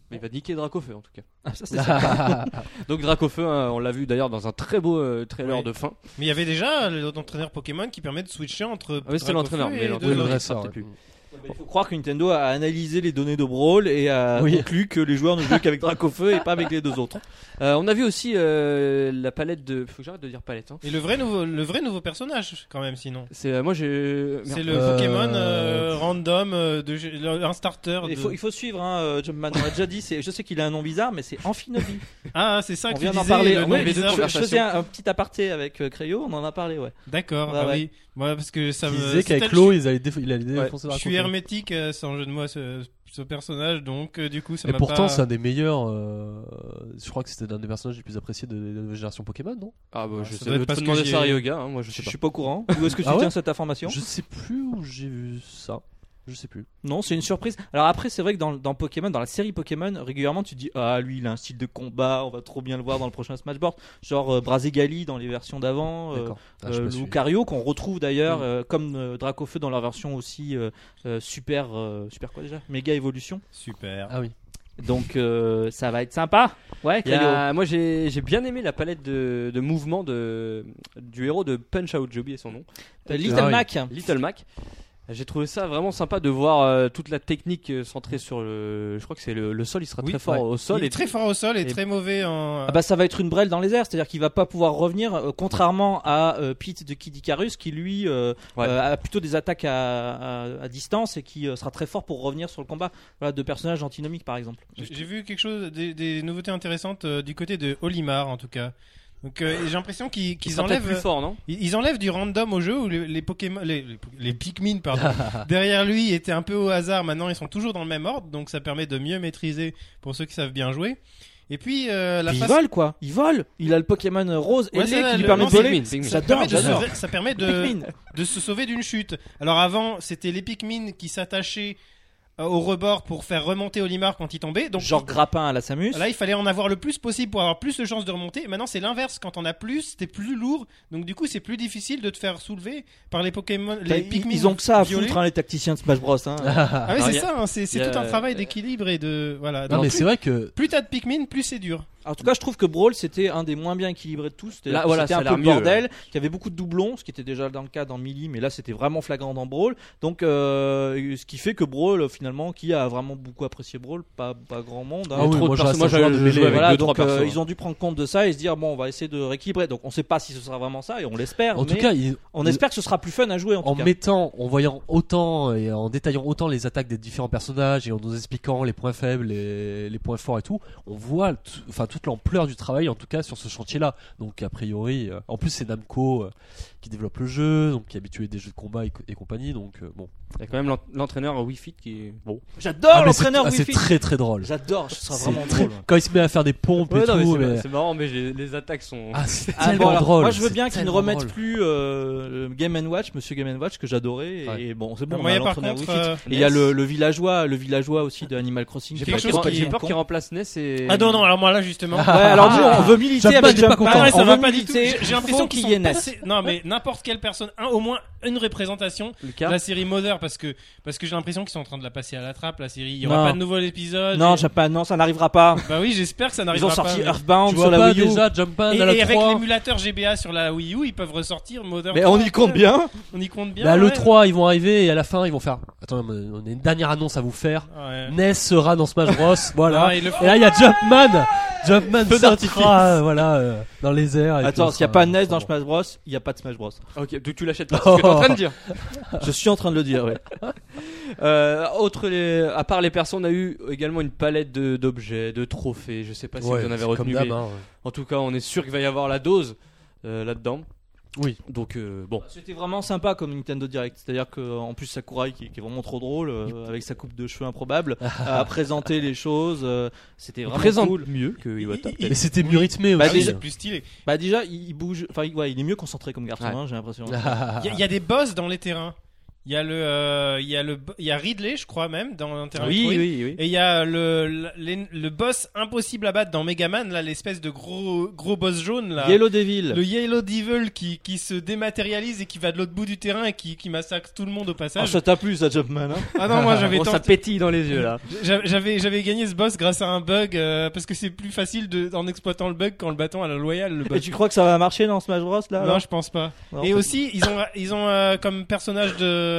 Speaker 2: Mais il va niquer Dracofeu en tout cas.
Speaker 3: Ah, ça, c'est ça.
Speaker 2: Donc Dracofeu, hein, on l'a vu d'ailleurs dans un très beau euh, trailer
Speaker 4: Ouais.
Speaker 2: de fin.
Speaker 4: Mais il y avait déjà l'entraîneur Pokémon qui permet de switcher entre.
Speaker 2: Ah oui, c'était
Speaker 4: Dracaufeu
Speaker 2: l'entraîneur,
Speaker 4: et
Speaker 2: mais
Speaker 4: les
Speaker 2: l'entraîneur-
Speaker 4: deux
Speaker 5: oui, le
Speaker 4: autres.
Speaker 5: dresseur,
Speaker 2: Je sais
Speaker 5: ouais.
Speaker 3: bah, Il faut croire que Nintendo a analysé les données de Brawl et a
Speaker 5: Oui.
Speaker 3: conclu que les joueurs ne jouaient qu'avec Dracofeu et pas avec les deux autres.
Speaker 2: Euh, on a vu aussi euh, la palette de. Faut que j'arrête de dire palette. Hein.
Speaker 4: Et le vrai nouveau, le vrai nouveau personnage quand même sinon.
Speaker 2: C'est euh, moi j'ai.
Speaker 4: C'est
Speaker 2: Merde.
Speaker 4: le
Speaker 5: Euh,
Speaker 4: Pokémon euh, random euh, de le- un starter.
Speaker 3: Il
Speaker 4: de-
Speaker 3: faut, il faut suivre, hein, euh, Jumpman. On l'a déjà dit, c'est- je sais qu'il a un nom bizarre, mais c'est Amphinobi.
Speaker 4: Ah, c'est ça
Speaker 3: on
Speaker 4: que
Speaker 3: vient
Speaker 4: tu
Speaker 3: d'en
Speaker 4: disais,
Speaker 3: parler.
Speaker 4: le nom
Speaker 3: Ouais,
Speaker 2: des
Speaker 3: je,
Speaker 2: autres
Speaker 3: je
Speaker 2: conversations.
Speaker 3: faisais un, un petit aparté avec euh, Crayo, on en a parlé, ouais.
Speaker 4: D'accord,
Speaker 3: Ouais,
Speaker 4: ah
Speaker 3: ouais.
Speaker 4: oui. Moi, parce que ça
Speaker 5: Il
Speaker 4: me.
Speaker 5: disait qu'avec euh,
Speaker 4: c'était-
Speaker 5: l'eau, ils allaient déf- il allait
Speaker 2: Ouais,
Speaker 5: défoncer
Speaker 4: Je suis
Speaker 5: Dracofeu.
Speaker 4: hermétique euh, sans jeu de mots à ce, ce personnage, donc euh, du coup, ça
Speaker 5: Et
Speaker 4: m'a
Speaker 5: pourtant,
Speaker 4: pas-
Speaker 5: c'est un des meilleurs. euh, je crois que c'était l'un des personnages les plus appréciés de de la génération Pokémon, non
Speaker 2: Ah bah je
Speaker 4: ça
Speaker 2: sais.
Speaker 4: doit être
Speaker 2: Faut
Speaker 4: parce que
Speaker 2: demander
Speaker 4: j'y
Speaker 2: ça à
Speaker 4: ai-
Speaker 2: Ryoga. hein, moi je
Speaker 3: Je,
Speaker 2: sais
Speaker 3: je
Speaker 2: pas.
Speaker 3: suis pas au courant. Où est-ce que tu
Speaker 5: Ah ouais
Speaker 3: tiens cette information
Speaker 5: Je sais plus où j'ai vu ça. Je sais plus.
Speaker 3: Non, c'est une surprise. Alors après, c'est vrai que dans, dans Pokémon, dans la série Pokémon, régulièrement tu te dis Ah, lui, il a un style de combat, on va trop bien le voir dans le prochain Smashboard. Genre euh, Brazigali dans les versions d'avant, euh,
Speaker 5: D'accord. Ah, je suis
Speaker 3: euh,
Speaker 5: pas sûr.
Speaker 3: Lucario, qu'on retrouve d'ailleurs, euh, comme euh, Dracofeu dans leur version aussi euh, euh, super, euh, super quoi déjà Méga évolution.
Speaker 4: Super.
Speaker 5: Ah oui.
Speaker 3: Donc euh, ça va être sympa. Ouais,
Speaker 2: Il y a-
Speaker 3: Crayo.
Speaker 2: moi j'ai j'ai bien aimé la palette de, de mouvements de, du héros de Punch Out, j'ai oublié son nom,
Speaker 3: Euh, Little
Speaker 5: Ah oui.
Speaker 3: Mac.
Speaker 2: Little Mac. J'ai trouvé ça vraiment sympa de voir euh, toute la technique euh, centrée sur le. Je crois que c'est le, le sol, il sera
Speaker 4: Oui,
Speaker 2: très fort
Speaker 5: ouais.
Speaker 2: au sol.
Speaker 4: il est
Speaker 2: et
Speaker 4: très fort au sol et,
Speaker 2: et-
Speaker 4: très mauvais en.
Speaker 3: Ah bah ça va être une brêle dans les airs, c'est-à-dire qu'il va pas pouvoir revenir, euh, contrairement à euh, Pete de Kid Icarus qui lui euh,
Speaker 2: Ouais.
Speaker 3: euh, a plutôt des attaques à, à- à distance et qui euh, sera très fort pour revenir sur le combat. Voilà, deux personnages antinomiques par exemple.
Speaker 4: J'ai j'ai vu quelque chose, des, des nouveautés intéressantes euh, du côté de Olimar en tout cas. Donc euh, j'ai l'impression qu'ils qu'ils
Speaker 2: il sera peut-être
Speaker 4: enlèvent,
Speaker 2: plus fort, non
Speaker 4: ils ils enlèvent du random au jeu où les, les Pokémon, les, les, Po- les Pikmin pardon, derrière lui étaient un peu au hasard. Maintenant ils sont toujours dans le même ordre, donc ça permet de mieux maîtriser pour ceux qui savent bien jouer. Et puis euh, la
Speaker 3: Puis
Speaker 4: face
Speaker 3: il vole quoi, il vole. Il a le Pokémon euh, rose
Speaker 4: Ouais,
Speaker 3: ailé
Speaker 4: ça,
Speaker 3: qui lui
Speaker 4: le-
Speaker 3: permet
Speaker 4: non,
Speaker 3: de voler.
Speaker 2: Pikmin, Pikmin.
Speaker 4: ça permet,
Speaker 3: J'adore,
Speaker 4: de se,
Speaker 3: j'adore.
Speaker 4: sauver- ça permet de,
Speaker 3: Pikmin.
Speaker 4: de se sauver d'une chute. Alors avant, c'était les Pikmin qui s'attachaient euh, au rebord pour faire remonter Olimar quand il tombait. Donc
Speaker 3: Genre grappin à la Samus.
Speaker 4: Là, il fallait en avoir le plus possible pour avoir plus de chances de remonter. Maintenant, c'est l'inverse. Quand on a plus, t'es plus lourd. Donc, du coup, c'est plus difficile de te faire soulever par les Pokémon, les
Speaker 3: Ils-
Speaker 4: Pikmin.
Speaker 3: ils ont que ça à
Speaker 4: violets.
Speaker 3: foutre hein, les tacticiens de Smash Bros. hein.
Speaker 4: Ah, mais
Speaker 2: Alors,
Speaker 4: c'est
Speaker 2: il y a-
Speaker 4: ça. hein, c'est c'est
Speaker 2: il y a- euh,
Speaker 4: tout un travail d'équilibre et de voilà.
Speaker 5: Non,
Speaker 4: Donc,
Speaker 5: mais
Speaker 4: plus-
Speaker 5: c'est vrai que
Speaker 4: Plus t'as de Pikmin, plus c'est dur.
Speaker 3: En tout cas, je trouve que Brawl c'était un des moins bien équilibrés de tous. C'était
Speaker 2: Là, voilà,
Speaker 3: c'était
Speaker 2: ça a
Speaker 3: un peu
Speaker 2: l'air
Speaker 3: le
Speaker 2: mieux,
Speaker 3: bordel, qu'il y avait beaucoup de doublons, ce qui était déjà dans le cas dans Melee, mais là c'était vraiment flagrant dans Brawl. Donc, euh, ce qui fait que Brawl, finalement, qui a vraiment beaucoup apprécié Brawl, pas, pas grand monde. hein.
Speaker 5: Ah oui,
Speaker 2: trop
Speaker 5: moi,
Speaker 2: de
Speaker 5: je
Speaker 2: personnages.
Speaker 5: reste un
Speaker 2: Moi,
Speaker 5: joueur de
Speaker 2: je- je
Speaker 5: mêlée,
Speaker 2: joue avec
Speaker 3: voilà,
Speaker 2: deux,
Speaker 3: donc
Speaker 2: trois
Speaker 3: euh,
Speaker 2: persos.
Speaker 3: ils ont dû prendre compte de ça et se dire bon, on va essayer de rééquilibrer. Donc, on sait pas si ce sera vraiment ça et on l'espère.
Speaker 5: En tout
Speaker 3: mais
Speaker 5: cas, il-
Speaker 3: on espère que ce sera plus fun à jouer en,
Speaker 5: en
Speaker 3: tout cas.
Speaker 5: mettant, en voyant autant et en détaillant autant les attaques des différents personnages et en nous expliquant les points faibles et les points forts et tout, on voit t- enfin toute l'ampleur du travail en tout cas sur ce chantier-là. Donc a priori, euh, en plus c'est Namco euh, qui développe le jeu, donc qui est habitué des jeux de combat et, co- et compagnie, donc euh, bon.
Speaker 2: Il y a quand même l'en- l'entraîneur Wii Fit qui est. Bon.
Speaker 3: J'adore
Speaker 5: Ah, mais c'est
Speaker 3: l'entraîneur
Speaker 5: ah, c'est
Speaker 3: Wi-Fi.
Speaker 5: très très drôle.
Speaker 3: J'adore, ce sera
Speaker 5: C'est
Speaker 3: vraiment
Speaker 5: très-
Speaker 3: drôle.
Speaker 5: Quand il se met à faire des pompes et tout, mais-
Speaker 2: c'est marrant, mais j'ai- les attaques sont.
Speaker 5: ah c'est
Speaker 3: Ah,
Speaker 5: tellement
Speaker 3: bon, alors,
Speaker 5: drôle.
Speaker 3: Moi, je veux
Speaker 5: c'est
Speaker 3: bien qu'ils ne
Speaker 5: tellement
Speaker 3: remettent
Speaker 5: drôle.
Speaker 3: plus euh, le Game Watch, Monsieur Game Watch, que j'adorais.
Speaker 5: Ouais.
Speaker 3: Et bon, c'est bon. on a
Speaker 4: Le moyen, par
Speaker 3: l'entraîneur
Speaker 4: contre,
Speaker 3: Wii Fit.
Speaker 4: euh,
Speaker 3: Et il y a le, le villageois, le villageois aussi de Animal Crossing.
Speaker 2: J'ai
Speaker 4: quelque
Speaker 2: peur
Speaker 4: chose
Speaker 2: qu'il rem-
Speaker 4: qui-
Speaker 2: j'ai peur qu'il remplace Ness et.
Speaker 4: Ah non, non. Alors moi, là, justement.
Speaker 2: Ah,
Speaker 3: Ouais, Ah, alors nous, on veut
Speaker 5: Jump
Speaker 3: militer
Speaker 5: Man,
Speaker 3: avec
Speaker 5: j'ai
Speaker 3: Jump
Speaker 5: pas
Speaker 3: Man,
Speaker 5: compris.
Speaker 4: Ah ouais,
Speaker 3: on
Speaker 4: ça va
Speaker 3: veut
Speaker 4: pas du tout.
Speaker 3: militer.
Speaker 4: J'ai j'ai
Speaker 3: Faut
Speaker 4: l'impression qu'ils
Speaker 3: qu'il y ait
Speaker 4: sont
Speaker 3: Ness.
Speaker 4: passés- Non, mais n'importe quelle personne, un, au moins une représentation
Speaker 2: Lucas.
Speaker 4: de la série Mother, parce que parce que j'ai l'impression qu'ils sont en train de la passer à la trappe. La série, il y
Speaker 3: Non.
Speaker 4: aura pas de nouvel épisode.
Speaker 3: Non,
Speaker 4: Et-
Speaker 3: Jump Man, non, ça n'arrivera pas.
Speaker 4: Bah oui, j'espère que ça
Speaker 3: Ils
Speaker 4: n'arrivera
Speaker 3: ont
Speaker 4: pas.
Speaker 3: sorti
Speaker 4: mais-
Speaker 5: Tu
Speaker 3: Earthbound sur
Speaker 5: vois
Speaker 3: la
Speaker 5: pas
Speaker 3: Wii U.
Speaker 5: déjà Jumpman
Speaker 4: Et,
Speaker 5: à la
Speaker 4: et avec
Speaker 5: 3
Speaker 4: l'émulateur GBA sur la Wii U, ils peuvent ressortir Modern.
Speaker 3: Mais on y compte bien.
Speaker 4: On y compte bien.
Speaker 5: Bah, le
Speaker 4: ouais.
Speaker 5: 3, ils vont arriver et à la fin, ils vont faire. Attends, on a une dernière annonce à vous faire.
Speaker 4: Ouais.
Speaker 5: Ness sera dans Smash Bros. voilà. bah,
Speaker 4: Ah, et le-
Speaker 5: Et là, il y a Jumpman. Jumpman
Speaker 3: Feu
Speaker 5: sautera, euh, voilà, euh, dans les airs. et puis on
Speaker 3: Attends, s'il n'y a
Speaker 5: sera-
Speaker 3: pas Ness dans
Speaker 5: Enfin,
Speaker 3: Smash Bros, il n'y a pas de Smash Bros.
Speaker 2: Ok, donc tu l'achètes pas, c'est ce que t'es en train de dire.
Speaker 3: Je suis en train de le dire, oui.
Speaker 2: Euh, autre, les- à part les personnes, on a eu également une palette de- d'objets, de, trophées. Je sais pas si
Speaker 5: ouais,
Speaker 2: vous en avez
Speaker 5: c'est
Speaker 2: retenu,
Speaker 5: Comme d'hab,
Speaker 2: mais
Speaker 5: hein, ouais.
Speaker 2: en tout cas, on est sûr qu'il va y avoir la dose euh, là-dedans.
Speaker 5: Oui.
Speaker 2: Donc euh, bon.
Speaker 3: Bah, C'était vraiment sympa comme Nintendo Direct, c'est-à-dire qu'en plus Sakurai qui, qui est vraiment trop drôle euh, avec sa coupe de cheveux improbable a présenté les choses, euh, c'était
Speaker 2: Il
Speaker 3: vraiment
Speaker 2: présente
Speaker 3: cool.
Speaker 2: mieux que Iwata.
Speaker 4: il-
Speaker 5: Mais c'était mieux rythmé
Speaker 3: Bah,
Speaker 4: Ah oui,
Speaker 5: aussi. hein.
Speaker 3: déjà-
Speaker 4: c'est plus stylé.
Speaker 3: Bah déjà il il bouge, enfin il- ouais, il est mieux concentré comme garçon,
Speaker 2: Ouais.
Speaker 3: hein, j'ai l'impression.
Speaker 5: Ah,
Speaker 4: Il y, a- il y a des boss dans les terrains. Il y a le, euh, il y a le, bo- il y a Ridley, je crois même, dans un terrain.
Speaker 2: Oui,
Speaker 4: Metroid.
Speaker 2: oui, oui.
Speaker 4: Et il y a le, le, les- le boss impossible à battre dans Megaman, là, l'espèce de gros, gros boss jaune, là.
Speaker 3: Yellow Devil.
Speaker 4: Le Yellow Devil qui, qui se dématérialise et qui va de l'autre bout du terrain et qui, qui massacre tout le monde au
Speaker 3: Ah,
Speaker 4: passage.
Speaker 3: ça t'a plu ça Jumpman hein
Speaker 4: Ah non, moi j'avais
Speaker 2: Oh, ça
Speaker 4: tant-
Speaker 2: pétille dans les yeux là.
Speaker 4: j'a- j'avais j'avais gagné ce boss grâce à un bug euh, parce que c'est plus facile de, en exploitant le bug qu'en le battant à la loyale le
Speaker 3: Et
Speaker 4: boss.
Speaker 3: tu crois que ça va marcher dans Smash Bros là
Speaker 4: Non,
Speaker 3: alors
Speaker 4: je pense pas.
Speaker 3: Non,
Speaker 4: Et
Speaker 3: peut-être.
Speaker 4: aussi, ils ont, ils ont euh, comme personnage de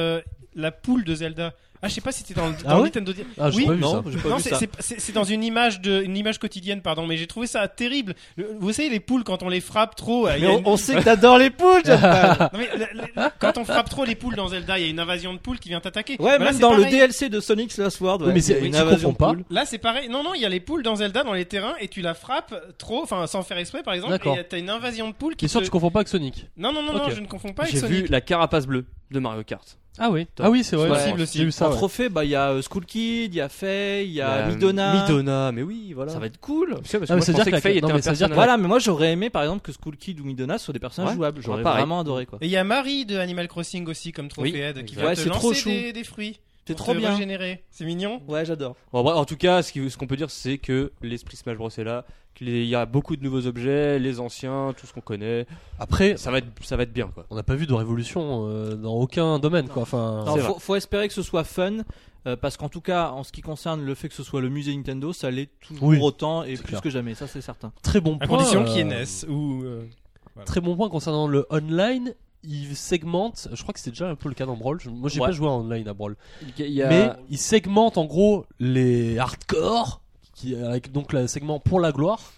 Speaker 4: la poule de Zelda. Ah, je sais pas si c'était dans, le-
Speaker 5: Ah
Speaker 4: dans
Speaker 5: ouais
Speaker 4: Nintendo. Di-
Speaker 5: Ah, j'ai
Speaker 4: Oui,
Speaker 5: pas vu
Speaker 3: non,
Speaker 5: ça.
Speaker 3: j'ai pas
Speaker 4: Non,
Speaker 3: vu
Speaker 4: c'est-
Speaker 3: ça.
Speaker 4: c'est c'est- c'est dans une image de, une image quotidienne, pardon. Mais j'ai trouvé ça terrible. Le- vous savez, les poules quand on les frappe trop, euh, il y
Speaker 3: Mais
Speaker 4: a
Speaker 3: on,
Speaker 4: une-
Speaker 3: on sait que t'adores les poules, Jumpman.
Speaker 4: Non, mais le- le- quand on frappe trop les poules dans Zelda, il y a une invasion de poules qui vient t'attaquer.
Speaker 3: Ouais,
Speaker 4: Bah, là,
Speaker 3: même
Speaker 4: c'est
Speaker 3: dans le
Speaker 4: pareil.
Speaker 3: DLC de Sonic's Last World.
Speaker 5: Oui,
Speaker 3: ouais,
Speaker 5: mais c'est-
Speaker 3: il y a
Speaker 5: tu
Speaker 3: invasion
Speaker 5: comprends pas
Speaker 3: de poules.
Speaker 4: Là, c'est pareil. Non, non, il y a les poules dans Zelda dans les terrains et tu la frappes trop, enfin, sans faire exprès, par exemple.
Speaker 5: D'accord.
Speaker 4: Et t'as une invasion de poules qui.
Speaker 5: T'es sûr
Speaker 4: te-
Speaker 5: que tu confonds pas avec Sonic
Speaker 4: Non, non, non, non,
Speaker 5: Ok.
Speaker 4: je ne confonds pas avec
Speaker 2: J'ai
Speaker 4: Sonic.
Speaker 2: vu la carapace bleue de Mario Kart.
Speaker 5: Ah oui,
Speaker 2: Top.
Speaker 5: ah oui, c'est vrai.
Speaker 2: Ouais.
Speaker 4: Possible aussi.
Speaker 5: J'ai eu ça.
Speaker 3: en
Speaker 5: ouais.
Speaker 3: trophée, bah il y a euh, School Kid, il y a Faye, il y a
Speaker 2: La-
Speaker 3: Midona.
Speaker 2: euh, Midona, mais oui, voilà.
Speaker 3: Ça va être cool.
Speaker 2: Parce que
Speaker 5: Ah,
Speaker 2: moi, je
Speaker 5: mais ça veut dire
Speaker 2: pensais que
Speaker 5: que la-
Speaker 2: Faye
Speaker 5: non,
Speaker 2: était
Speaker 5: mais
Speaker 2: un
Speaker 5: ça veut dire
Speaker 2: personnage.
Speaker 3: Voilà, mais moi j'aurais aimé par exemple que School Kid ou Midona soient des personnages
Speaker 2: Ouais,
Speaker 3: jouables. J'aurais
Speaker 2: ouais, pareil.
Speaker 3: vraiment adoré quoi.
Speaker 4: Et il y a Marie de Animal Crossing aussi comme trophéhead qui
Speaker 3: exact.
Speaker 4: va
Speaker 3: Ouais,
Speaker 4: te
Speaker 3: c'est
Speaker 4: lancer
Speaker 3: trop chou.
Speaker 4: des, des fruits.
Speaker 3: C'est
Speaker 4: pour
Speaker 3: trop
Speaker 4: te
Speaker 3: bien.
Speaker 4: régénérer. C'est mignon.
Speaker 3: Ouais, j'adore.
Speaker 2: Bon, bref, en tout cas, ce qui- ce qu'on peut dire, c'est que l'esprit Smash Bros est là, qu'il y a beaucoup de nouveaux objets, les anciens, tout ce qu'on connaît.
Speaker 5: Après,
Speaker 2: Ça va être, ça va être bien, quoi.
Speaker 5: on n'a pas vu de révolution euh, dans aucun domaine, quoi. Enfin,
Speaker 3: Non,
Speaker 2: C'est
Speaker 3: faut, faut espérer que ce soit fun. euh, parce qu'en tout cas, en ce qui concerne le fait que ce soit le musée Nintendo, ça l'est toujours
Speaker 5: Oui,
Speaker 3: autant et
Speaker 5: c'est
Speaker 3: plus
Speaker 5: clair.
Speaker 3: que jamais, ça c'est certain.
Speaker 5: très bon
Speaker 4: À
Speaker 5: point.
Speaker 4: condition
Speaker 5: euh,
Speaker 4: qu'il naisse ou. euh,
Speaker 5: Très bon point concernant le online. Ils segmentent. Je crois que c'est déjà un peu le cas dans Brawl. Je- Moi, j'ai
Speaker 3: Ouais.
Speaker 5: pas joué en online à Brawl.
Speaker 2: Il y a-
Speaker 5: Mais ils segmentent en gros les hardcore, qui, avec donc le segment pour la gloire,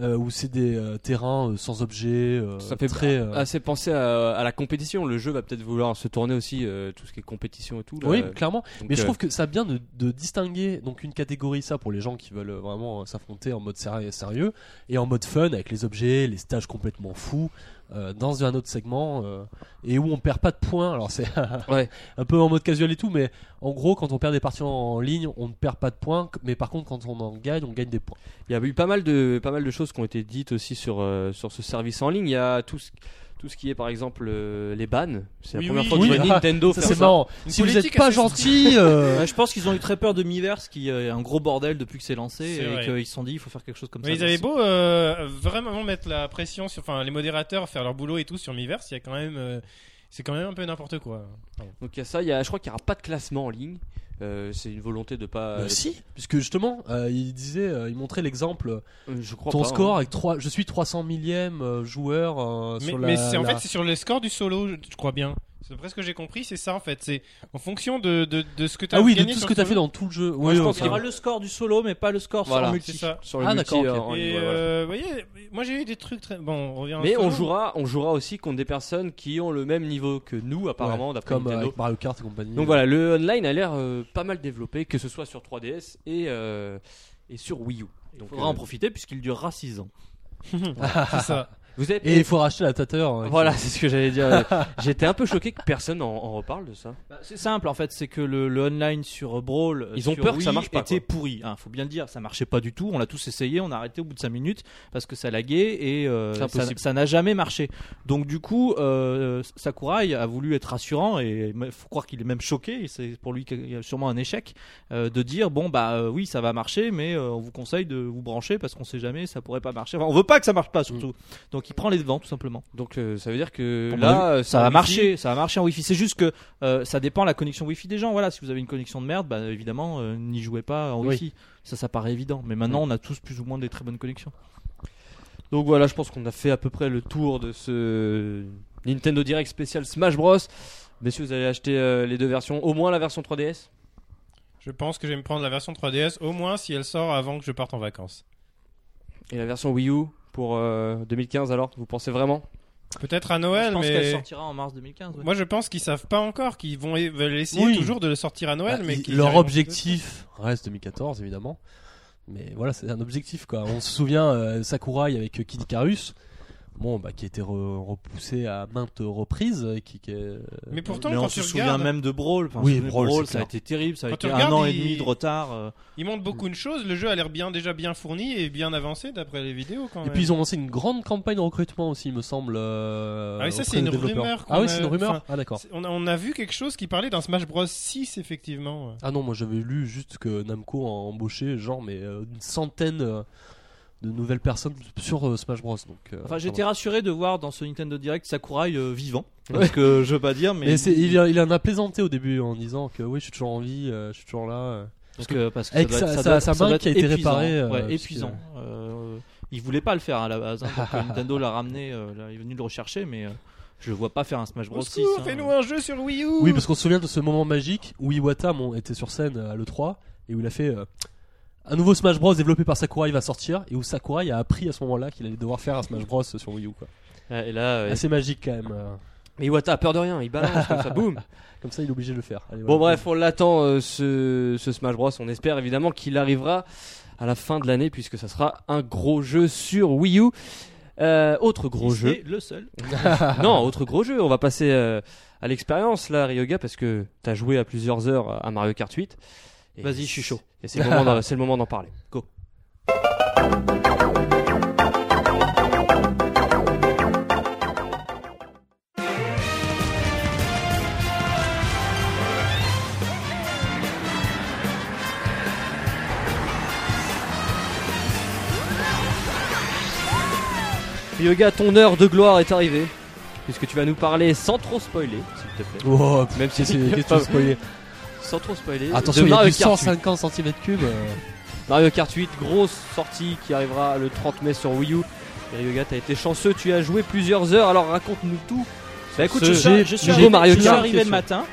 Speaker 5: euh, où c'est des euh, terrains euh, sans objet. euh,
Speaker 2: ça fait
Speaker 5: très. euh,
Speaker 2: assez penser à, à la compétition. Le jeu va peut-être vouloir se tourner aussi euh, tout ce qui est compétition et tout. là.
Speaker 5: oui,
Speaker 2: Donc,
Speaker 5: clairement. Mais
Speaker 2: Ah,
Speaker 5: je
Speaker 2: euh,
Speaker 5: trouve que ça vient de, de distinguer donc une catégorie ça pour les gens qui veulent euh, vraiment euh, s'affronter en mode séri- sérieux et en mode fun avec les objets, les stages complètement fous euh, dans un autre segment euh, et où on perd pas de points. Alors c'est
Speaker 2: Ouais.
Speaker 5: un peu en mode casual et tout, mais en gros quand on perd des parties en, en ligne, on ne perd pas de points, mais par contre quand on en gagne, on gagne des points.
Speaker 2: Il y a eu pas mal de, pas mal de choses qui ont été dites aussi sur, euh, sur ce service en ligne. Il y a tout ce, tout ce qui est, par exemple, euh, les bans. C'est
Speaker 4: Oui,
Speaker 2: la première
Speaker 4: oui.
Speaker 2: fois que je
Speaker 5: Oui. Ah,
Speaker 2: vois Nintendo
Speaker 5: Ça
Speaker 2: faire
Speaker 5: c'est
Speaker 2: ça.
Speaker 5: marrant.
Speaker 4: Une
Speaker 5: Si vous
Speaker 4: politique
Speaker 5: n'êtes pas
Speaker 4: assez-
Speaker 5: gentil, euh,
Speaker 3: Ouais, je pense qu'ils ont eu très peur de Miiverse qui euh, est un gros bordel depuis que c'est lancé
Speaker 4: C'est
Speaker 3: et
Speaker 4: vrai.
Speaker 3: qu'ils se sont dit il faut faire quelque chose comme
Speaker 4: Mais
Speaker 3: ça.
Speaker 4: ils avaient beau euh, vraiment mettre la pression sur, enfin, les modérateurs faire leur boulot et tout sur Miiverse, il y a quand même, euh, c'est quand même un peu n'importe quoi.
Speaker 2: Donc il y a ça. Il y a, je crois qu'il n'y aura pas de classement en ligne. Euh, c'est une volonté de pas.
Speaker 5: bah si, puisque justement, euh, il disait, euh, il montrait l'exemple
Speaker 2: Euh, je crois
Speaker 5: ton
Speaker 2: pas,
Speaker 5: score
Speaker 2: hein.
Speaker 5: avec 3 je suis 300 millième euh, joueur euh,
Speaker 4: Mais,
Speaker 5: sur la,
Speaker 4: mais c'est en
Speaker 5: la-
Speaker 4: fait c'est sur le score du solo, je, je crois bien. C'est presque ce que j'ai compris, c'est ça en fait. C'est en fonction de, de, de ce que tu as
Speaker 5: ah oui de tout ce que t'as fait dans tout le jeu Oui,
Speaker 2: je
Speaker 5: oui,
Speaker 2: pense
Speaker 5: enfin,
Speaker 3: Il y aura le score du solo, mais pas le score
Speaker 2: Voilà.
Speaker 3: sur
Speaker 4: C'est
Speaker 3: multi.
Speaker 4: ça.
Speaker 2: Sur le
Speaker 5: Ah,
Speaker 2: multi,
Speaker 5: d'accord,
Speaker 2: euh,
Speaker 5: ok.
Speaker 2: en ligne,
Speaker 4: Et
Speaker 2: ouais, voilà.
Speaker 4: euh, vous voyez, moi j'ai eu des trucs très. Bon, on revient.
Speaker 2: Mais
Speaker 4: au
Speaker 2: on
Speaker 4: solo.
Speaker 2: jouera, on jouera aussi contre des personnes qui ont le même niveau que nous, apparemment, d'après
Speaker 5: comme euh,
Speaker 2: Nintendo.
Speaker 5: avec Mario Kart et compagnie
Speaker 2: Donc voilà, le online a l'air euh, pas mal développé, que ce soit sur 3DS et, euh, et sur Wii U.
Speaker 3: Il
Speaker 2: Donc,
Speaker 3: faudra en
Speaker 2: euh,
Speaker 3: profiter puisqu'il durera 6 ans.
Speaker 4: C'est ça.
Speaker 2: vous avez
Speaker 5: et il faut racheter la Tater hein,
Speaker 2: Voilà, c'est ce que j'allais dire. J'étais un peu choqué que personne en, en reparle de ça.
Speaker 3: Bah, c'est simple en fait, c'est que le, le online sur Brawl, euh,
Speaker 2: Ils ont
Speaker 3: sur
Speaker 2: peur que ça
Speaker 3: Wii
Speaker 2: marche pas,
Speaker 3: était pourri. hein, faut bien le dire, ça marchait pas du tout. On l'a tous essayé, on a arrêté au bout de 5 minutes parce que ça laguait et euh,
Speaker 2: C'est
Speaker 3: ça
Speaker 2: impossible.
Speaker 3: ça n'a jamais marché. Donc du coup, euh, Sakurai a voulu être rassurant et il faut croire qu'il est même choqué. et C'est pour lui qu'il y a sûrement un échec euh, de dire bon bah euh, oui ça va marcher, mais euh, on vous conseille de vous brancher parce qu'on sait jamais, ça pourrait pas marcher. Enfin, on veut pas que ça marche pas surtout.
Speaker 2: Mm.
Speaker 3: Donc il prend les devants tout simplement.
Speaker 2: Donc euh, ça veut dire que
Speaker 3: Pour
Speaker 2: là, euh,
Speaker 3: Ça
Speaker 2: sur
Speaker 3: va
Speaker 2: Wii,
Speaker 3: marcher, ça va marcher en Wi-Fi. C'est juste que euh, ça dépend la connexion Wi-Fi des gens. Voilà, si vous avez une connexion de merde, bah, évidemment, euh, n'y jouez pas en
Speaker 5: Oui.
Speaker 3: Wi-Fi. Ça, ça paraît évident. Mais maintenant, on a tous plus ou moins des très bonnes connexions.
Speaker 2: Donc voilà, je pense qu'on a fait à peu près le tour de ce Nintendo Direct spécial Smash Bros. Messieurs, vous allez acheter euh, les deux versions, au moins la version 3DS.
Speaker 4: Je pense que je vais me prendre la version 3DS, au moins si elle sort avant que je parte en vacances.
Speaker 2: Et la version Wii U pour euh, 2015 alors Vous pensez vraiment
Speaker 4: Peut-être à Noël,
Speaker 3: je pense qu'elle
Speaker 4: mais.
Speaker 3: sortira en mars 2015. ouais.
Speaker 4: Moi je pense qu'ils savent pas encore, qu'ils vont e- veulent essayer
Speaker 5: Oui.
Speaker 4: toujours de le sortir à Noël,
Speaker 5: Bah,
Speaker 4: mais
Speaker 5: ils-
Speaker 4: qu'ils
Speaker 5: leur
Speaker 4: arriveront-
Speaker 5: objectif reste 2014 évidemment mais voilà c'est un objectif quoi on se souvient euh, Sakurai avec euh, Kid Icarus bon, bah, qui a été re- repoussé à maintes reprises. et Qui, qui est- euh,
Speaker 4: Mais pourtant,
Speaker 3: mais
Speaker 4: quand
Speaker 3: on se
Speaker 4: tu
Speaker 3: souvient
Speaker 4: regardes,
Speaker 3: même de Brawl. Enfin,
Speaker 5: Oui,
Speaker 3: souvenez-
Speaker 5: Brawl, c'est
Speaker 3: ça a
Speaker 5: clair.
Speaker 3: été terrible. Ça a
Speaker 4: Quand
Speaker 3: été
Speaker 4: tu
Speaker 3: un
Speaker 4: regardes,
Speaker 3: an et
Speaker 4: il-
Speaker 3: demi de retard. euh.
Speaker 4: il montre beaucoup de choses. Le jeu a l'air bien, déjà bien fourni et bien avancé d'après les vidéos quand
Speaker 5: Et
Speaker 4: même.
Speaker 5: puis ils ont lancé une grande campagne de recrutement aussi, il me semble. euh,
Speaker 4: Ah oui, ça,
Speaker 5: auprès
Speaker 4: c'est
Speaker 5: des
Speaker 4: une
Speaker 5: développeurs.
Speaker 4: rumeur qu'on
Speaker 5: Ah oui,
Speaker 4: a-
Speaker 5: c'est une rumeur.
Speaker 4: enfin,
Speaker 5: ah d'accord.
Speaker 4: C'est- On a, on a vu quelque chose qui parlait d'un Smash Bros 6 effectivement.
Speaker 5: Ah non, moi j'avais lu juste que Namco a embauché genre mais euh, une centaine euh, de nouvelles personnes sur euh, Smash Bros. Donc, euh,
Speaker 3: Enfin, j'étais
Speaker 5: voilà.
Speaker 3: rassuré de voir dans ce Nintendo Direct Sakurai euh, vivant. Parce que je veux pas dire, mais.
Speaker 5: Mais c'est- il, il en a plaisanté au début en disant que oui, je suis toujours en vie, euh, je suis toujours là. euh.
Speaker 3: Parce que, parce que
Speaker 5: Avec
Speaker 3: doit
Speaker 5: sa-
Speaker 3: être-
Speaker 5: sa-
Speaker 3: doit-
Speaker 5: sa main
Speaker 3: doit
Speaker 5: qui a
Speaker 3: être
Speaker 5: été
Speaker 3: épuisant.
Speaker 5: réparée, euh,
Speaker 3: Ouais,
Speaker 5: parce que-
Speaker 3: épuisant. Euh, il voulait pas le faire à la base. hein, donc, euh, Nintendo l'a ramené, euh, là, il est venu le rechercher, mais euh, je le vois pas faire un Smash Bros.
Speaker 4: Au
Speaker 3: 6.
Speaker 4: secours,
Speaker 3: hein.
Speaker 4: fais-nous un jeu sur Wii U.
Speaker 5: Oui, parce qu'on se souvient de ce moment magique où Iwata bon, était sur scène euh, à l'E3 et où il a fait euh, un nouveau Smash Bros développé par Sakurai va sortir et où Sakurai a appris à ce moment-là qu'il allait devoir faire un Smash Bros sur Wii U. Quoi.
Speaker 2: Ah, Et là, euh,
Speaker 5: Assez magique quand même. euh.
Speaker 2: mais Iwata a peur de rien, il balance comme ça, boum.
Speaker 5: Comme ça, il est obligé de le faire. Allez,
Speaker 2: Bon
Speaker 5: voilà.
Speaker 2: bref, on l'attend euh, ce, ce Smash Bros. On espère évidemment qu'il arrivera à la fin de l'année puisque ça sera un gros jeu sur Wii U. Euh, autre
Speaker 3: Si
Speaker 2: gros
Speaker 3: c'est
Speaker 2: jeu.
Speaker 3: le seul.
Speaker 2: non, autre gros jeu. On va passer euh, à l'expérience là, Ryoga, parce que t'as joué à plusieurs heures euh, à Mario Kart 8. Et
Speaker 3: Vas-y, je suis chaud.
Speaker 2: Et c'est le moment d'en- c'est le moment d'en parler. Go. Yoga, ton heure de gloire est arrivée, puisque tu vas nous parler sans trop spoiler, s'il te plaît.
Speaker 5: Wow,
Speaker 2: Même si
Speaker 5: c'est des
Speaker 2: c'est
Speaker 5: trucs spoilés.
Speaker 2: sans trop spoiler.
Speaker 5: Attention,
Speaker 2: de
Speaker 5: il y a
Speaker 2: Mario
Speaker 5: du
Speaker 2: Kart 8.
Speaker 5: 150 cm3.
Speaker 3: hein.
Speaker 2: Mario Kart 8, grosse sortie qui arrivera le 30 mai sur Wii U. Et Ryoga, t'as été chanceux, tu as joué plusieurs heures, alors raconte-nous tout. Bah écoute,
Speaker 3: je,
Speaker 2: je
Speaker 3: suis, je suis
Speaker 2: nouveau
Speaker 3: arrivé,
Speaker 2: Mario
Speaker 3: je suis
Speaker 2: Kart,
Speaker 3: arrivé le
Speaker 2: question.
Speaker 3: matin,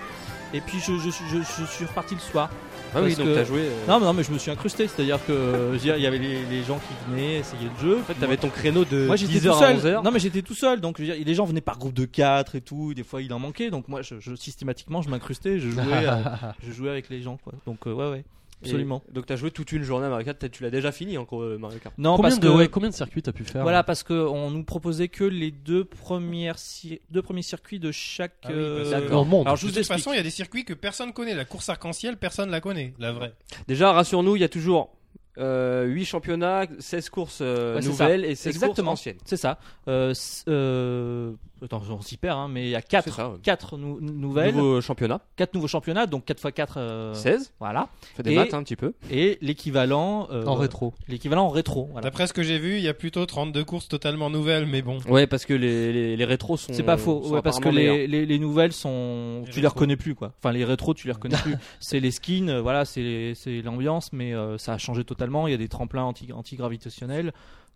Speaker 3: et puis je, je, je- je suis reparti le soir.
Speaker 2: Ah oui,
Speaker 3: parce
Speaker 2: donc
Speaker 3: que-
Speaker 2: t'as joué. euh,
Speaker 3: Non, mais non, mais je me suis incrusté, c'est-à-dire que euh, je veux dire, il y avait les, les gens qui venaient essayer le jeu.
Speaker 2: En fait, t'avais ton créneau de
Speaker 3: Moi j'étais
Speaker 2: 10h
Speaker 3: tout
Speaker 2: Euh, à
Speaker 3: seul.
Speaker 2: 11h.
Speaker 3: Non mais j'étais tout seul, donc je veux dire, les gens venaient par groupe de 4 et tout. Des fois il en manquait, donc moi je, je- systématiquement je m'incrustais, je jouais, euh, je jouais avec les gens quoi. Donc euh, ouais ouais, absolument.
Speaker 2: Donc t'as joué toute une journée à Mario Kart, peut-être tu l'as déjà fini encore euh, Mario Kart.
Speaker 3: Non
Speaker 5: combien,
Speaker 3: parce
Speaker 5: de,
Speaker 3: que
Speaker 5: ouais, combien de circuits t'as pu faire
Speaker 3: voilà parce que on nous proposait que les deux premières cir- deux premiers circuits de chaque.
Speaker 4: Ah oui, parce
Speaker 5: euh,
Speaker 4: que-
Speaker 5: Dans le monde.
Speaker 3: Alors je
Speaker 4: de
Speaker 3: vous
Speaker 4: toute
Speaker 3: explique.
Speaker 4: façon, il y a des circuits que personne connaît. La course arc-en-ciel, personne la connaît, la vraie.
Speaker 2: Déjà, rassure-nous, il y a toujours euh, 8 championnats, 16 courses euh,
Speaker 3: Ouais, c'est ça.
Speaker 2: nouvelles et 16
Speaker 3: Exactement.
Speaker 2: courses anciennes.
Speaker 3: C'est ça. Euh, c- euh, Attends, on s'y perd, hein, mais il y a
Speaker 2: C'est
Speaker 3: 4
Speaker 2: ça, ouais.
Speaker 3: quatre nou- nouvelles,
Speaker 2: Nouveau championnat,
Speaker 3: quatre nouveaux championnats, donc 4 x 4 euh,
Speaker 2: 16.
Speaker 3: voilà,
Speaker 2: Fais des
Speaker 3: Et-
Speaker 2: maths hein, un petit peu.
Speaker 3: et l'équivalent euh,
Speaker 5: En rétro.
Speaker 3: l'équivalent en rétro. Voilà.
Speaker 4: D'après ce que j'ai vu, il y a plutôt 32 courses totalement nouvelles, mais bon.
Speaker 2: Ouais, parce que les, les, les rétros sont.
Speaker 3: C'est pas faux,
Speaker 2: sont
Speaker 3: ouais, parce que
Speaker 2: apparemment meilleurs.
Speaker 3: les, les, les nouvelles sont.
Speaker 4: Les
Speaker 3: tu les
Speaker 4: rétros.
Speaker 3: reconnais plus, quoi. Enfin, les rétros, tu les reconnais plus. C'est les skins, euh, voilà, c'est les- c'est l'ambiance, mais euh, ça a changé totalement. Il y a des tremplins anti- anti-gravitationnels.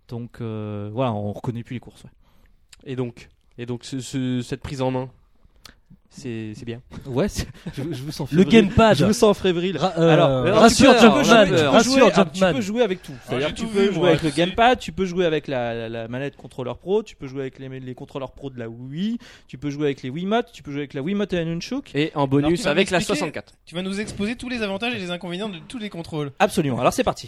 Speaker 3: donc, euh, voilà, on reconnaît plus les courses. ouais.
Speaker 2: Et donc, et donc ce- ce- cette prise en main, c'est c'est bien.
Speaker 3: Ouais, c'est- je, je vous sens
Speaker 5: Le
Speaker 3: fébrile.
Speaker 5: gamepad.
Speaker 3: Je vous sens fébrile.
Speaker 5: Ra- euh,
Speaker 3: Alors,
Speaker 2: alors,
Speaker 5: rassure
Speaker 2: tu peux-
Speaker 5: Jumpman,
Speaker 2: tu peux jouer-
Speaker 5: rassure
Speaker 3: avec- tu
Speaker 5: Jumpman.
Speaker 3: peux jouer avec tout. C'est-à-dire
Speaker 4: Ah, j'ai
Speaker 3: que tu
Speaker 4: tout
Speaker 3: peux
Speaker 4: vu,
Speaker 3: jouer
Speaker 4: moi,
Speaker 3: avec le
Speaker 4: c'est-
Speaker 3: gamepad, tu peux jouer avec la, la- la manette contrôleur pro, tu peux jouer avec les, les contrôleurs pro de la Wii, tu peux jouer avec les Wiimote, tu peux jouer avec la Wiimote et la Nunchuk.
Speaker 2: Et en
Speaker 4: Alors, tu
Speaker 2: bonus
Speaker 4: vas
Speaker 2: avec la
Speaker 4: m'expliquer
Speaker 2: 64.
Speaker 4: Tu vas nous exposer tous les avantages et les inconvénients de tous les contrôles.
Speaker 3: Absolument. Alors c'est parti.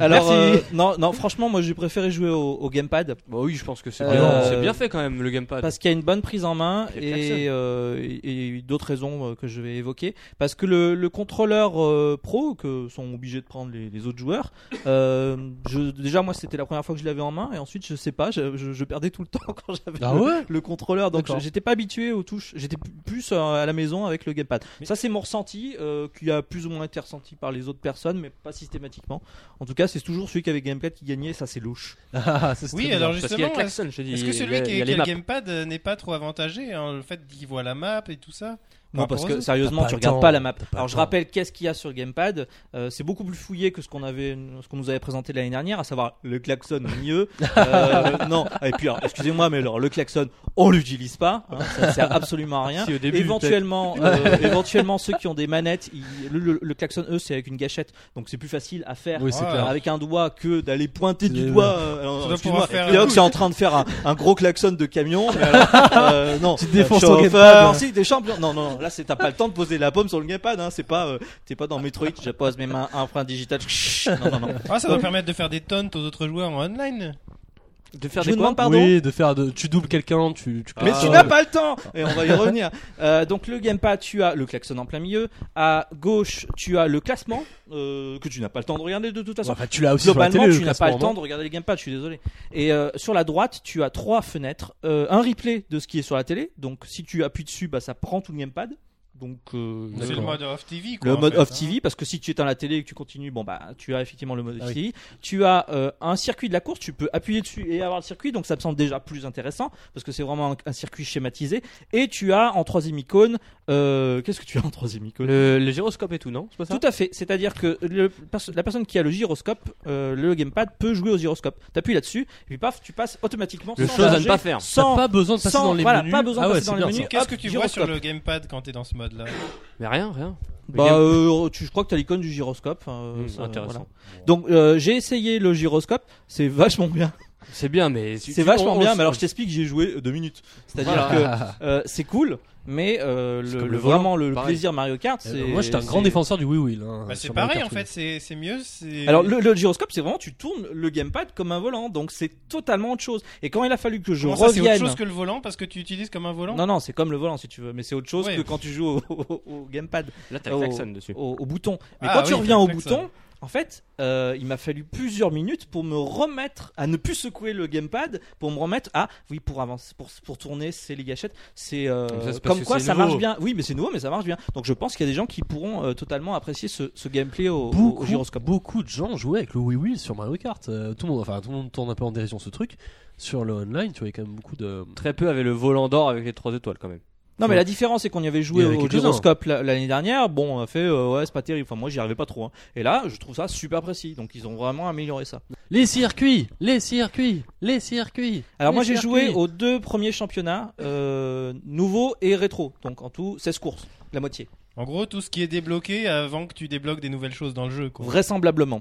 Speaker 3: Alors euh,
Speaker 4: Merci.
Speaker 3: non non franchement moi j'ai préféré jouer au, au gamepad
Speaker 2: Bah oui, je pense que c'est
Speaker 3: Euh,
Speaker 2: bien, c'est bien fait quand même le gamepad.
Speaker 3: parce qu'il y a une bonne prise en main
Speaker 2: Il y a le klaxon.
Speaker 3: et, euh, et- et d'autres raisons euh, que je vais évoquer parce que le, le contrôleur euh, pro que sont obligés de prendre les, les autres joueurs euh, je, déjà moi c'était la première fois que je l'avais en main et ensuite je sais pas je, je- je perdais tout le temps quand j'avais
Speaker 5: Ah
Speaker 3: le,
Speaker 5: ouais
Speaker 3: le contrôleur donc
Speaker 5: D'accord.
Speaker 3: je- j'étais pas habitué aux touches j'étais p- plus euh, à la maison avec le gamepad ça c'est mon ressenti euh, qui a plus ou moins été ressenti par les autres personnes mais pas systématiquement en tout cas c'est toujours celui qui avait le gamepad qui gagnait ça c'est louche
Speaker 5: Ah, ça, c'est
Speaker 4: Oui,
Speaker 5: très
Speaker 4: alors
Speaker 5: bien.
Speaker 2: Parce qu'il y a
Speaker 4: justement,
Speaker 2: le klaxon, je te dis.
Speaker 4: est-ce que
Speaker 2: il y a-
Speaker 4: celui qui,
Speaker 2: il y a
Speaker 4: qui
Speaker 2: les
Speaker 4: a le
Speaker 2: maps.
Speaker 4: gamepad euh, n'est pas trop avantagé hein, Le fait qu'il voit la map et tout ça
Speaker 3: Non,
Speaker 4: Par
Speaker 3: parce
Speaker 4: rapport aux
Speaker 3: que
Speaker 4: autres
Speaker 3: sérieusement,
Speaker 5: T'as
Speaker 3: tu
Speaker 5: pas le
Speaker 3: regardes
Speaker 5: temps,
Speaker 3: pas la map.
Speaker 5: t'as pas
Speaker 3: Alors,
Speaker 5: le
Speaker 3: je
Speaker 5: temps.
Speaker 3: rappelle qu'est-ce qu'il y a sur le gamepad. Euh, c'est beaucoup plus fouillé que ce qu'on avait, ce qu'on nous avait présenté l'année dernière, à savoir le klaxon au milieu. Euh, non. Et puis, alors, excusez-moi, mais alors le klaxon, on l'utilise pas. hein, ça sert absolument à rien.
Speaker 2: Si, au début,
Speaker 3: éventuellement, euh, éventuellement, ceux qui ont des manettes, ils- le, le- le klaxon, eux, c'est avec une gâchette, donc c'est plus facile à faire.
Speaker 5: Oui, c'est
Speaker 4: Ah,
Speaker 5: clair.
Speaker 3: Euh, Avec un doigt que d'aller pointer du
Speaker 5: C'est-
Speaker 3: doigt. euh, alors,
Speaker 4: dois
Speaker 3: excuse-moi,
Speaker 4: pouvoir faire-
Speaker 3: Léox est en train de faire un, un gros klaxon de camion. Mais alors, euh, non,
Speaker 5: Tu te défonces
Speaker 3: Euh,
Speaker 5: ton
Speaker 3: chauffeur,
Speaker 5: gamepad. hein.
Speaker 3: si, des champions. Non, non, non, là, c'est t'as pas le temps de poser la pomme sur le gamepad. Hein. C'est pas, euh, t'es pas dans Metroid. Je pose mes mains, un frein digital. Non, non, non.
Speaker 4: Ah, ça va permettre de faire des tonnes aux autres joueurs en online.
Speaker 2: De faire
Speaker 3: Je
Speaker 2: des
Speaker 3: vous demande
Speaker 2: quoi
Speaker 3: pardon.
Speaker 5: Oui, de faire de, tu doubles quelqu'un, tu, tu
Speaker 3: Mais tu
Speaker 5: klaxonnes.
Speaker 3: n'as pas le temps Et on va y revenir. Euh, donc le gamepad, tu as le klaxon en plein milieu. À gauche, tu as le classement euh, que tu n'as pas le temps de regarder de toute façon.
Speaker 5: Enfin, tu l'as aussi sur la
Speaker 3: Globalement,
Speaker 5: télé.
Speaker 3: tu n'as pas le temps de regarder les gamepads, je suis désolé. Et euh, sur la droite, tu as trois fenêtres, euh, un replay de ce qui est sur la télé. Donc si tu appuies dessus, bah, ça prend tout le gamepad. Donc euh,
Speaker 4: C'est le
Speaker 5: D'accord.
Speaker 4: mode off TV. quoi,
Speaker 3: le
Speaker 4: en
Speaker 3: mode
Speaker 4: fait,
Speaker 3: off
Speaker 4: hein.
Speaker 3: TV parce que si tu éteins la télé et que tu continues bon bah tu as effectivement le mode
Speaker 5: Ah
Speaker 3: off
Speaker 5: oui.
Speaker 3: TV tu as euh, un circuit de la course tu peux appuyer dessus et avoir le circuit donc ça me semble déjà plus intéressant parce que c'est vraiment un, un circuit schématisé et tu as en troisième icône euh, qu'est-ce que tu as en troisième icône
Speaker 2: le, le gyroscope et tout, non C'est pas ça
Speaker 3: tout à fait, c'est-à-dire que le perso- la personne qui a le gyroscope, euh, le gamepad peut jouer au gyroscope. T'appuies là-dessus, et puis paf, tu passes automatiquement
Speaker 2: Le
Speaker 3: sans
Speaker 2: chose à ne
Speaker 3: charger,
Speaker 2: pas faire.
Speaker 5: T'as
Speaker 3: Sans
Speaker 5: pas besoin de passer
Speaker 3: sans-
Speaker 5: dans les
Speaker 3: voilà,
Speaker 5: menus.
Speaker 3: pas besoin de
Speaker 5: ah ouais,
Speaker 3: passer dans
Speaker 5: c'est
Speaker 3: les
Speaker 5: bien,
Speaker 3: menus.
Speaker 5: ça.
Speaker 4: Qu'est-ce
Speaker 3: Hop,
Speaker 4: que tu vois sur
Speaker 3: gyroscope.
Speaker 4: le gamepad quand t'es dans ce mode-là
Speaker 2: Mais rien, rien.
Speaker 3: Bah,
Speaker 2: William-
Speaker 3: euh, tu- je crois que tu as l'icône du gyroscope. euh,
Speaker 2: Hmm,
Speaker 3: ça,
Speaker 2: intéressant.
Speaker 3: voilà. Donc euh, j'ai essayé le gyroscope, c'est vachement bien.
Speaker 2: C'est bien, mais tu-
Speaker 3: C'est
Speaker 2: tu-
Speaker 3: vachement
Speaker 2: on- on-
Speaker 3: bien, mais alors je t'explique, j'ai joué euh, deux minutes.
Speaker 5: Ah
Speaker 3: C'est-à-dire que euh, c'est cool, mais euh,
Speaker 2: C'est
Speaker 3: le,
Speaker 2: comme
Speaker 3: le-
Speaker 2: le volant,
Speaker 3: vraiment le
Speaker 2: pareil.
Speaker 3: plaisir Mario Kart, c'est.
Speaker 5: Euh, Moi, j'étais un grand
Speaker 3: c'est-
Speaker 5: défenseur du Wii Wheel. hein,
Speaker 3: Euh,
Speaker 4: Bah, C'est
Speaker 5: sur Mario
Speaker 4: pareil en
Speaker 5: Kart Wii.
Speaker 4: fait, c'est c'est mieux. c'est-
Speaker 3: Alors le, le gyroscope, c'est vraiment tu tournes le gamepad comme un volant, donc c'est totalement autre chose. Et quand il a fallu que je
Speaker 4: Comment ça, C'est
Speaker 3: revienne,
Speaker 4: autre chose que le volant parce que tu utilises comme un volant
Speaker 3: non non, c'est comme le volant si tu veux, mais c'est autre chose
Speaker 4: Ouais.
Speaker 3: que quand tu joues au, au- au gamepad,
Speaker 2: Là, t'as le
Speaker 3: Oh.
Speaker 2: klaxon dessus.
Speaker 3: au, au bouton. Mais
Speaker 4: Ah
Speaker 3: quand
Speaker 4: oui,
Speaker 3: tu reviens au
Speaker 4: c'est vrai que
Speaker 3: bouton, en fait, euh, il m'a fallu plusieurs minutes pour me remettre à ne plus secouer le gamepad, pour me remettre à oui pour avancer, pour, pour tourner, c'est les gâchettes, c'est euh,
Speaker 2: Mais ça, c'est parce
Speaker 3: comme
Speaker 2: que
Speaker 3: quoi
Speaker 2: c'est
Speaker 3: ça
Speaker 2: nouveau.
Speaker 3: marche bien. Oui, mais c'est nouveau, mais ça marche bien. Donc je pense qu'il y a des gens qui pourront euh, totalement apprécier ce, ce gameplay au, au- au
Speaker 5: beaucoup,
Speaker 3: gyroscope.
Speaker 5: beaucoup de gens jouaient avec le Wii Wheel sur Mario Kart. Euh, tout le monde, enfin, tout le monde tourne un peu en dérision ce truc. Sur le online, tu vois, il y a quand même beaucoup de.
Speaker 2: Très peu avec le volant d'or avec les trois étoiles quand même.
Speaker 3: Non, mais la différence c'est qu'on y avait
Speaker 5: Il
Speaker 3: joué
Speaker 5: y avait
Speaker 3: au
Speaker 5: quelques-uns.
Speaker 3: gyroscope la- l'année dernière. Bon, on a fait euh, ouais, c'est pas terrible. Enfin, moi j'y arrivais pas trop. hein. Et là, je trouve ça super précis. Donc ils ont vraiment amélioré ça.
Speaker 5: Les circuits, les circuits, les circuits.
Speaker 3: Alors
Speaker 5: les
Speaker 3: moi j'ai joué
Speaker 5: circuits.
Speaker 3: aux deux premiers championnats, euh, nouveau et rétro. Donc en tout 16 courses, la moitié,
Speaker 4: En gros, tout ce qui est débloqué avant que tu débloques des nouvelles choses dans le jeu. Quoi.
Speaker 3: vraisemblablement.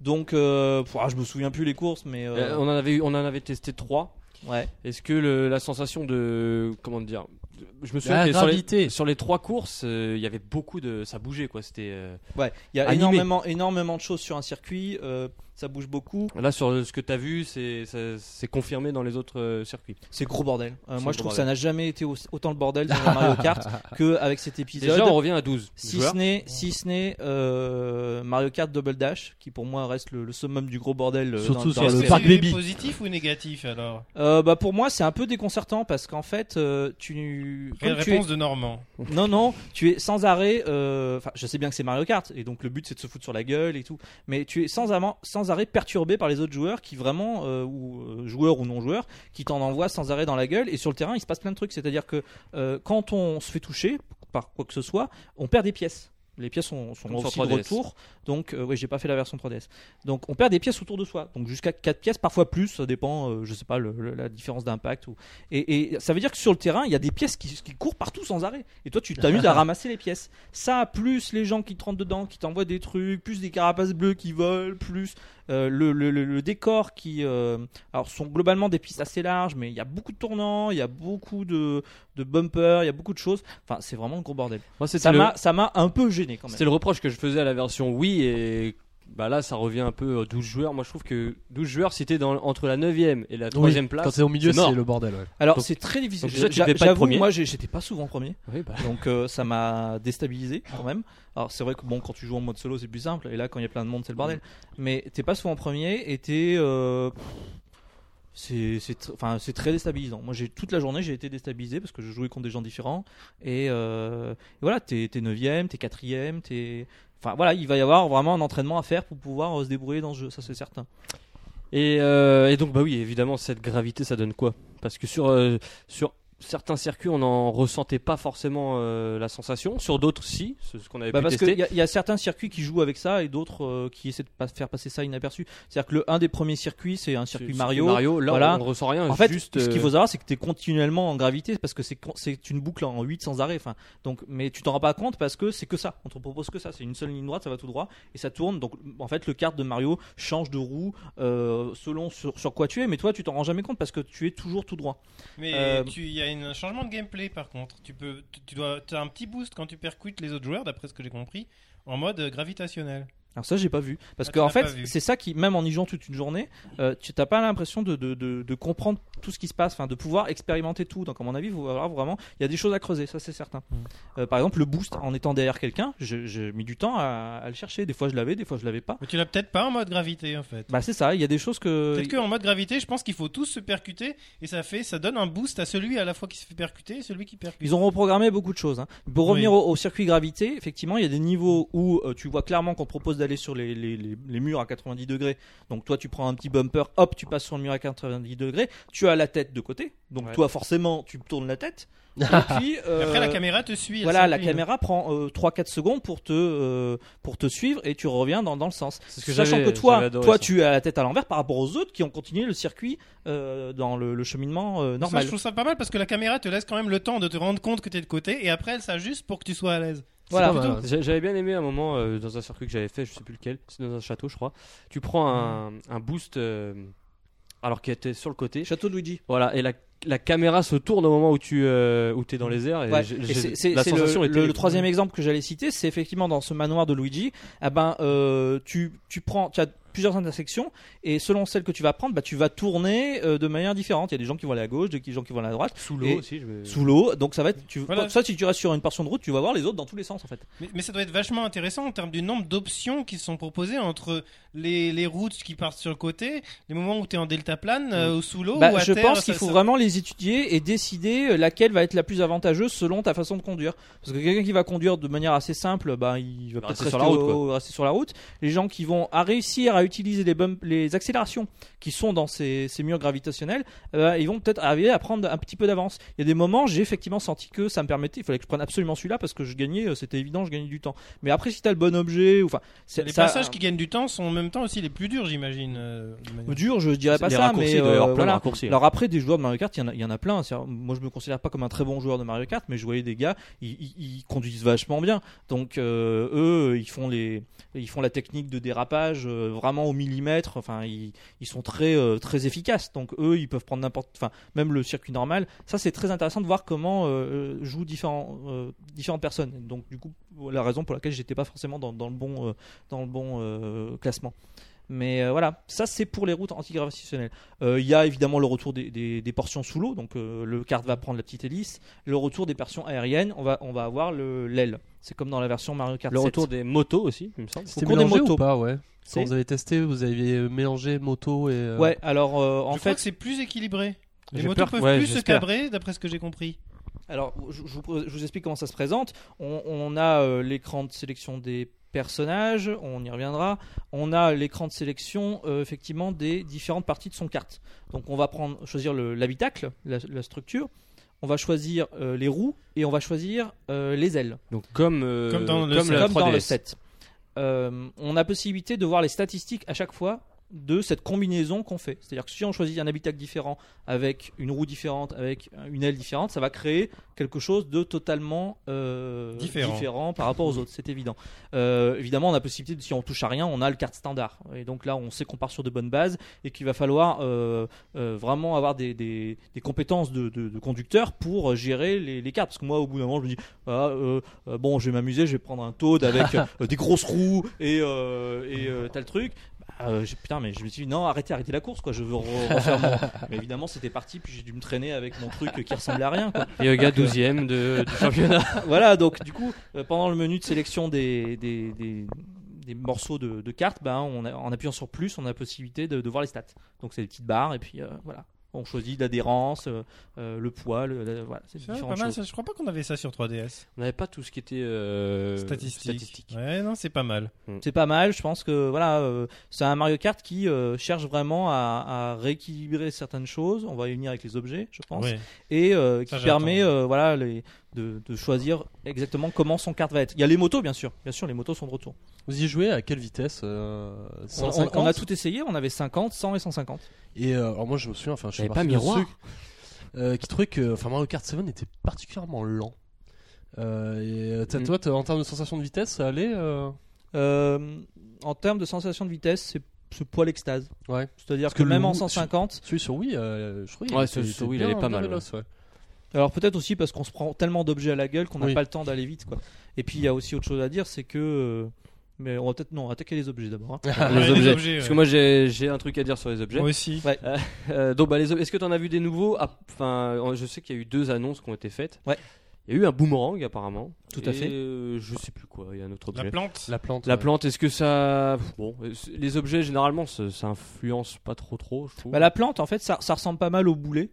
Speaker 3: Donc euh, pff, ah, je me souviens plus les courses, mais euh,
Speaker 2: Euh, on en avait eu- on en avait testé trois.
Speaker 3: ouais.
Speaker 2: Est-ce que le- la sensation de comment dire de- Je me souviens
Speaker 5: La
Speaker 2: que sur les,
Speaker 5: gravité.
Speaker 2: sur les trois courses, euh, il y avait beaucoup de ça bougeait quoi. C'était euh,
Speaker 3: Ouais, il y a
Speaker 2: Animé.
Speaker 3: énormément, énormément de choses sur un circuit. euh, ça bouge beaucoup.
Speaker 2: là sur ce que t'as vu, c'est ça- c'est confirmé dans les autres euh, circuits.
Speaker 3: C'est gros bordel. Euh,
Speaker 2: C'est
Speaker 3: moi,
Speaker 2: gros
Speaker 3: je trouve que
Speaker 2: bordel.
Speaker 3: ça n'a jamais été au- autant le bordel dans un Mario Kart que avec cet épisode.
Speaker 2: Déjà, on revient à 12
Speaker 3: Si
Speaker 2: joueurs.
Speaker 3: ce n'est, si ce n'est euh, Mario Kart Double Dash, qui pour moi reste le, le summum du gros bordel. euh,
Speaker 5: Surtout
Speaker 3: dans-
Speaker 5: sur
Speaker 3: dans
Speaker 5: le
Speaker 4: Est-ce
Speaker 3: circuit.
Speaker 4: que
Speaker 5: Parc
Speaker 4: c'est
Speaker 5: Baby.
Speaker 4: positif ou négatif alors
Speaker 3: Euh, bah pour moi c'est un peu déconcertant parce qu'en fait euh, tu,
Speaker 4: Quelle
Speaker 3: comme tu es-
Speaker 4: réponse de Normand
Speaker 3: non non tu es sans arrêt euh, enfin je sais bien que c'est Mario Kart et donc le but c'est de se foutre sur la gueule et tout mais tu es sans, ama- sans arrêt perturbé par les autres joueurs qui vraiment euh, ou euh, joueurs ou non joueurs qui t'en envoient sans arrêt dans la gueule et sur le terrain il se passe plein de trucs c'est-à-dire que euh, quand on se fait toucher par quoi que ce soit on perd des pièces les pièces sont, sont
Speaker 2: Comme sur
Speaker 3: aussi de
Speaker 2: 3DS.
Speaker 3: retour, donc euh, ouais, j'ai pas fait la version 3DS. Donc on perd des pièces autour de soi, donc jusqu'à 4 pièces, parfois plus, ça dépend, euh, je sais pas, le- le- la différence d'impact. Ou... Et, et ça veut dire que sur le terrain, il y a des pièces qui, qui courent partout sans arrêt. Et toi, tu t'amuses à ramasser les pièces. Ça, plus les gens qui te rentrent dedans, qui t'envoient des trucs, plus des carapaces bleues qui volent, plus euh, le, le- le- le décor qui... euh, alors, sont globalement des pistes assez larges, mais il y a beaucoup de tournants, il y a beaucoup de, de bumpers, il y a beaucoup de choses. Enfin, c'est vraiment le gros bordel.
Speaker 2: Moi, c'était
Speaker 3: Ça
Speaker 2: le,
Speaker 3: m'a ça m'a un peu gêné quand même.
Speaker 2: c'était le reproche que je faisais à la version Wii et bah là, ça revient un peu à 12 joueurs. Moi, je trouve que 12 joueurs, si t'es dans- entre la 9ème et la 3
Speaker 5: Oui,
Speaker 2: e
Speaker 5: Quand
Speaker 2: place.
Speaker 5: c'est au milieu,
Speaker 2: c'est mort.
Speaker 5: c'est le bordel. ouais.
Speaker 3: Alors
Speaker 2: Donc-
Speaker 3: c'est très difficile.
Speaker 2: donc déjà, tu
Speaker 3: J'a-
Speaker 2: devais pas être
Speaker 3: j'avoue,
Speaker 2: premier.
Speaker 3: moi j'ai- j'étais pas souvent premier,
Speaker 2: Oui, bah,
Speaker 3: donc euh, ça m'a déstabilisé quand même. Alors c'est vrai que bon quand tu joues en mode solo c'est plus simple et là quand il y a plein de monde c'est le bordel. Mais t'es pas souvent premier et t'es euh, c'est c'est tr- enfin c'est très déstabilisant. Moi j'ai toute la journée j'ai été déstabilisé parce que je jouais contre des gens différents et, euh, et voilà t'es t'es neuvième, t'es quatrième, t'es enfin voilà il va y avoir vraiment un entraînement à faire pour pouvoir euh, se débrouiller dans ce jeu ça c'est certain.
Speaker 2: Et, euh, et donc, bah oui, évidemment, cette gravité, ça donne quoi Parce que sur, euh, sur certains circuits, on n'en ressentait pas forcément euh, la sensation. Sur d'autres, si, c'est ce qu'on avait
Speaker 3: Bah
Speaker 2: pu
Speaker 3: parce
Speaker 2: tester.
Speaker 3: qu'il y, a- y a certains circuits qui jouent avec ça et d'autres euh, qui essaient de pas faire passer ça inaperçu. C'est-à-dire que le, un des premiers circuits, c'est un circuit
Speaker 2: Sur- sur
Speaker 3: Mario.
Speaker 2: Mario, là,
Speaker 3: voilà.
Speaker 2: on ne ressent rien.
Speaker 3: En fait,
Speaker 2: juste,
Speaker 3: ce qu'il
Speaker 2: euh,
Speaker 3: faut savoir, c'est que tu es continuellement en gravité parce que c'est con- c'est une boucle en 8 sans arrêt. Enfin, donc, mais tu t'en rends pas compte parce que c'est que ça. On te propose que ça. C'est une seule ligne droite, ça va tout droit et ça tourne. Donc, en fait, le kart de Mario change de roue euh, selon sur, sur quoi tu es. Mais toi, tu t'en rends jamais compte parce que tu es toujours tout droit.
Speaker 4: Mais
Speaker 3: Euh,
Speaker 4: tu- il y a une- un changement de gameplay par contre. Tu peux, tu, tu dois, as un petit boost quand tu percutes les autres joueurs, d'après ce que j'ai compris, en mode euh, gravitationnel.
Speaker 3: Alors ça j'ai pas vu parce
Speaker 4: Ah,
Speaker 3: que
Speaker 4: tu
Speaker 3: en
Speaker 4: l'as pas
Speaker 3: fait
Speaker 4: vu.
Speaker 3: c'est ça qui même en y jouant toute une journée euh, tu t'as pas l'impression de, de, de, de comprendre tout ce qui se passe enfin de pouvoir expérimenter tout donc à mon avis vous voir vraiment il y a des choses à creuser ça c'est certain Euh, par exemple le boost en étant derrière quelqu'un je- j'ai mis du temps à, à le chercher des fois je l'avais des fois je l'avais pas
Speaker 4: Mais tu l'as peut-être pas en mode gravité en fait.
Speaker 3: bah c'est ça il y a des choses que
Speaker 4: Peut-être qu'en mode gravité, je pense qu'il faut tous se percuter et ça fait, ça donne un boost à celui à la fois qui se fait percuter et celui qui percute.
Speaker 3: Ils ont reprogrammé beaucoup de choses. hein. Pour
Speaker 4: Oui.
Speaker 3: revenir au, au circuit gravité, effectivement, il y a des niveaux où euh, tu vois clairement qu'on te propose d'aller sur les, les- les- les murs à 90 degrés. Donc toi, tu prends un petit bumper, hop, tu passes sur le mur à 90 degrés. Tu as la tête de côté. Donc
Speaker 2: Ouais.
Speaker 3: toi, forcément, tu tournes la tête. Et puis,
Speaker 4: Et
Speaker 3: euh,
Speaker 4: Après, la caméra te suit. elle
Speaker 3: Voilà, la
Speaker 4: s'incline.
Speaker 3: caméra prend 3-4 secondes pour te, euh, pour te suivre et tu reviens dans, dans le sens.
Speaker 2: C'est ce que
Speaker 3: Sachant
Speaker 2: j'avais-
Speaker 3: que toi,
Speaker 2: j'avais adoré
Speaker 3: toi
Speaker 2: ça.
Speaker 3: tu as la tête à l'envers par rapport aux autres qui ont continué le circuit euh, dans le, le cheminement euh,
Speaker 4: Ça,
Speaker 3: normal.
Speaker 4: je trouve ça pas mal parce que la caméra te laisse quand même le temps de te rendre compte que t'es de côté et après elle s'ajuste pour que tu sois à l'aise.
Speaker 3: Voilà.
Speaker 5: pas mal.
Speaker 2: J'a- J'avais bien aimé un moment euh, dans un circuit que j'avais fait, je sais plus lequel, c'est dans un château, je crois. Tu prends un,
Speaker 3: Mm.
Speaker 2: un boost euh, alors qu'il était sur le côté.
Speaker 3: Château de Luigi.
Speaker 2: Voilà, et la, la caméra se tourne au moment où tu euh, où es dans les airs. Et
Speaker 3: Ouais,
Speaker 2: j'ai-
Speaker 3: et
Speaker 2: j'ai-
Speaker 3: c'est- c'est
Speaker 2: la
Speaker 3: c'est
Speaker 2: sensation
Speaker 3: le,
Speaker 2: était.
Speaker 3: le- le troisième exemple que j'allais citer, c'est effectivement dans ce manoir de Luigi. Ah ben, euh, tu, tu prends, tu as plusieurs intersections et selon celle que tu vas prendre, bah, tu vas tourner euh, de manière différente. Il y a des gens qui vont aller à gauche, des gens qui vont aller à droite,
Speaker 2: Sous l'eau
Speaker 3: et-
Speaker 2: aussi. Je me-
Speaker 3: sous l'eau. Donc ça va être, tu,
Speaker 4: Voilà.
Speaker 3: ça si tu restes sur une portion de route, tu vas voir les autres dans tous les sens en fait.
Speaker 4: Mais, mais ça doit être vachement intéressant en termes du nombre d'options qui sont proposées entre les, les routes qui partent sur le côté, les moments où t'es en deltaplane, euh, ou sous l'eau,
Speaker 3: Bah,
Speaker 4: ou à
Speaker 3: je
Speaker 4: terre.
Speaker 3: pense
Speaker 4: ça-
Speaker 3: qu'il faut
Speaker 4: ça-
Speaker 3: vraiment les étudier et décider euh, laquelle va être la plus avantageuse selon ta façon de conduire. Parce que quelqu'un qui va conduire de manière assez simple, bah, il va peut-être
Speaker 2: rester
Speaker 3: rester
Speaker 2: sur la route,
Speaker 3: au- rester sur la route. Les gens qui vont à réussir à utiliser les, bump- les accélérations qui sont dans ces, ces murs gravitationnels, euh, ils vont peut-être arriver à prendre un petit peu d'avance. Il y a des moments, j'ai effectivement senti que ça me permettait, il fallait que je prenne absolument celui-là parce que je gagnais, euh, c'était évident, je gagnais du temps. Mais après, si t'as le bon objet, ou enfin, c'est-
Speaker 4: Les
Speaker 3: ça-
Speaker 4: passages qui gagnent du temps sont en même temps aussi les plus durs, j'imagine. euh, de manière-
Speaker 3: dur, je dirais pas
Speaker 2: les
Speaker 3: ça,
Speaker 2: raccourcis,
Speaker 3: mais
Speaker 2: il doit y avoir
Speaker 3: euh,
Speaker 2: plein de
Speaker 3: voilà.
Speaker 2: raccourcis. hein.
Speaker 3: Alors après, des joueurs de Mario Kart, il y en a, il y en a plein. C'est-à-dire, Moi, je me considère pas comme un très bon joueur de Mario Kart, mais je voyais des gars, ils, ils- ils conduisent vachement bien. Donc euh, eux, ils font les, ils font la technique de dérapage euh, vraiment au millimètre. Enfin, ils, ils sont très, euh, très efficaces. Donc eux, ils peuvent prendre n'importe, enfin, même le circuit normal. Ça, c'est très intéressant de voir comment euh, jouent différents, euh, différentes personnes. Donc du coup, la raison pour laquelle j'étais pas forcément dans, dans le bon, euh, dans le bon euh, classement. Mais euh, voilà, ça c'est pour les routes antigravitationnelles. Euh, Il y a évidemment le retour des, des- des portions sous l'eau, donc euh, le kart va prendre la petite hélice. Le retour des portions aériennes, on va, on va avoir le- l'aile. C'est comme dans la version Mario Kart
Speaker 2: Le
Speaker 3: 7.
Speaker 2: retour des motos aussi, il me semble.
Speaker 3: Au
Speaker 5: C'était
Speaker 3: cours des
Speaker 5: mélangé
Speaker 3: motos.
Speaker 5: ou pas, ouais Quand
Speaker 3: C'est-
Speaker 5: vous avez testé, vous aviez mélangé moto et. euh,
Speaker 3: Ouais, alors euh, en
Speaker 4: je crois
Speaker 3: fait,
Speaker 4: que c'est plus équilibré. Les
Speaker 2: J'ai
Speaker 4: motos
Speaker 2: peur-
Speaker 4: peuvent
Speaker 2: ouais,
Speaker 4: plus se
Speaker 2: j'espère.
Speaker 4: cabrer, d'après ce que j'ai compris.
Speaker 3: Alors, je, je vous, je vous explique comment ça se présente. On, on a euh, l'écran de sélection des personnages, on y reviendra. On a l'écran de sélection euh, effectivement des différentes parties de son carte. Donc, on va prendre, choisir le- l'habitacle, la, la structure. On va choisir euh, les roues et on va choisir euh, les ailes,
Speaker 2: Donc comme euh,
Speaker 4: Comme dans le
Speaker 2: la
Speaker 4: set.
Speaker 3: comme dans le
Speaker 2: 3DS.
Speaker 3: 7. Euh, on a possibilité de voir les statistiques à chaque fois de cette combinaison qu'on fait. C'est-à-dire que si on choisit un habitacle différent, avec une roue différente, avec une aile différente, ça va créer quelque chose de totalement euh,
Speaker 4: Différent.
Speaker 3: différent. par rapport aux autres, c'est évident. Euh, évidemment, on a possibilité, de, si on touche à rien, on a le carte standard. Et donc là, on sait qu'on part sur de bonnes bases et qu'il va falloir euh, euh, vraiment avoir des, des- des compétences de, de- de conducteur pour euh, gérer les, les cartes. Parce que moi, au bout d'un moment, je me dis, ah, euh, euh, bon, je vais m'amuser, je vais prendre un Toad avec euh, des grosses roues et, euh, et euh, tel truc. Bah, euh, j'ai- putain, mais je me suis dit, non, arrêtez, arrêtez la course, quoi, je veux re- refaire mon... Mais évidemment, c'était parti, puis j'ai dû me traîner avec mon truc qui ressemblait à rien, quoi
Speaker 2: Yoga 12 e de, du championnat.
Speaker 3: voilà, donc du coup, euh, pendant le menu de sélection des, des, des- des morceaux de, de cartes, ben, on a- en appuyant sur plus, on a la possibilité de, de voir les stats. Donc c'est des petites barres, et puis euh, voilà. On choisit l'adhérence, euh, euh, le poids, le- le- voilà, c'est
Speaker 4: C'est vrai,
Speaker 3: différentes
Speaker 4: pas mal,
Speaker 3: choses.
Speaker 4: ça. Je crois pas qu'on avait ça sur 3DS.
Speaker 2: On n'avait pas tout ce qui était euh,
Speaker 4: Statistiques. Ouais, non, c'est pas mal.
Speaker 3: C'est pas mal, je pense que voilà, euh, c'est un Mario Kart qui euh, cherche vraiment à, à rééquilibrer certaines choses. On va y venir avec les objets, je pense.
Speaker 4: Ouais.
Speaker 3: et euh, qui
Speaker 4: Ça, j'attends.
Speaker 3: permet euh, voilà les- de, de choisir exactement comment son carte va être. Il y a les motos bien sûr, bien sûr les motos sont de retour.
Speaker 5: Vous y jouez à quelle vitesse euh,
Speaker 3: On,
Speaker 5: 150
Speaker 3: on- on a tout essayé, on avait 50, 100 et 150.
Speaker 5: Et euh, alors moi je me souviens, enfin je suis
Speaker 2: Y'avait pas
Speaker 5: parti dans ce
Speaker 2: miroir
Speaker 5: truc, euh, qui trouvait que enfin Mario Kart 7 était particulièrement lent. Euh, et euh, t'as-
Speaker 2: Mm.
Speaker 5: toi, t'as- en termes de sensation de vitesse, ça allait. euh,
Speaker 3: Euh, en termes de sensation de vitesse, c'est ce poil extase.
Speaker 5: Ouais.
Speaker 3: C'est-à-dire
Speaker 5: Parce
Speaker 3: que,
Speaker 5: que le
Speaker 3: même en
Speaker 5: Wii-
Speaker 3: 150,
Speaker 5: Celui sur Wii, euh, je crois.
Speaker 2: Ouais,
Speaker 5: était-
Speaker 2: celui sur
Speaker 5: était
Speaker 2: Wii, il allait
Speaker 5: bien-
Speaker 2: pas
Speaker 5: bien
Speaker 2: mal,
Speaker 5: véloce, ouais.
Speaker 3: alors peut-être aussi parce qu'on se prend tellement d'objets à la gueule qu'on n'a
Speaker 5: Oui.
Speaker 3: pas le temps d'aller vite quoi. Et puis il y a aussi autre chose à dire, c'est que euh, Mais on va peut-être non attaquer les objets d'abord. hein.
Speaker 4: Ouais,
Speaker 2: les
Speaker 4: les
Speaker 2: objets.
Speaker 4: objets,
Speaker 2: Parce
Speaker 4: ouais.
Speaker 2: que moi j'ai j'ai un truc à dire sur les objets.
Speaker 4: Moi aussi.
Speaker 2: Euh, donc, bah, les ob- est-ce que tu en as vu des nouveaux Ah, Enfin, euh, je sais qu'il y a eu deux annonces qui ont été faites.
Speaker 3: Ouais.
Speaker 2: Il y a eu un boomerang apparemment.
Speaker 3: Tout à
Speaker 2: Et,
Speaker 3: fait.
Speaker 2: euh, je sais plus quoi. Il y a un autre objet.
Speaker 4: La plante.
Speaker 5: La plante.
Speaker 2: La
Speaker 5: ouais.
Speaker 2: plante, est-ce que ça. Pff, Bon, euh, c'est- les objets généralement ça, ça influence pas trop trop, je trouve.
Speaker 3: Bah, la plante, en fait, ça, ça ressemble pas mal au boulet,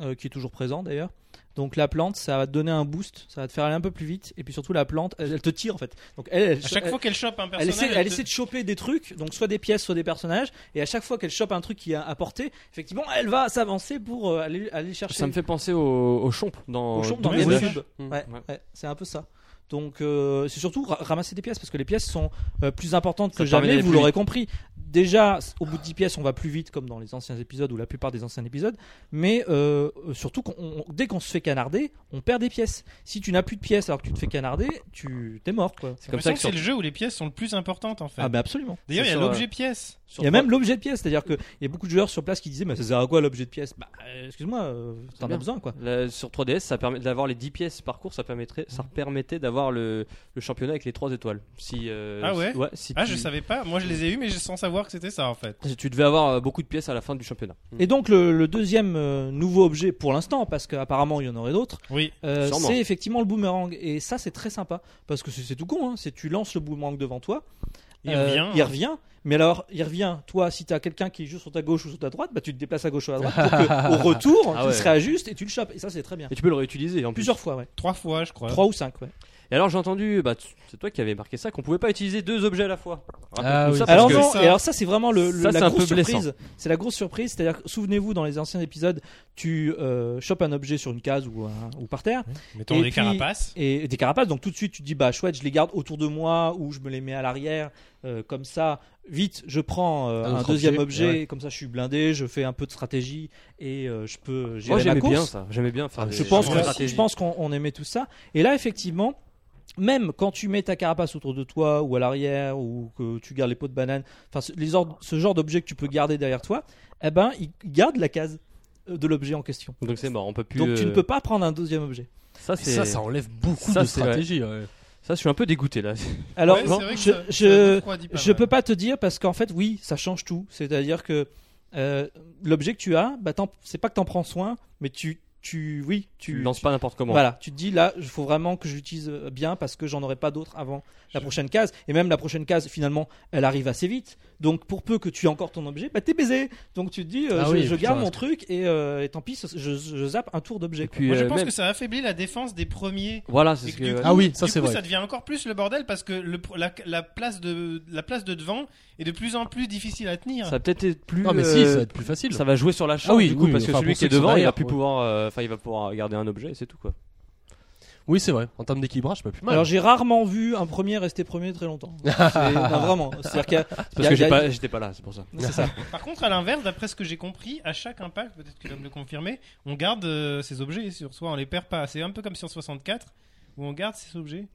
Speaker 3: euh, qui est toujours présent d'ailleurs. Donc la plante, ça va te donner un boost, ça va te faire aller un peu plus vite, et puis surtout la plante, elle, elle te tire en fait. Donc elle, elle,
Speaker 4: À chaque
Speaker 3: elle-
Speaker 4: fois qu'elle chope un
Speaker 3: elle
Speaker 4: personnage.
Speaker 3: essaie, elle
Speaker 4: te-
Speaker 3: essaie de choper des trucs, donc soit des pièces, soit des personnages, et à chaque fois qu'elle chope un truc qui est à portée, effectivement, elle va s'avancer pour euh, aller, aller chercher.
Speaker 2: Ça me fait penser au, au chomp dans.
Speaker 3: Au chomp dans
Speaker 4: Oui,
Speaker 3: Game
Speaker 4: oui.
Speaker 3: Cube.
Speaker 2: Mm.
Speaker 3: Ouais,
Speaker 2: Ouais.
Speaker 3: ouais, c'est un peu ça. Donc euh, c'est surtout ra- ramasser des pièces parce que les pièces sont euh, plus importantes
Speaker 2: Ça
Speaker 3: que
Speaker 2: te permet
Speaker 3: jamais,
Speaker 2: d'aller
Speaker 3: vous
Speaker 2: plus
Speaker 3: l'aurez compris. Déjà, s- au bout de 10 pièces, on va plus vite comme dans les anciens épisodes ou la plupart des anciens épisodes, mais euh, euh, surtout qu'on- on- dès qu'on se fait canarder, on perd des pièces. Si tu n'as plus de pièces alors que tu te fais canarder, tu t'es mort quoi.
Speaker 2: C'est comme
Speaker 4: J'ai
Speaker 2: ça
Speaker 4: l'impression que
Speaker 2: que sur,
Speaker 4: c'est le jeu où les pièces sont le plus importantes en fait.
Speaker 3: Ah bah absolument.
Speaker 4: D'ailleurs, il y a
Speaker 2: sur, euh,
Speaker 4: l'objet pièce.
Speaker 2: sur
Speaker 3: Il y a
Speaker 2: trois-
Speaker 3: même l'objet de pièce, c'est-à-dire qu'il y a beaucoup de joueurs sur place qui disaient mais ça sert à quoi l'objet de pièce Bah euh, excuse-moi, euh, t'en as
Speaker 2: bien.
Speaker 3: besoin quoi.
Speaker 2: la- sur 3DS, ça permet d'avoir les 10 pièces par cours, ça permettrait, ça permettait d'avoir le, le championnat avec les 3 étoiles. Si euh,
Speaker 4: Ah ouais
Speaker 2: si- si
Speaker 4: Ah,
Speaker 2: tu-
Speaker 4: je savais pas. Moi, je les ai eus, mais sans savoir que c'était ça en fait.
Speaker 2: si tu devais avoir euh, beaucoup de pièces à la fin du championnat.
Speaker 3: Et donc le, le deuxième euh, nouveau objet pour l'instant, parce qu'apparemment il y en aurait d'autres,
Speaker 4: Oui.
Speaker 3: euh,
Speaker 2: Sûrement.
Speaker 3: c'est effectivement le boomerang. Et ça c'est très sympa, parce que c'est c'est tout con, hein. c'est tu lances le boomerang devant toi,
Speaker 4: Il
Speaker 3: euh,
Speaker 4: revient.
Speaker 2: hein.
Speaker 3: il revient, mais alors il revient, toi si t'as quelqu'un qui joue sur ta gauche ou sur ta droite, bah, tu te déplaces à gauche ou à droite pour qu'au retour
Speaker 2: Ah
Speaker 3: tu
Speaker 2: ouais.
Speaker 3: se réajustes et tu le chopes. Et ça c'est très bien.
Speaker 2: Et tu peux le réutiliser en plus.
Speaker 3: Plusieurs fois, ouais.
Speaker 4: Trois fois, je crois.
Speaker 3: Trois ou cinq, ouais.
Speaker 2: Et alors j'ai entendu, bah, tu- c'est toi qui avais marqué ça, qu'on pouvait pas utiliser deux objets à la fois.
Speaker 5: Ah
Speaker 2: Raconte-nous
Speaker 5: oui.
Speaker 2: ça, parce
Speaker 3: Alors
Speaker 2: que-
Speaker 3: non,
Speaker 4: ça-
Speaker 3: et alors ça c'est vraiment le, le-
Speaker 2: ça, c'est
Speaker 3: la
Speaker 2: un
Speaker 3: grosse
Speaker 2: peu blessant.
Speaker 3: surprise. C'est la grosse surprise, c'est-à-dire que souvenez-vous dans les anciens épisodes, tu euh, chopes un objet sur une case ou, un- ou par terre,
Speaker 4: Mettons
Speaker 3: Et
Speaker 4: des
Speaker 3: puis-
Speaker 4: carapaces.
Speaker 3: et des carapaces. Donc tout de suite, tu te dis bah chouette, je les garde autour de moi ou je me les mets à l'arrière euh, comme ça. Vite, je prends euh,
Speaker 5: Un
Speaker 3: un,
Speaker 5: autre
Speaker 3: deuxième
Speaker 5: objet,
Speaker 3: objet, comme ça je suis blindé, je fais un peu de stratégie et euh, je peux
Speaker 2: Moi
Speaker 3: gérer ma
Speaker 2: j'aimais
Speaker 3: course.
Speaker 2: bien ça, j'aimais bien faire
Speaker 5: Ah,
Speaker 2: des-
Speaker 3: Je pense
Speaker 4: Ouais,
Speaker 2: des
Speaker 3: qu'on-
Speaker 2: stratégies.
Speaker 3: je pense qu'on on aimait tout ça. Et là, effectivement, même quand tu mets ta carapace autour de toi ou à l'arrière ou que tu gardes les pots de banane, enfin ce, les ordres- ce genre d'objet que tu peux garder derrière toi, eh ben, il garde la case euh, de l'objet en question.
Speaker 2: Donc c'est mort, on peut plus.
Speaker 3: Donc tu ne
Speaker 2: euh,
Speaker 3: peux pas prendre un deuxième objet.
Speaker 2: Ça
Speaker 5: Mais
Speaker 2: c'est.
Speaker 5: Ça, ça enlève beaucoup
Speaker 2: Ça,
Speaker 5: de
Speaker 2: c'est vrai.
Speaker 5: stratégie. ouais.
Speaker 2: Ça, je suis un peu dégoûté là.
Speaker 3: Alors,
Speaker 4: Ouais, c'est
Speaker 3: bon,
Speaker 4: vrai que
Speaker 3: je,
Speaker 4: ça- ça
Speaker 3: je,
Speaker 4: refroidit pas
Speaker 3: je
Speaker 4: mal.
Speaker 3: peux pas te dire parce qu'en fait, oui, ça change tout. C'est-à-dire que euh, l'objet que tu as, bah, t'en- c'est pas que t'en prends soin, mais tu, tu, oui,
Speaker 2: Tu
Speaker 3: tu,
Speaker 2: lances pas n'importe comment.
Speaker 3: Voilà, tu te dis là, il faut vraiment que je l'utilise euh, bien parce que j'en aurai pas d'autres avant la
Speaker 4: Je-
Speaker 3: prochaine case. Et même la prochaine case, finalement, elle arrive assez vite. Donc pour peu que tu aies encore ton objet, bah t'es baisé. Donc tu te dis, euh,
Speaker 5: Ah
Speaker 3: je,
Speaker 5: oui,
Speaker 3: je
Speaker 5: putain,
Speaker 3: garde mon
Speaker 5: c'est-
Speaker 3: truc et, euh, et tant pis, ce- je, je zappe un tour d'objet.
Speaker 2: Et
Speaker 3: quoi.
Speaker 2: puis,
Speaker 4: Moi, je
Speaker 2: euh,
Speaker 4: pense
Speaker 2: même-
Speaker 4: que ça affaiblit la défense des premiers.
Speaker 2: Voilà, c'est
Speaker 4: Et
Speaker 2: ce
Speaker 4: que du
Speaker 2: que.
Speaker 4: coup-
Speaker 5: Ah oui, ça
Speaker 4: du
Speaker 5: c'est
Speaker 4: coup,
Speaker 5: vrai.
Speaker 4: ça devient encore plus le bordel parce que le, pro- la, la place de, la place de devant est de plus en plus difficile à tenir.
Speaker 2: Ça va peut-être être plus.
Speaker 5: Non mais si,
Speaker 2: euh,
Speaker 5: ça va être plus facile.
Speaker 2: ça va jouer sur la chance
Speaker 5: oui,
Speaker 2: du coup
Speaker 5: oui,
Speaker 2: parce que
Speaker 5: enfin,
Speaker 2: celui
Speaker 5: pour
Speaker 2: qui est
Speaker 5: ceux qui sont
Speaker 2: devant il va
Speaker 5: derrière,
Speaker 2: plus
Speaker 5: ouais.
Speaker 2: pouvoir euh, enfin il va pouvoir garder un objet et c'est tout quoi
Speaker 5: Oui, c'est vrai. En termes d'équilibrage, c'est pas plus mal.
Speaker 3: Alors j'ai rarement vu un premier rester premier très longtemps. C'est- non, vraiment. C'est-à-dire qu'il y a-
Speaker 2: C'est
Speaker 3: il y
Speaker 2: parce que
Speaker 3: a- il y
Speaker 2: j'ai
Speaker 3: a-
Speaker 2: pas- j'étais pas là c'est pour ça
Speaker 3: c'est ça.
Speaker 4: Par contre, à l'inverse, d'après ce que j'ai compris, à chaque impact, peut-être que tu vas me le confirmer, on garde euh, ces objets sur soi, on les perd pas. C'est un peu comme sur 64 où on garde ces objets.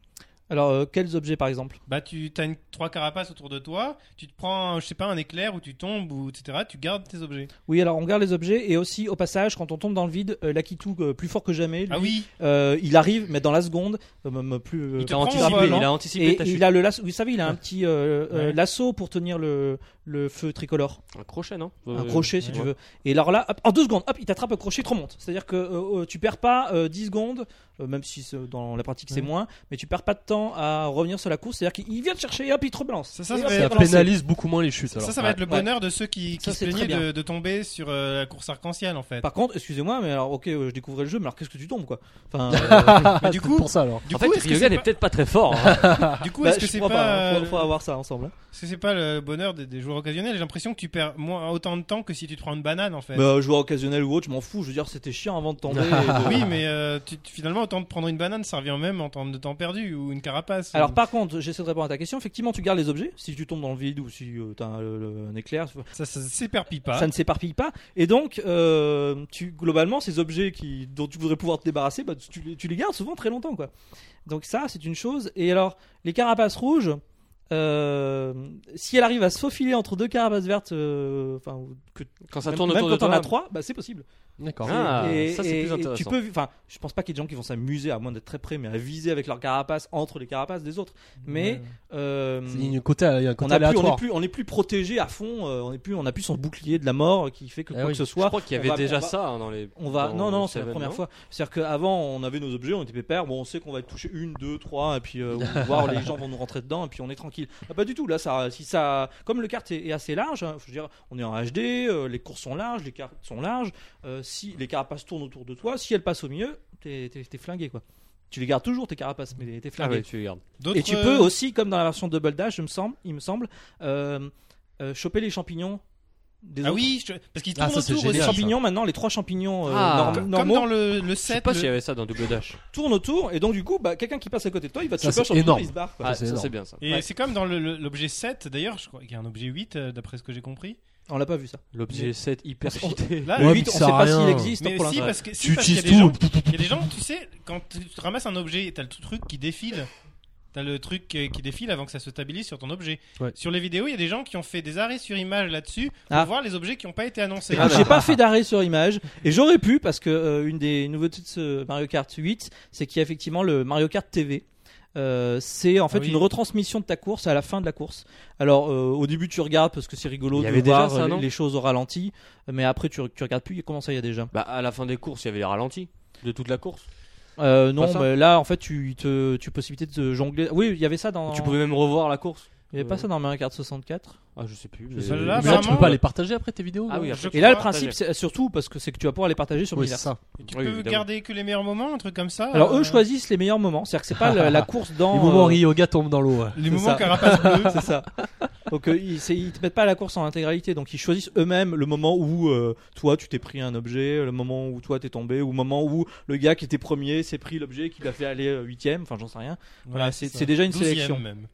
Speaker 3: Alors euh, quels objets par exemple
Speaker 4: Bah, tu as une, trois carapaces autour de toi, tu te prends, je sais pas, un éclair ou tu tombes ou etc. Tu gardes tes objets.
Speaker 3: Oui, alors on garde les objets et aussi au passage, quand on tombe dans le vide, euh, l'Akitu euh, plus fort que jamais, lui,
Speaker 4: Ah oui,
Speaker 3: Euh, il arrive, mais dans la seconde, euh, même plus. euh,
Speaker 2: il
Speaker 4: te
Speaker 2: a
Speaker 4: prend
Speaker 2: anticipé
Speaker 4: au vol,
Speaker 2: il
Speaker 4: hein.
Speaker 2: a anticipé
Speaker 3: et
Speaker 2: ta chute
Speaker 3: il a le lasso. Vous savez, il a un petit euh, euh,
Speaker 4: Ouais.
Speaker 3: lasso pour tenir le, le feu tricolore,
Speaker 2: un crochet non
Speaker 3: un
Speaker 2: Euh,
Speaker 3: crochet si
Speaker 2: ouais.
Speaker 3: tu veux. Et alors là, hop, en deux secondes, hop, il t'attrape le crochet, tu remontes. C'est-à-dire que euh, euh, tu perds pas euh, 10 secondes, euh, même si c'est- dans la pratique c'est moins, mais tu perds pas de temps à revenir sur la course. C'est-à-dire qu'il vient te chercher, et hop, il te relance.
Speaker 4: Ça, ça,
Speaker 3: Et
Speaker 4: ça
Speaker 3: hop,
Speaker 4: va
Speaker 3: il
Speaker 5: ça
Speaker 3: te relance.
Speaker 5: pénalise beaucoup moins les chutes. Alors.
Speaker 4: ça, ça va être le
Speaker 3: ouais.
Speaker 4: bonheur de ceux qui, qui
Speaker 3: Ça,
Speaker 4: se
Speaker 3: c'est très
Speaker 4: plaignaient
Speaker 3: bien.
Speaker 4: de, de tomber sur euh, la course arc-en-ciel en fait.
Speaker 3: Par contre, excusez-moi, mais alors ok, euh, je découvrais le jeu, mais alors qu'est-ce que tu tombes quoi Enfin, euh,
Speaker 5: Ah,
Speaker 4: du
Speaker 5: c'est
Speaker 4: coup-
Speaker 5: pour ça alors.
Speaker 4: Du
Speaker 2: en fait
Speaker 4: coup, est-ce que c'est
Speaker 2: Ryogan est
Speaker 4: pas-
Speaker 2: peut-être pas très fort hein.
Speaker 4: du coup,
Speaker 3: bah,
Speaker 4: est-ce que
Speaker 3: je
Speaker 4: c'est
Speaker 3: crois
Speaker 4: pas,
Speaker 3: pas, hein.
Speaker 4: euh,
Speaker 3: faut, faut avoir ça ensemble. hein.
Speaker 4: est-ce que c'est pas le bonheur des, des joueurs occasionnels J'ai l'impression que tu perds moins autant de temps que si tu te prends une banane en fait.
Speaker 3: Bah, joueur occasionnel ou autre, je m'en fous. Je veux dire, c'était chiant avant de tomber. et de-
Speaker 4: Oui, mais euh, tu- tu- finalement, autant de prendre une banane, ça revient même en temps de temps perdu ou une carapace.
Speaker 3: Alors,
Speaker 4: Ou-
Speaker 3: par contre, j'essaie de répondre à ta question. Effectivement, tu gardes les objets. Si tu tombes dans le vide ou si tu t'as un, le- le- un éclair,
Speaker 4: ça, ça s'éperpille pas.
Speaker 3: ça ne s'éparpille pas. Et donc, euh, tu, globalement, ces objets qui, dont tu voudrais pouvoir te débarrasser, bah, tu, les- tu les gardes souvent très longtemps, quoi. Donc ça, c'est une chose. Et alors, les carapaces rouges. euh, si elle arrive à se faufiler entre deux carapaces vertes, euh, enfin, ou que,
Speaker 2: Quand ça
Speaker 3: même,
Speaker 2: tourne
Speaker 3: même
Speaker 2: autour de
Speaker 3: quand on a
Speaker 2: toi.
Speaker 3: trois, bah, c'est possible.
Speaker 5: D'accord.
Speaker 2: Ah,
Speaker 3: Et-
Speaker 2: ça c'est
Speaker 3: et-
Speaker 2: plus
Speaker 3: et
Speaker 2: intéressant.
Speaker 3: Tu peux, enfin, je pense pas qu'il y ait des gens qui vont s'amuser, à moins d'être très près, mais à viser avec leur carapace entre les carapaces des autres. Mais euh,
Speaker 5: Il y a un côté, il y a un
Speaker 3: on, a
Speaker 5: côté
Speaker 3: plus, on est
Speaker 5: aléatoire.
Speaker 3: plus, on est plus protégé à fond. euh, on est plus, on a plus son bouclier de la mort qui fait que
Speaker 5: Eh
Speaker 3: quoi
Speaker 5: oui.
Speaker 3: que ce
Speaker 2: Je
Speaker 3: soit,
Speaker 2: crois qu'il y
Speaker 3: on
Speaker 2: avait
Speaker 3: va-
Speaker 2: déjà
Speaker 3: on va-
Speaker 2: ça hein, dans les.
Speaker 3: on va.
Speaker 2: dans
Speaker 3: non, non, c'est la
Speaker 2: Seven,
Speaker 3: première
Speaker 2: non
Speaker 3: fois. C'est-à-dire qu'avant, on avait nos objets, on était pépère. Bon, on sait qu'on va être touché une, deux, trois, et puis euh, voir les gens vont nous rentrer dedans, et puis on est tranquille. Ah, pas du tout. Là, ça, si ça, comme le kart est, est assez large, hein, je veux dire, on est en HD, euh, les courses sont larges, les cartes sont larges. euh, si les carapaces tournent autour de toi, si elles passent au milieu, t'es t'es- t'es flingué quoi. Tu les gardes toujours tes carapaces, mais t'es
Speaker 2: Ah
Speaker 3: flingué.
Speaker 2: ouais, tu les gardes.
Speaker 4: D'autres,
Speaker 3: Et tu
Speaker 4: euh,
Speaker 3: peux aussi, comme dans la version Double Dash, je me semble, il me semble, euh, euh, choper les champignons. Des
Speaker 4: Ah
Speaker 3: autres.
Speaker 4: oui, je- parce qu'ils
Speaker 5: Ah,
Speaker 4: tournent
Speaker 5: ça, c'est
Speaker 4: autour
Speaker 3: les
Speaker 5: génial,
Speaker 4: aussi.
Speaker 3: champignons maintenant, les trois champignons euh,
Speaker 2: Ah.
Speaker 3: norm-
Speaker 2: Comme-
Speaker 4: Comme
Speaker 3: normaux
Speaker 4: dans le, le
Speaker 2: Je sais
Speaker 4: 7,
Speaker 2: pas
Speaker 4: le-
Speaker 2: s'il y avait ça dans Double Dash.
Speaker 3: tournent autour et donc du coup, bah, quelqu'un qui passe à côté de toi, il va te
Speaker 5: Ça,
Speaker 3: choper un
Speaker 5: c'est
Speaker 3: champignon,
Speaker 5: énorme.
Speaker 3: il se barre. quoi.
Speaker 2: Ah,
Speaker 5: c'est
Speaker 2: ça
Speaker 5: énorme.
Speaker 2: c'est bien ça.
Speaker 4: Et
Speaker 3: Ouais.
Speaker 4: c'est comme dans le- le- l'objet 7, d'ailleurs, je crois qu'il y a un objet 8, euh, d'après ce que j'ai compris.
Speaker 3: On l'a pas vu ça.
Speaker 2: L'objet 7 hyper
Speaker 3: On-
Speaker 2: cheaté.
Speaker 4: Là,
Speaker 5: Ouais,
Speaker 3: le
Speaker 5: mais
Speaker 3: 8, on
Speaker 5: ça
Speaker 3: sait
Speaker 5: sert à
Speaker 3: pas
Speaker 5: rien.
Speaker 3: s'il existe
Speaker 4: mais
Speaker 3: pour
Speaker 4: si,
Speaker 3: l'instant.
Speaker 4: parce que, si,
Speaker 5: Tu
Speaker 4: parce qu'il y a
Speaker 5: utilises
Speaker 4: des gens-
Speaker 5: tout.
Speaker 4: il y a des gens, tu sais, quand tu ramasses un objet, t'as le tout truc qui défile. T'as le truc qui qui défile avant que ça se stabilise sur ton objet.
Speaker 5: Ouais.
Speaker 4: Sur les vidéos, il y a des gens qui ont fait des arrêts sur image là-dessus pour
Speaker 3: Ah. bah,
Speaker 4: voir les objets qui n'ont pas été annoncés.
Speaker 3: Alors, J'ai pas fait d'arrêt sur image et j'aurais pu parce que euh, une des nouveautés de ce Mario Kart 8, c'est qu'il y a effectivement le Mario Kart TV. Euh, c'est en fait
Speaker 4: Ah oui.
Speaker 3: une retransmission de ta course à la fin de la course. Alors euh, au début tu regardes parce que c'est rigolo
Speaker 2: Il y
Speaker 3: de
Speaker 2: avait déjà
Speaker 3: voir
Speaker 2: ça,
Speaker 3: euh,
Speaker 2: non
Speaker 3: les choses au ralenti, mais après tu, tu regardes plus. Comment ça il y a déjà
Speaker 2: Bah à la fin des courses, il y avait les ralentis de toute la course.
Speaker 3: euh,
Speaker 2: Pas
Speaker 3: Non,
Speaker 2: ça
Speaker 3: mais là en fait tu te tu as possibilité de te jongler. Oui, il y avait ça dans.
Speaker 2: Tu pouvais même revoir la course.
Speaker 3: Il y avait pas ça dans Mario Kart 64.
Speaker 2: Ah, je sais plus.
Speaker 4: Je
Speaker 2: mais-
Speaker 4: sais là,
Speaker 5: Mais là, tu peux
Speaker 4: Apparemment,
Speaker 5: pas
Speaker 4: euh,
Speaker 5: les partager après tes vidéos.
Speaker 2: Ah oui,
Speaker 5: non
Speaker 4: Je
Speaker 2: après.
Speaker 3: Et là, le
Speaker 4: crois.
Speaker 3: principe, c'est- surtout parce que c'est que tu vas pouvoir les partager sur
Speaker 5: Oui, c'est
Speaker 3: Miiverse.
Speaker 5: ça.
Speaker 4: Tu
Speaker 2: Oui,
Speaker 4: peux
Speaker 2: évidemment.
Speaker 4: garder que les meilleurs moments, un truc comme ça.
Speaker 3: bah, Alors
Speaker 4: euh,
Speaker 3: eux choisissent les meilleurs moments, c'est-à-dire que c'est pas la, la course dans
Speaker 5: Les moments
Speaker 3: euh,
Speaker 5: Ryoga tombe dans l'eau. ouais.
Speaker 4: Les
Speaker 3: C'est
Speaker 4: moments
Speaker 3: ça.
Speaker 4: carapace bleue.
Speaker 3: c'est ça. Donc euh, ils, c'est- ils te mettent pas à la course en intégralité, donc ils choisissent eux-mêmes le moment où euh, toi tu t'es pris un objet, le moment où toi t'es tombé, ou le moment où le gars qui était premier s'est pris l'objet qui l'a fait aller euh, huitième, enfin j'en sais rien. Voilà, c'est-
Speaker 4: ça.
Speaker 3: c'est déjà une
Speaker 4: Douzième
Speaker 3: sélection.
Speaker 4: même.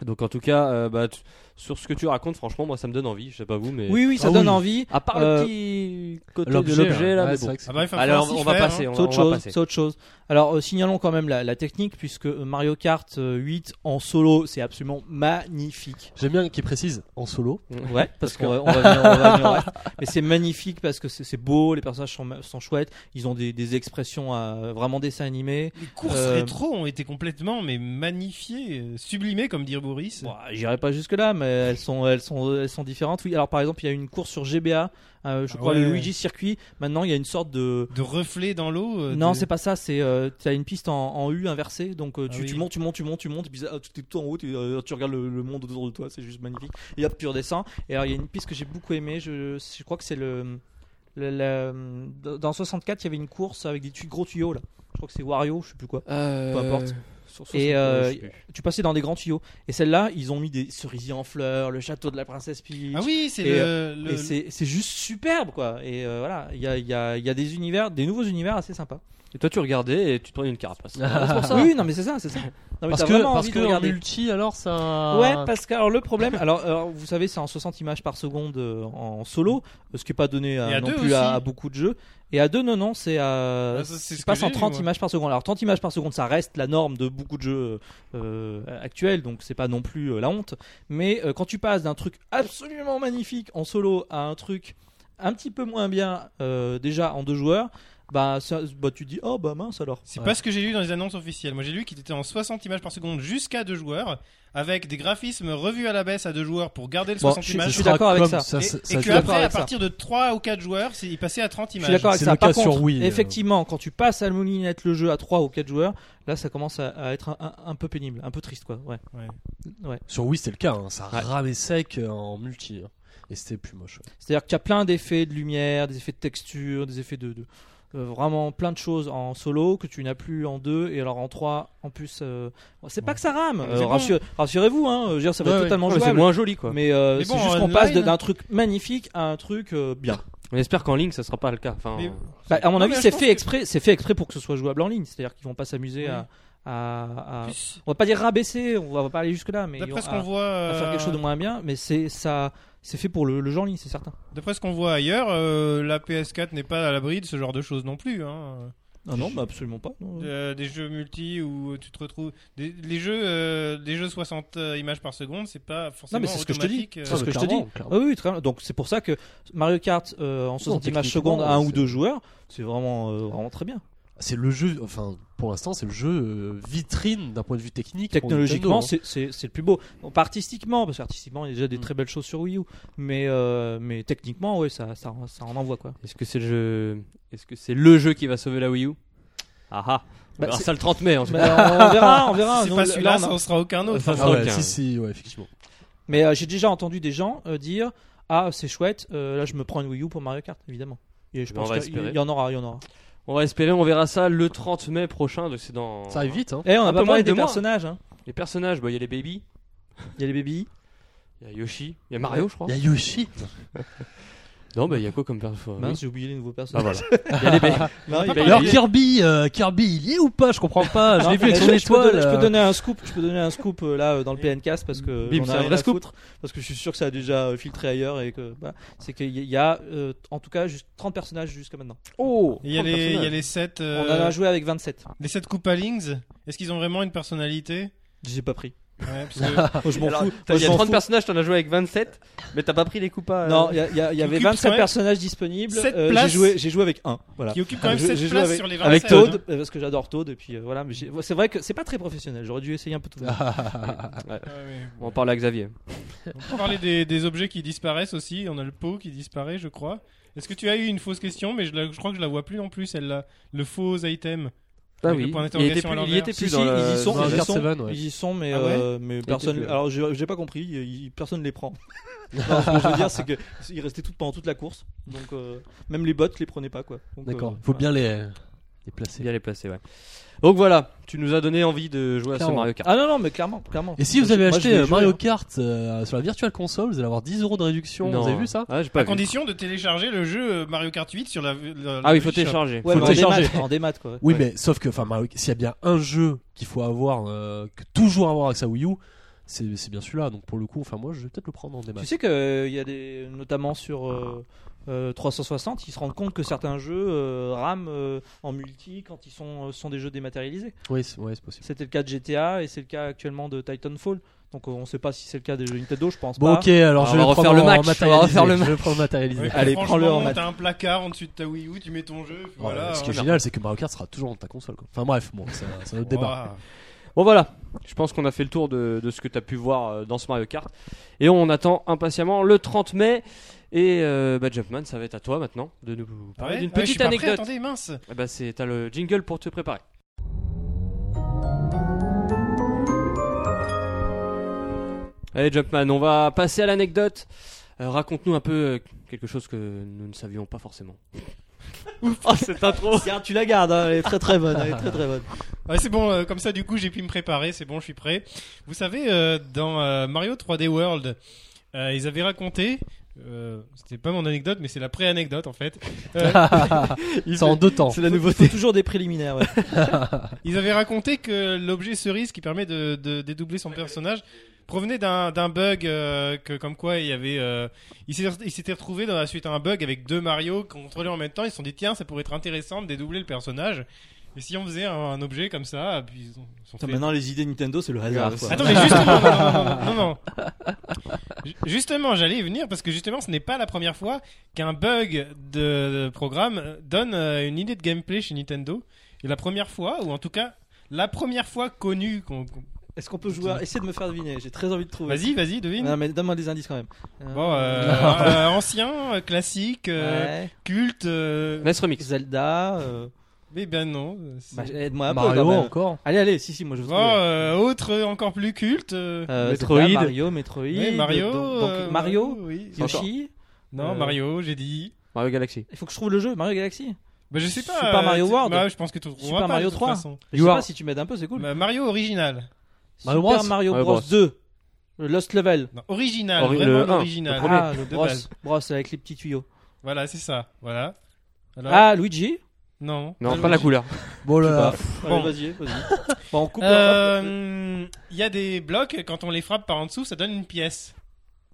Speaker 2: Donc en tout cas, euh, bah, tu- sur ce que tu racontes, franchement, moi ça me donne envie. Je sais pas vous, mais
Speaker 3: Oui oui, ça
Speaker 5: Ah
Speaker 3: donne
Speaker 5: oui.
Speaker 3: envie.
Speaker 2: à part
Speaker 3: Euh,
Speaker 2: le petit côté de l'objet
Speaker 5: ouais.
Speaker 2: là,
Speaker 5: Ouais,
Speaker 2: mais
Speaker 5: c'est
Speaker 2: bon.
Speaker 5: vrai que c'est-
Speaker 4: Ah bah, il va falloir
Speaker 2: Alors
Speaker 4: s'y
Speaker 2: on va
Speaker 4: faire,
Speaker 2: passer.
Speaker 4: hein.
Speaker 2: on-
Speaker 3: C'est
Speaker 2: on
Speaker 3: autre
Speaker 2: va
Speaker 3: chose,
Speaker 2: passer.
Speaker 3: c'est autre chose. Alors euh, signalons quand même la, la technique puisque euh, Mario Kart euh, 8 en solo c'est absolument magnifique.
Speaker 5: J'aime bien qu'il précise en solo.
Speaker 3: Ouais, parce qu'on va, on va venir, on va venir au reste. Mais c'est magnifique parce que c'est c'est beau, les personnages sont, ma- sont chouettes, ils ont des, des expressions à, vraiment dessin animé.
Speaker 4: Les courses
Speaker 3: Euh,
Speaker 4: rétro ont été complètement mais magnifiées, euh, sublimées comme dire Boris.
Speaker 3: Bon, J'irai pas jusque là, mais elles sont, elles sont, elles sont différentes. Oui, alors par exemple, il y a une course sur GBA, euh, je
Speaker 4: Ah
Speaker 3: crois
Speaker 4: ouais.
Speaker 3: le Luigi Circuit. Maintenant, il y a une sorte de
Speaker 4: De reflets dans l'eau. euh,
Speaker 3: non,
Speaker 4: de-
Speaker 3: c'est pas ça. C'est euh, t'as une piste en, en U inversée, donc euh, tu,
Speaker 4: Ah oui.
Speaker 3: tu montes, tu montes, tu montes, tu montes, et puis ah, tu es tout en haut, tu, euh, tu regardes le, le monde autour de toi, c'est juste magnifique. Et hop, tu redescends. Et alors il y a une piste que j'ai beaucoup aimée. Je, je crois que c'est le, le- la- dans 64 il y avait une course avec des tu- gros tuyaux là. Je crois que c'est Wario, je sais plus quoi.
Speaker 2: Euh,
Speaker 3: Peu importe.
Speaker 2: sur- sur-
Speaker 3: Et
Speaker 2: sur-
Speaker 3: euh,
Speaker 2: je sais plus.
Speaker 3: tu passais dans des grands tuyaux. Et celle-là, ils ont mis des cerisiers en fleurs, le château de la princesse Peach.
Speaker 4: Ah oui, c'est
Speaker 3: Et,
Speaker 4: le. le-
Speaker 3: Et c'est c'est juste superbe quoi. Et euh, voilà, il y a, il y a- il y a des univers, des nouveaux univers assez sympas.
Speaker 2: Et toi tu regardais et tu te prenais une carapace.
Speaker 4: Ah,
Speaker 3: C'est pour ça. Oui, non, mais c'est ça, c'est ça. Non, mais
Speaker 5: Parce
Speaker 3: t'as
Speaker 5: que,
Speaker 3: vraiment
Speaker 5: parce
Speaker 3: envie
Speaker 5: que
Speaker 3: de
Speaker 5: en
Speaker 3: regarder.
Speaker 5: multi, alors ça. Bah,
Speaker 3: Ouais, parce que alors le problème, alors, alors, vous savez, c'est en 60 images par seconde euh, en solo, euh, ce qui est pas donné à-
Speaker 4: Et à
Speaker 3: non
Speaker 4: deux
Speaker 3: plus à,
Speaker 4: aussi.
Speaker 3: à beaucoup de jeux. Et à deux, non, non, c'est à.
Speaker 4: Ah, ça,
Speaker 3: ça
Speaker 4: c'est ce que
Speaker 3: passe
Speaker 4: j'ai
Speaker 3: en
Speaker 4: lu,
Speaker 3: 30
Speaker 4: moi.
Speaker 3: images par seconde. Alors 30 images par seconde, ça reste la norme de beaucoup de jeux euh, actuels, donc c'est pas non plus euh, la honte. Mais euh, quand tu passes d'un truc absolument magnifique en solo à un truc un petit peu moins bien euh, déjà en deux joueurs, bah, ça- bah tu dis oh bah mince alors.
Speaker 4: C'est pas ce que j'ai lu dans les annonces officielles. Moi, j'ai lu qu'il était en 60 images par seconde jusqu'à deux joueurs, avec des graphismes revus à la baisse à deux joueurs pour garder le
Speaker 3: Bon,
Speaker 4: 60
Speaker 3: je
Speaker 4: images.
Speaker 3: suis d'accord avec ça.
Speaker 4: Et,
Speaker 5: ça,
Speaker 4: et que
Speaker 3: suis d'accord
Speaker 4: après, à
Speaker 3: avec ça.
Speaker 4: partir de 3 ou 4 joueurs, c'est- il passait à 30
Speaker 3: Je
Speaker 4: images.
Speaker 3: suis d'accord avec
Speaker 5: C'est
Speaker 3: ça.
Speaker 5: le
Speaker 3: Par
Speaker 5: cas
Speaker 3: contre,
Speaker 5: sur Wii, euh.
Speaker 3: effectivement, quand tu passes à la moulinette le jeu à 3 ou 4 joueurs, là ça commence à, à être un, un- un peu pénible, un peu triste quoi. Ouais.
Speaker 5: Sur Wii, c'était le cas. hein. Ça
Speaker 3: Ouais.
Speaker 5: ramait sec euh, en multi. hein. Et c'était plus moche. ouais.
Speaker 3: C'est-à-dire que tu as plein d'effets de lumière, des effets de texture, des effets de, de- euh, vraiment plein de choses en solo que tu n'as plus en 2 et alors en 3 en plus euh, bon, c'est pas que ça rame.
Speaker 4: Mais
Speaker 3: euh,
Speaker 4: c'est bon.
Speaker 3: rassure- rassurez-vous hein, euh, je veux dire, ça va
Speaker 5: Ouais,
Speaker 3: être
Speaker 5: ouais.
Speaker 3: totalement
Speaker 2: Ouais, c'est
Speaker 3: jouable.
Speaker 2: moins joli quoi.
Speaker 3: Mais, euh,
Speaker 4: Mais
Speaker 3: c'est
Speaker 4: bon,
Speaker 3: juste qu'on
Speaker 4: online-
Speaker 3: passe de- d'un truc magnifique à un truc euh, bien.
Speaker 2: On espère qu'en ligne ça sera pas le cas. Enfin,
Speaker 4: Mais-
Speaker 3: Bah, à mon
Speaker 4: Non,
Speaker 3: avis,
Speaker 4: mais je
Speaker 3: c'est
Speaker 4: pense
Speaker 3: fait
Speaker 4: que-
Speaker 3: exprès, c'est fait exprès pour que ce soit jouable en ligne, c'est-à-dire qu'ils vont pas s'amuser à- à- à
Speaker 4: Plus-
Speaker 3: on va pas dire rabaisser, on va pas aller jusque là, mais
Speaker 4: D'après ce
Speaker 3: à,
Speaker 4: qu'on voit,
Speaker 3: Ah. à faire
Speaker 4: euh,
Speaker 3: quelque chose de moins bien, mais c'est ça, c'est fait pour le, le jeu en ligne, c'est certain.
Speaker 4: d'après ce qu'on voit ailleurs, euh, la PS4 n'est pas à l'abri de ce genre de choses non plus. hein.
Speaker 3: Ah non, bah absolument pas. non.
Speaker 4: Euh, des jeux multi où tu te retrouves des, les jeux euh, des jeux 60 euh, images par seconde c'est pas forcément
Speaker 3: c'est ce que je te dis.
Speaker 4: automatique, euh,
Speaker 3: C'est ce que je te
Speaker 5: clairement,
Speaker 3: dis.
Speaker 5: clairement.
Speaker 3: Ah oui, oui, très bien. Donc c'est pour ça que Mario Kart euh, en 60 images
Speaker 5: techniquement,
Speaker 3: secondes à un
Speaker 5: c'est-
Speaker 3: ou deux joueurs, c'est vraiment, euh, vraiment très bien.
Speaker 5: C'est le jeu, enfin, pour l'instant, c'est le jeu euh, vitrine d'un point de vue technique. pour
Speaker 3: Technologiquement,
Speaker 5: Nintendo, hein.
Speaker 3: c'est c'est- c'est le plus beau. Bon, pas artistiquement, parce qu'artistiquement, il y a déjà des
Speaker 5: Mm.
Speaker 3: très belles choses sur Wii U. Mais, euh, mais techniquement, ouais, ça, ça, ça en envoie quoi.
Speaker 2: Est-ce que c'est le jeu... Est-ce que c'est le jeu qui va sauver la Wii U Ah ah. On
Speaker 3: Bah,
Speaker 2: verra
Speaker 3: c'est-
Speaker 2: ça le 30 mai en tout cas.
Speaker 3: Bah, on verra, on verra.
Speaker 4: euh, si c'est
Speaker 3: Nous,
Speaker 4: pas
Speaker 3: là,
Speaker 4: celui-là
Speaker 3: on a-
Speaker 4: ça en sera
Speaker 3: hein.
Speaker 4: aucun autre
Speaker 2: Enfin,
Speaker 5: Ah ouais,
Speaker 2: Aucun.
Speaker 5: si, si, ouais, effectivement.
Speaker 3: Mais euh, j'ai déjà entendu des gens euh, dire Ah, c'est chouette, euh, là je me prends une Wii U pour Mario Kart, évidemment. Et je
Speaker 2: Ben, on
Speaker 3: pense
Speaker 2: va
Speaker 3: qu'il
Speaker 2: espérer.
Speaker 3: il y en aura, il y en aura.
Speaker 2: On va espérer, on verra ça le 30 mai prochain. Donc c'est dans.
Speaker 5: Ça arrive vite, hein.
Speaker 3: Eh, on a
Speaker 2: Un peu
Speaker 3: pas
Speaker 2: moins
Speaker 3: parlé
Speaker 2: de
Speaker 3: des
Speaker 2: deux mois.
Speaker 3: personnages. hein.
Speaker 2: Les personnages, bah, il y a les Baby,
Speaker 3: Il y a les bébés.
Speaker 2: Ah il y a Yoshi, il y a Mario,
Speaker 3: Oh.
Speaker 2: je crois.
Speaker 5: Il y a Yoshi.
Speaker 2: Non, bah il y a quoi comme perso
Speaker 3: Mince, j'ai oublié les nouveaux
Speaker 2: Ah
Speaker 3: personnages.
Speaker 2: voilà. Il y a les Baby.
Speaker 3: Non, il-
Speaker 2: Bah,
Speaker 5: Alors
Speaker 2: il est-
Speaker 5: Kirby, euh, Kirby, il y est ou pas Je comprends pas. Je
Speaker 3: Non,
Speaker 5: l'ai vu avec
Speaker 3: mais
Speaker 5: son
Speaker 3: je- je peux
Speaker 5: étoile.
Speaker 3: donner- Je peux
Speaker 5: euh.
Speaker 3: donner un scoop, je peux donner un scoop euh, là euh, dans le PNcast parce que
Speaker 2: Bim,
Speaker 3: j'en ai
Speaker 2: c'est un
Speaker 3: rien
Speaker 2: vrai
Speaker 3: à
Speaker 2: scoop.
Speaker 3: foutre, parce que je suis sûr que ça a déjà euh, filtré ailleurs et que voilà. c'est qu'il y a- il y a euh, en tout cas juste 30 personnages jusqu'à maintenant.
Speaker 2: Oh
Speaker 4: il y a les il y a les 7
Speaker 2: Euh.
Speaker 3: On en a joué avec 27.
Speaker 4: les 7 Koopalings est-ce qu'ils ont vraiment une personnalité
Speaker 3: J'ai pas pris.
Speaker 4: ouais, parce que
Speaker 3: Moi, je m'en
Speaker 2: Ah. Alors,
Speaker 3: fous.
Speaker 2: t'as- Il
Speaker 3: Moi,
Speaker 2: y
Speaker 3: je
Speaker 2: a
Speaker 3: m'en
Speaker 2: 30
Speaker 3: fous.
Speaker 2: personnages, t'en as joué avec 27, mais t'as pas euh. pris les coupes à.
Speaker 3: Non, il y a- il y, a- il y
Speaker 4: Euh, Qui
Speaker 3: avait
Speaker 4: occupe quand
Speaker 3: 27
Speaker 4: même
Speaker 3: personnages disponibles.
Speaker 4: sept
Speaker 3: euh, j'ai
Speaker 4: places.
Speaker 3: joué, j'ai joué avec un. Voilà.
Speaker 4: qui occupe quand même
Speaker 3: Je-
Speaker 4: 7
Speaker 3: j'ai joué
Speaker 4: places
Speaker 3: avec-
Speaker 4: sur les 27
Speaker 2: avec
Speaker 4: hein.
Speaker 3: Toad, euh, parce que j'adore Toad et puis euh, voilà. mais j'ai- C'est vrai que c'est pas très professionnel. J'aurais dû essayer un peu tout. le
Speaker 5: Ah,
Speaker 3: monde.
Speaker 4: hein. Ouais, mais bon.
Speaker 2: On parle à Xavier.
Speaker 4: On peut parler des, des objets qui disparaissent aussi. On a le pot qui disparaît, je crois. Est-ce que tu as eu une fausse question Mais je, la- je crois que je la vois plus non plus, celle-là. Le faux item.
Speaker 2: Ah
Speaker 4: Avec le
Speaker 2: oui,
Speaker 4: point
Speaker 2: il y était
Speaker 4: d'interrogation
Speaker 2: plus,
Speaker 4: à
Speaker 2: il y était
Speaker 4: l'envers.
Speaker 2: plus
Speaker 3: Si,
Speaker 2: dans
Speaker 3: si,
Speaker 2: la-
Speaker 3: ils y sont,
Speaker 2: dans
Speaker 5: dans
Speaker 3: ils y
Speaker 2: la-
Speaker 5: Kart
Speaker 3: sont,
Speaker 5: Seven, ouais.
Speaker 3: ils y sont, mais,
Speaker 4: Ah ouais
Speaker 3: euh, mais personne.
Speaker 2: plus, ouais.
Speaker 3: Alors, j'ai j'ai pas compris. ils- ils- personne les prend. Non, ce que je veux dire, c'est que ils restaient toutes pendant toute la course. Donc, euh, même les bottes les prenaient pas, quoi. Donc,
Speaker 5: D'accord.
Speaker 3: euh,
Speaker 5: Faut bien les, les placer.
Speaker 2: Bien les placer, ouais. Donc voilà, tu nous as donné envie de jouer à ce
Speaker 5: Clairement.
Speaker 2: Mario Kart.
Speaker 3: voilà. Ah non, non, mais clairement, clairement.
Speaker 5: Et si vous
Speaker 3: Moi,
Speaker 5: avez
Speaker 3: je- moi,
Speaker 5: acheté
Speaker 3: je vais
Speaker 5: euh,
Speaker 3: jouer,
Speaker 5: Mario
Speaker 3: hein.
Speaker 5: Kart euh, sur la Virtual Console, vous allez avoir 10 euros de réduction.
Speaker 2: Non.
Speaker 5: Vous avez vu ça
Speaker 2: Ah, j'ai
Speaker 4: À
Speaker 2: pas vu.
Speaker 4: condition de télécharger le jeu euh, Mario Kart 8 sur la.
Speaker 2: Ah
Speaker 4: la-
Speaker 2: oui, il
Speaker 4: le
Speaker 2: faut
Speaker 4: shop.
Speaker 2: télécharger.
Speaker 3: Ouais,
Speaker 5: Faut
Speaker 3: mais en
Speaker 5: télécharger.
Speaker 3: démat, en démat, quoi.
Speaker 5: Oui, mais sauf que, enfin, Mario- s'il y a bien un jeu qu'il faut avoir, euh, que toujours avoir avec sa Wii U, c'est c'est bien celui-là. Donc pour le coup, enfin, moi, je vais peut-être le prendre en débat.
Speaker 3: Tu sais que euh, il y a des, notamment sur euh, euh, 360, ils se rendent compte que certains jeux euh, rament euh, en multi quand ils sont euh, sont des jeux dématérialisés.
Speaker 5: Oui, c'est ouais, c'est possible.
Speaker 3: C'était le cas de GTA et c'est le cas actuellement de Titanfall. Donc euh, on sait pas si c'est le cas des jeux Nintendo, je pense
Speaker 5: Bon,
Speaker 3: pas.
Speaker 5: ok, alors
Speaker 2: On
Speaker 5: je vais
Speaker 2: va
Speaker 5: le
Speaker 2: refaire
Speaker 5: prendre
Speaker 2: le
Speaker 5: en
Speaker 2: match, on va
Speaker 5: matérialisé.
Speaker 2: refaire le
Speaker 5: Je vais le prendre en
Speaker 4: Ouais,
Speaker 5: matérialisé.
Speaker 3: Allez,
Speaker 4: franchement,
Speaker 3: prends-le en mat.
Speaker 4: T'as un placard en dessus de ta Wii U, tu mets ton jeu. puis
Speaker 5: Ouais,
Speaker 4: voilà.
Speaker 5: Oh, ce qui est
Speaker 4: Hein.
Speaker 5: génial, c'est que Mario Kart sera toujours dans ta console. Quoi. Enfin bref, bon, c'est un- c'est un autre débat.
Speaker 4: Ouah.
Speaker 2: Bon voilà, je pense qu'on a fait le tour de, de ce que tu as pu voir euh, dans ce Mario Kart. Et on attend impatiemment le 30 mai. Et euh, bah, Jumpman, ça va être à toi maintenant de nous
Speaker 4: Ah
Speaker 2: parler
Speaker 4: ouais
Speaker 2: d'une
Speaker 4: Ah ouais, je suis
Speaker 2: petite
Speaker 4: pas prêt,
Speaker 2: anecdote.
Speaker 4: attendez, mince.
Speaker 2: Eh bah, c'est, t'as le jingle pour te préparer. Allez Jumpman, on va passer à l'anecdote. Euh, raconte-nous un peu euh, quelque chose que nous ne savions pas forcément.
Speaker 3: Ah,
Speaker 2: oh, cette intro
Speaker 3: Tiens, tu la gardes, hein, elle est très très bonne, elle est très très bonne.
Speaker 4: Ouais, c'est bon, euh, comme ça du coup j'ai pu me préparer, c'est bon, je suis prêt. Vous savez, euh, dans euh, Mario 3D World, euh, ils avaient raconté, euh, c'était pas mon anecdote, mais c'est la pré-anecdote en fait. Euh,
Speaker 5: c'est en deux temps.
Speaker 3: la nouveauté. toujours des préliminaires. ouais.
Speaker 4: ils avaient raconté que l'objet cerise qui permet de, de dédoubler son personnage provenait d'un d'un bug euh, que comme quoi il y avait euh, il s'est- il s'était retrouvé dans la suite à un bug avec deux Mario contrôlés en même temps ils se sont dit tiens ça pourrait être intéressant de dédoubler le personnage et si on faisait un, un objet comme ça puis ils ont- ils sont
Speaker 3: Putain,
Speaker 4: fait-
Speaker 3: maintenant les idées Nintendo, c'est le hasard. quoi.
Speaker 4: Attends, mais justement, non, non, non, non, non. Ju- Justement, j'allais y venir parce que justement, ce n'est pas la première fois qu'un bug de de programme donne euh, une idée de gameplay chez Nintendo. Et la première fois, ou en tout cas, la première fois connue qu'on. qu'on-
Speaker 3: Est-ce qu'on peut jouer à- Essaie de me faire deviner, j'ai très envie de trouver.
Speaker 4: Vas-y, vas-y, devine.
Speaker 3: Non, mais donne-moi des indices quand même. Euh,
Speaker 4: Bon, euh, euh, ancien, euh, classique, euh,
Speaker 3: ouais,
Speaker 4: culte. euh,
Speaker 2: NES Remix.
Speaker 3: Zelda. euh,
Speaker 4: Mais ben non. euh, c'est-
Speaker 3: bah, aide-moi un peu,
Speaker 5: Mario
Speaker 3: quand même.
Speaker 5: encore.
Speaker 3: Allez, allez, si, si, moi je vous
Speaker 4: Bon, euh, autre euh, encore plus culte. euh,
Speaker 2: Metroid.
Speaker 3: Mario, Metroid.
Speaker 4: ouais, Mario.
Speaker 3: Ah Donc, donc,
Speaker 4: euh,
Speaker 3: Mario,
Speaker 4: oui.
Speaker 3: Yoshi.
Speaker 4: Non,
Speaker 3: euh,
Speaker 4: Mario, j'ai dit.
Speaker 2: Mario Galaxy.
Speaker 3: Il faut que je trouve le jeu, Mario Galaxy.
Speaker 4: Bah, je sais pas.
Speaker 3: Super Mario
Speaker 4: tu-
Speaker 3: World.
Speaker 4: bah, je pense que tu trouveras
Speaker 3: Super
Speaker 4: pas, de
Speaker 3: Mario
Speaker 4: toute
Speaker 3: 3.
Speaker 4: façon.
Speaker 3: Je
Speaker 2: You
Speaker 3: sais
Speaker 2: are-
Speaker 3: pas si tu m'aides un peu, c'est cool.
Speaker 4: Bah, Mario original.
Speaker 3: Super
Speaker 5: Mario Bros.
Speaker 3: Mario
Speaker 2: Mario
Speaker 3: Bros.
Speaker 2: Bros.
Speaker 3: 2. Le Lost Level.
Speaker 4: Non, original,
Speaker 2: Ori-
Speaker 4: vraiment
Speaker 2: le un,
Speaker 4: l'original.
Speaker 2: le premier.
Speaker 3: Ah, le
Speaker 4: de
Speaker 3: Bros.
Speaker 4: base.
Speaker 3: Bros avec les petits tuyaux.
Speaker 4: Voilà, c'est ça. Voilà. Alors,
Speaker 3: Ah, Luigi.
Speaker 4: non.
Speaker 2: Non, pas la couleur.
Speaker 5: Bon là,
Speaker 4: Bon.
Speaker 3: Allez, vas-y, vas-y.
Speaker 4: Bah,
Speaker 3: bon, on coupe.
Speaker 4: Euh, Il y a des blocs, quand on les frappe par en dessous, ça donne une pièce.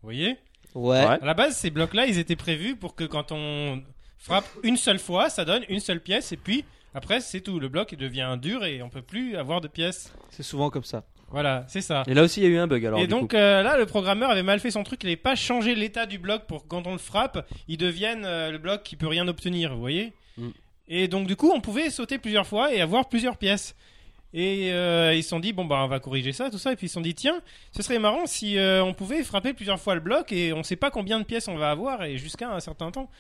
Speaker 4: Vous voyez
Speaker 3: Ouais.
Speaker 2: Ouais.
Speaker 4: À la base, ces blocs-là, ils étaient prévus pour que quand on frappe une seule fois, ça donne une seule pièce, et puis Après, c'est tout. Le bloc devient dur et on peut plus avoir de pièces.
Speaker 3: C'est souvent comme ça.
Speaker 4: Voilà, c'est ça.
Speaker 2: Et là aussi, il y a eu un bug alors.
Speaker 4: Et
Speaker 2: du
Speaker 4: donc
Speaker 2: coup.
Speaker 4: euh, là, le programmeur avait mal fait son truc. Il n'avait pas changé l'état du bloc pour que quand on le frappe, il devienne euh, le bloc qui peut rien obtenir. Vous voyez
Speaker 5: Mm.
Speaker 4: Et donc du coup, on pouvait sauter plusieurs fois et avoir plusieurs pièces. Et euh, ils se sont dit bon bah on va corriger ça, tout ça. Et puis ils se sont dit tiens, ce serait marrant si euh, on pouvait frapper plusieurs fois le bloc et on sait pas combien de pièces on va avoir et jusqu'à un certain temps.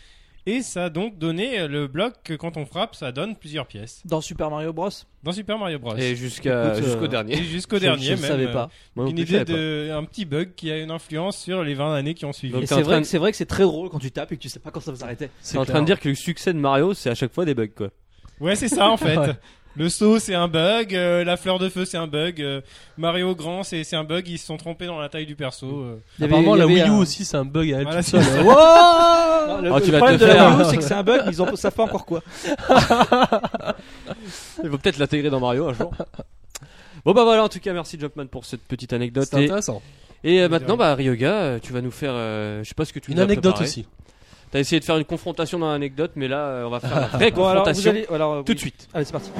Speaker 4: Et ça a donc donné euh, le bloc que quand on frappe, ça donne plusieurs pièces.
Speaker 3: Dans Super Mario Bros.
Speaker 4: Dans Super Mario Bros.
Speaker 2: Et jusqu'à
Speaker 3: Écoute, euh,
Speaker 2: jusqu'au
Speaker 4: Et
Speaker 2: dernier.
Speaker 4: jusqu'au
Speaker 3: je-
Speaker 4: dernier
Speaker 3: je ne
Speaker 4: même.
Speaker 3: savais
Speaker 4: euh,
Speaker 3: pas.
Speaker 2: Moi non
Speaker 4: une
Speaker 2: plus, je
Speaker 4: idée
Speaker 2: savais pas.
Speaker 4: de un petit bug qui a une influence sur les 20 années qui ont suivi.
Speaker 2: Donc,
Speaker 3: Et
Speaker 2: t'es en
Speaker 3: c'est vrai,
Speaker 2: train
Speaker 3: que- c'est vrai que c'est très drôle quand tu tapes et que tu sais pas quand ça va s'arrêter.
Speaker 2: T'es en train de dire que le succès de Mario, c'est à chaque fois des bugs quoi.
Speaker 4: Ouais, c'est ça en fait.
Speaker 5: Ouais.
Speaker 4: Le saut c'est un bug, euh, la fleur de feu c'est un bug, euh, Mario Grand c'est c'est un bug, ils se sont trompés dans la taille du perso. euh.
Speaker 3: Il y avait-
Speaker 5: Apparemment,
Speaker 3: il y
Speaker 5: la
Speaker 3: avait
Speaker 5: Wii U
Speaker 3: un-
Speaker 5: aussi, c'est un bug à elle
Speaker 4: Voilà,
Speaker 5: toute
Speaker 4: c'est
Speaker 5: seule.
Speaker 4: ça.
Speaker 3: Wow le
Speaker 2: Ah, tu vas te
Speaker 3: problème
Speaker 2: le
Speaker 3: de la
Speaker 2: faire.
Speaker 3: Wii U, c'est que c'est un bug, mais ils en savent pas encore quoi.
Speaker 2: Il faut peut-être l'intégrer dans Mario un jour. Bon bah voilà en tout cas merci Jumpman pour cette petite anecdote
Speaker 5: C'est
Speaker 2: et,
Speaker 5: intéressant.
Speaker 2: et, euh, maintenant bah Ryoga euh, tu vas nous faire euh, je sais pas ce que tu
Speaker 5: Une
Speaker 2: nous as
Speaker 5: anecdote
Speaker 2: préparé.
Speaker 5: aussi.
Speaker 2: T'as essayé de faire une confrontation dans l'anecdote mais là euh, on va faire la vraie
Speaker 3: Bon, alors, vous
Speaker 2: confrontation
Speaker 3: allez- alors, euh,
Speaker 2: tout
Speaker 3: oui.
Speaker 2: de suite.
Speaker 3: Allez, c'est parti.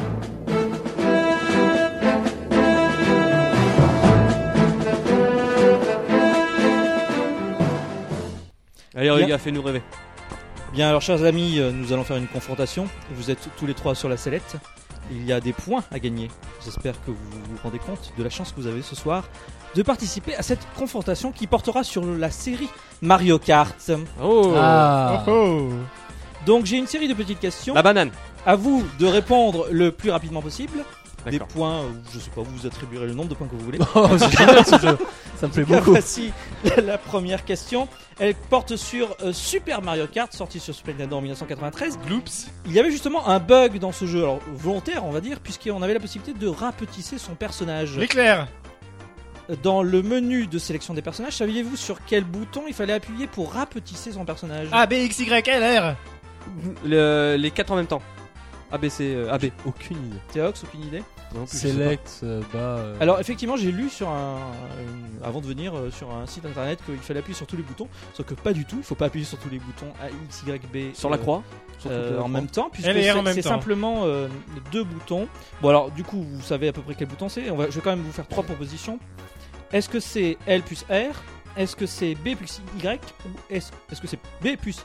Speaker 2: Allez
Speaker 3: Bien.
Speaker 2: Ryoga fais-nous rêver.
Speaker 3: Bien, alors, chers amis, euh, nous allons faire une confrontation. Vous êtes tous les trois sur la sellette. Il y a des points à gagner. J'espère que vous vous rendez compte de la chance que vous avez ce soir de participer à cette confrontation qui portera sur la série Mario Kart.
Speaker 2: Oh
Speaker 5: Ah.
Speaker 4: Oh, oh.
Speaker 3: Donc, j'ai une série de petites questions.
Speaker 2: la banane.
Speaker 3: À vous de répondre le plus rapidement possible. Des
Speaker 2: D'accord.
Speaker 3: points, euh, je sais pas, vous vous attribuerez le nombre de points que vous voulez.
Speaker 5: Oh, c'est génial ce jeu. Ça me plaît
Speaker 3: Car
Speaker 5: beaucoup.
Speaker 3: Voici la, la première question. Elle porte sur euh, Super Mario Kart, sorti sur Super Nintendo en 1993.
Speaker 4: Gloops.
Speaker 3: Il y avait justement un bug dans ce jeu, alors volontaire, on va dire, puisqu'on avait la possibilité de rapetisser son personnage.
Speaker 4: L'éclair.
Speaker 3: Dans le menu de sélection des personnages, saviez-vous sur quel bouton il fallait appuyer pour rapetisser son personnage
Speaker 2: Ah.
Speaker 4: A B X Y L R.
Speaker 2: Le- les quatre en même temps. ABC euh, AB.
Speaker 5: Aucune idée.
Speaker 3: Théox, aucune idée
Speaker 2: Non, plus, je sais pas.
Speaker 5: Select, euh, bah. euh,
Speaker 3: Alors effectivement, j'ai lu sur un, une- avant de venir euh, sur un site internet qu'il fallait appuyer sur tous les boutons, sauf que pas du tout. Il faut pas appuyer sur tous les boutons A, X, Y, B.
Speaker 2: sur la
Speaker 3: euh,
Speaker 2: croix sur
Speaker 3: euh,
Speaker 2: toute la
Speaker 3: en
Speaker 2: croix.
Speaker 3: même temps, puisque
Speaker 4: Elle est
Speaker 3: c'est
Speaker 4: en même
Speaker 3: c'est
Speaker 4: temps.
Speaker 3: simplement euh, deux boutons. Bon alors, du coup, vous savez à peu près quel bouton c'est. On va, je vais quand même vous faire trois propositions. Est-ce que c'est L plus R Est-ce que c'est B plus Y Ou est-ce est-ce que c'est B plus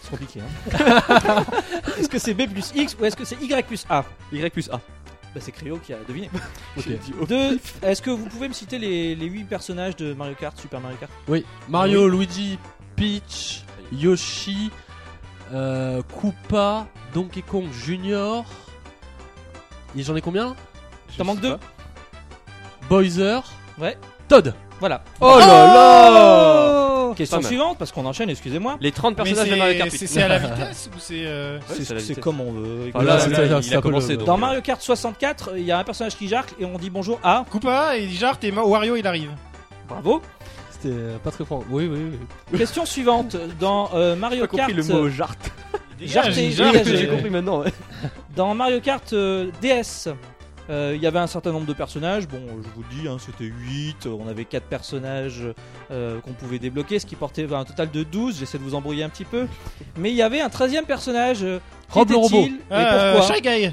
Speaker 3: C'est compliqué. Hein est-ce que c'est B plus X ou est-ce que c'est Y plus A
Speaker 2: Y plus A.
Speaker 3: Bah c'est Cryo qui a deviné.
Speaker 5: ok.
Speaker 3: Deux, est-ce que vous pouvez me citer les, les 8 personnages de Mario Kart, Super Mario Kart
Speaker 5: Oui. Mario, Luigi, Peach, Yoshi, euh, Koopa, Donkey Kong Junior. Et j'en ai combien là
Speaker 3: T'en manques deux
Speaker 5: Bowser.
Speaker 3: Ouais.
Speaker 5: Todd.
Speaker 3: Voilà.
Speaker 2: Oh là là
Speaker 3: Question
Speaker 2: Pas mal.
Speaker 3: suivante, parce qu'on enchaîne, excusez-moi.
Speaker 2: Les 30
Speaker 4: Mais
Speaker 2: personnages de Mario
Speaker 4: c'est
Speaker 2: Kart.
Speaker 4: c'est- c'est à la vitesse ou c'est euh,
Speaker 2: Ouais, c'est la vitesse.
Speaker 3: comme on veut.
Speaker 2: Ah, là,
Speaker 5: Voilà,
Speaker 2: là,
Speaker 5: c'est-
Speaker 2: il a
Speaker 5: c'est un peu
Speaker 2: commencé,
Speaker 5: le-
Speaker 2: donc. euh,
Speaker 3: Dans Mario Kart 64, il y a un personnage qui jarque et on dit bonjour à.
Speaker 4: Koopa et Jart et Ma- Wario il arrive.
Speaker 3: Bravo.
Speaker 5: C'était euh, pas très fort. Oui, oui, oui.
Speaker 3: Question suivante, dans euh, Mario
Speaker 2: J'ai pas
Speaker 3: Kart.
Speaker 2: compris le mot jart.
Speaker 4: Déjà,
Speaker 3: Jart et-
Speaker 4: Jart,
Speaker 3: Dégage,
Speaker 2: J'ai
Speaker 3: euh,
Speaker 4: euh,
Speaker 2: compris maintenant. ouais.
Speaker 3: Dans Mario Kart euh, DS, euh, il y avait un certain nombre de personnages. Bon, euh, je vous le dis, hein, c'était 8. euh, On avait 4 personnages euh, qu'on pouvait débloquer, ce qui portait à un total de 12. J'essaie de vous embrouiller un petit peu. Mais il y avait un 13e personnage. euh, qui
Speaker 5: Rob le
Speaker 3: était-il
Speaker 5: robot.
Speaker 3: Et
Speaker 4: euh,
Speaker 3: pourquoi
Speaker 4: Shy Guy.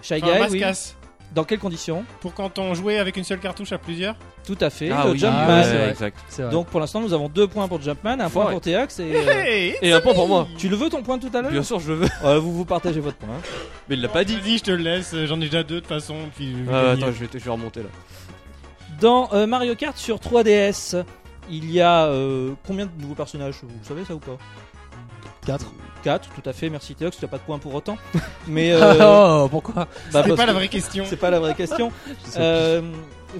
Speaker 3: Shy
Speaker 4: Enfin,
Speaker 3: Guy,
Speaker 4: Mask
Speaker 3: oui.
Speaker 4: Ass.
Speaker 3: Dans quelles conditions
Speaker 4: Pour quand on jouait avec une seule cartouche à plusieurs.
Speaker 3: Tout à fait. Euh,
Speaker 2: Ah
Speaker 3: le
Speaker 2: oui,
Speaker 3: Jumpman.
Speaker 5: ouais,
Speaker 2: ouais,
Speaker 5: vrai.
Speaker 2: exact.
Speaker 5: C'est vrai.
Speaker 3: Donc pour l'instant, nous avons 2 points pour Jumpman, un point
Speaker 2: Foiré.
Speaker 3: pour Teox. Et, euh,
Speaker 4: Hey,
Speaker 2: Et un point pour moi.
Speaker 3: tu le veux ton point tout à l'heure
Speaker 2: Oh. Bien sûr, je le veux.
Speaker 3: Euh, Vous vous partagez votre point. hein.
Speaker 2: Mais il l'a pas dit.
Speaker 4: Je te dis, je te le laisse. J'en ai déjà deux de toute façon. Puis je vais
Speaker 2: Ah,
Speaker 4: gagner.
Speaker 2: attends, je vais, te- je vais remonter là.
Speaker 3: Dans euh, Mario Kart sur 3DS, il y a euh, combien de nouveaux personnages Vous savez ça ou pas
Speaker 5: 4.
Speaker 3: 4, tout à fait, merci Théox, tu n'as pas de points pour autant. Mais euh,
Speaker 5: oh, pourquoi
Speaker 3: bah,
Speaker 4: C'était
Speaker 3: parce
Speaker 4: pas
Speaker 3: que
Speaker 4: la vraie question.
Speaker 3: c'est pas la vraie question.
Speaker 5: Je sais
Speaker 3: Euh,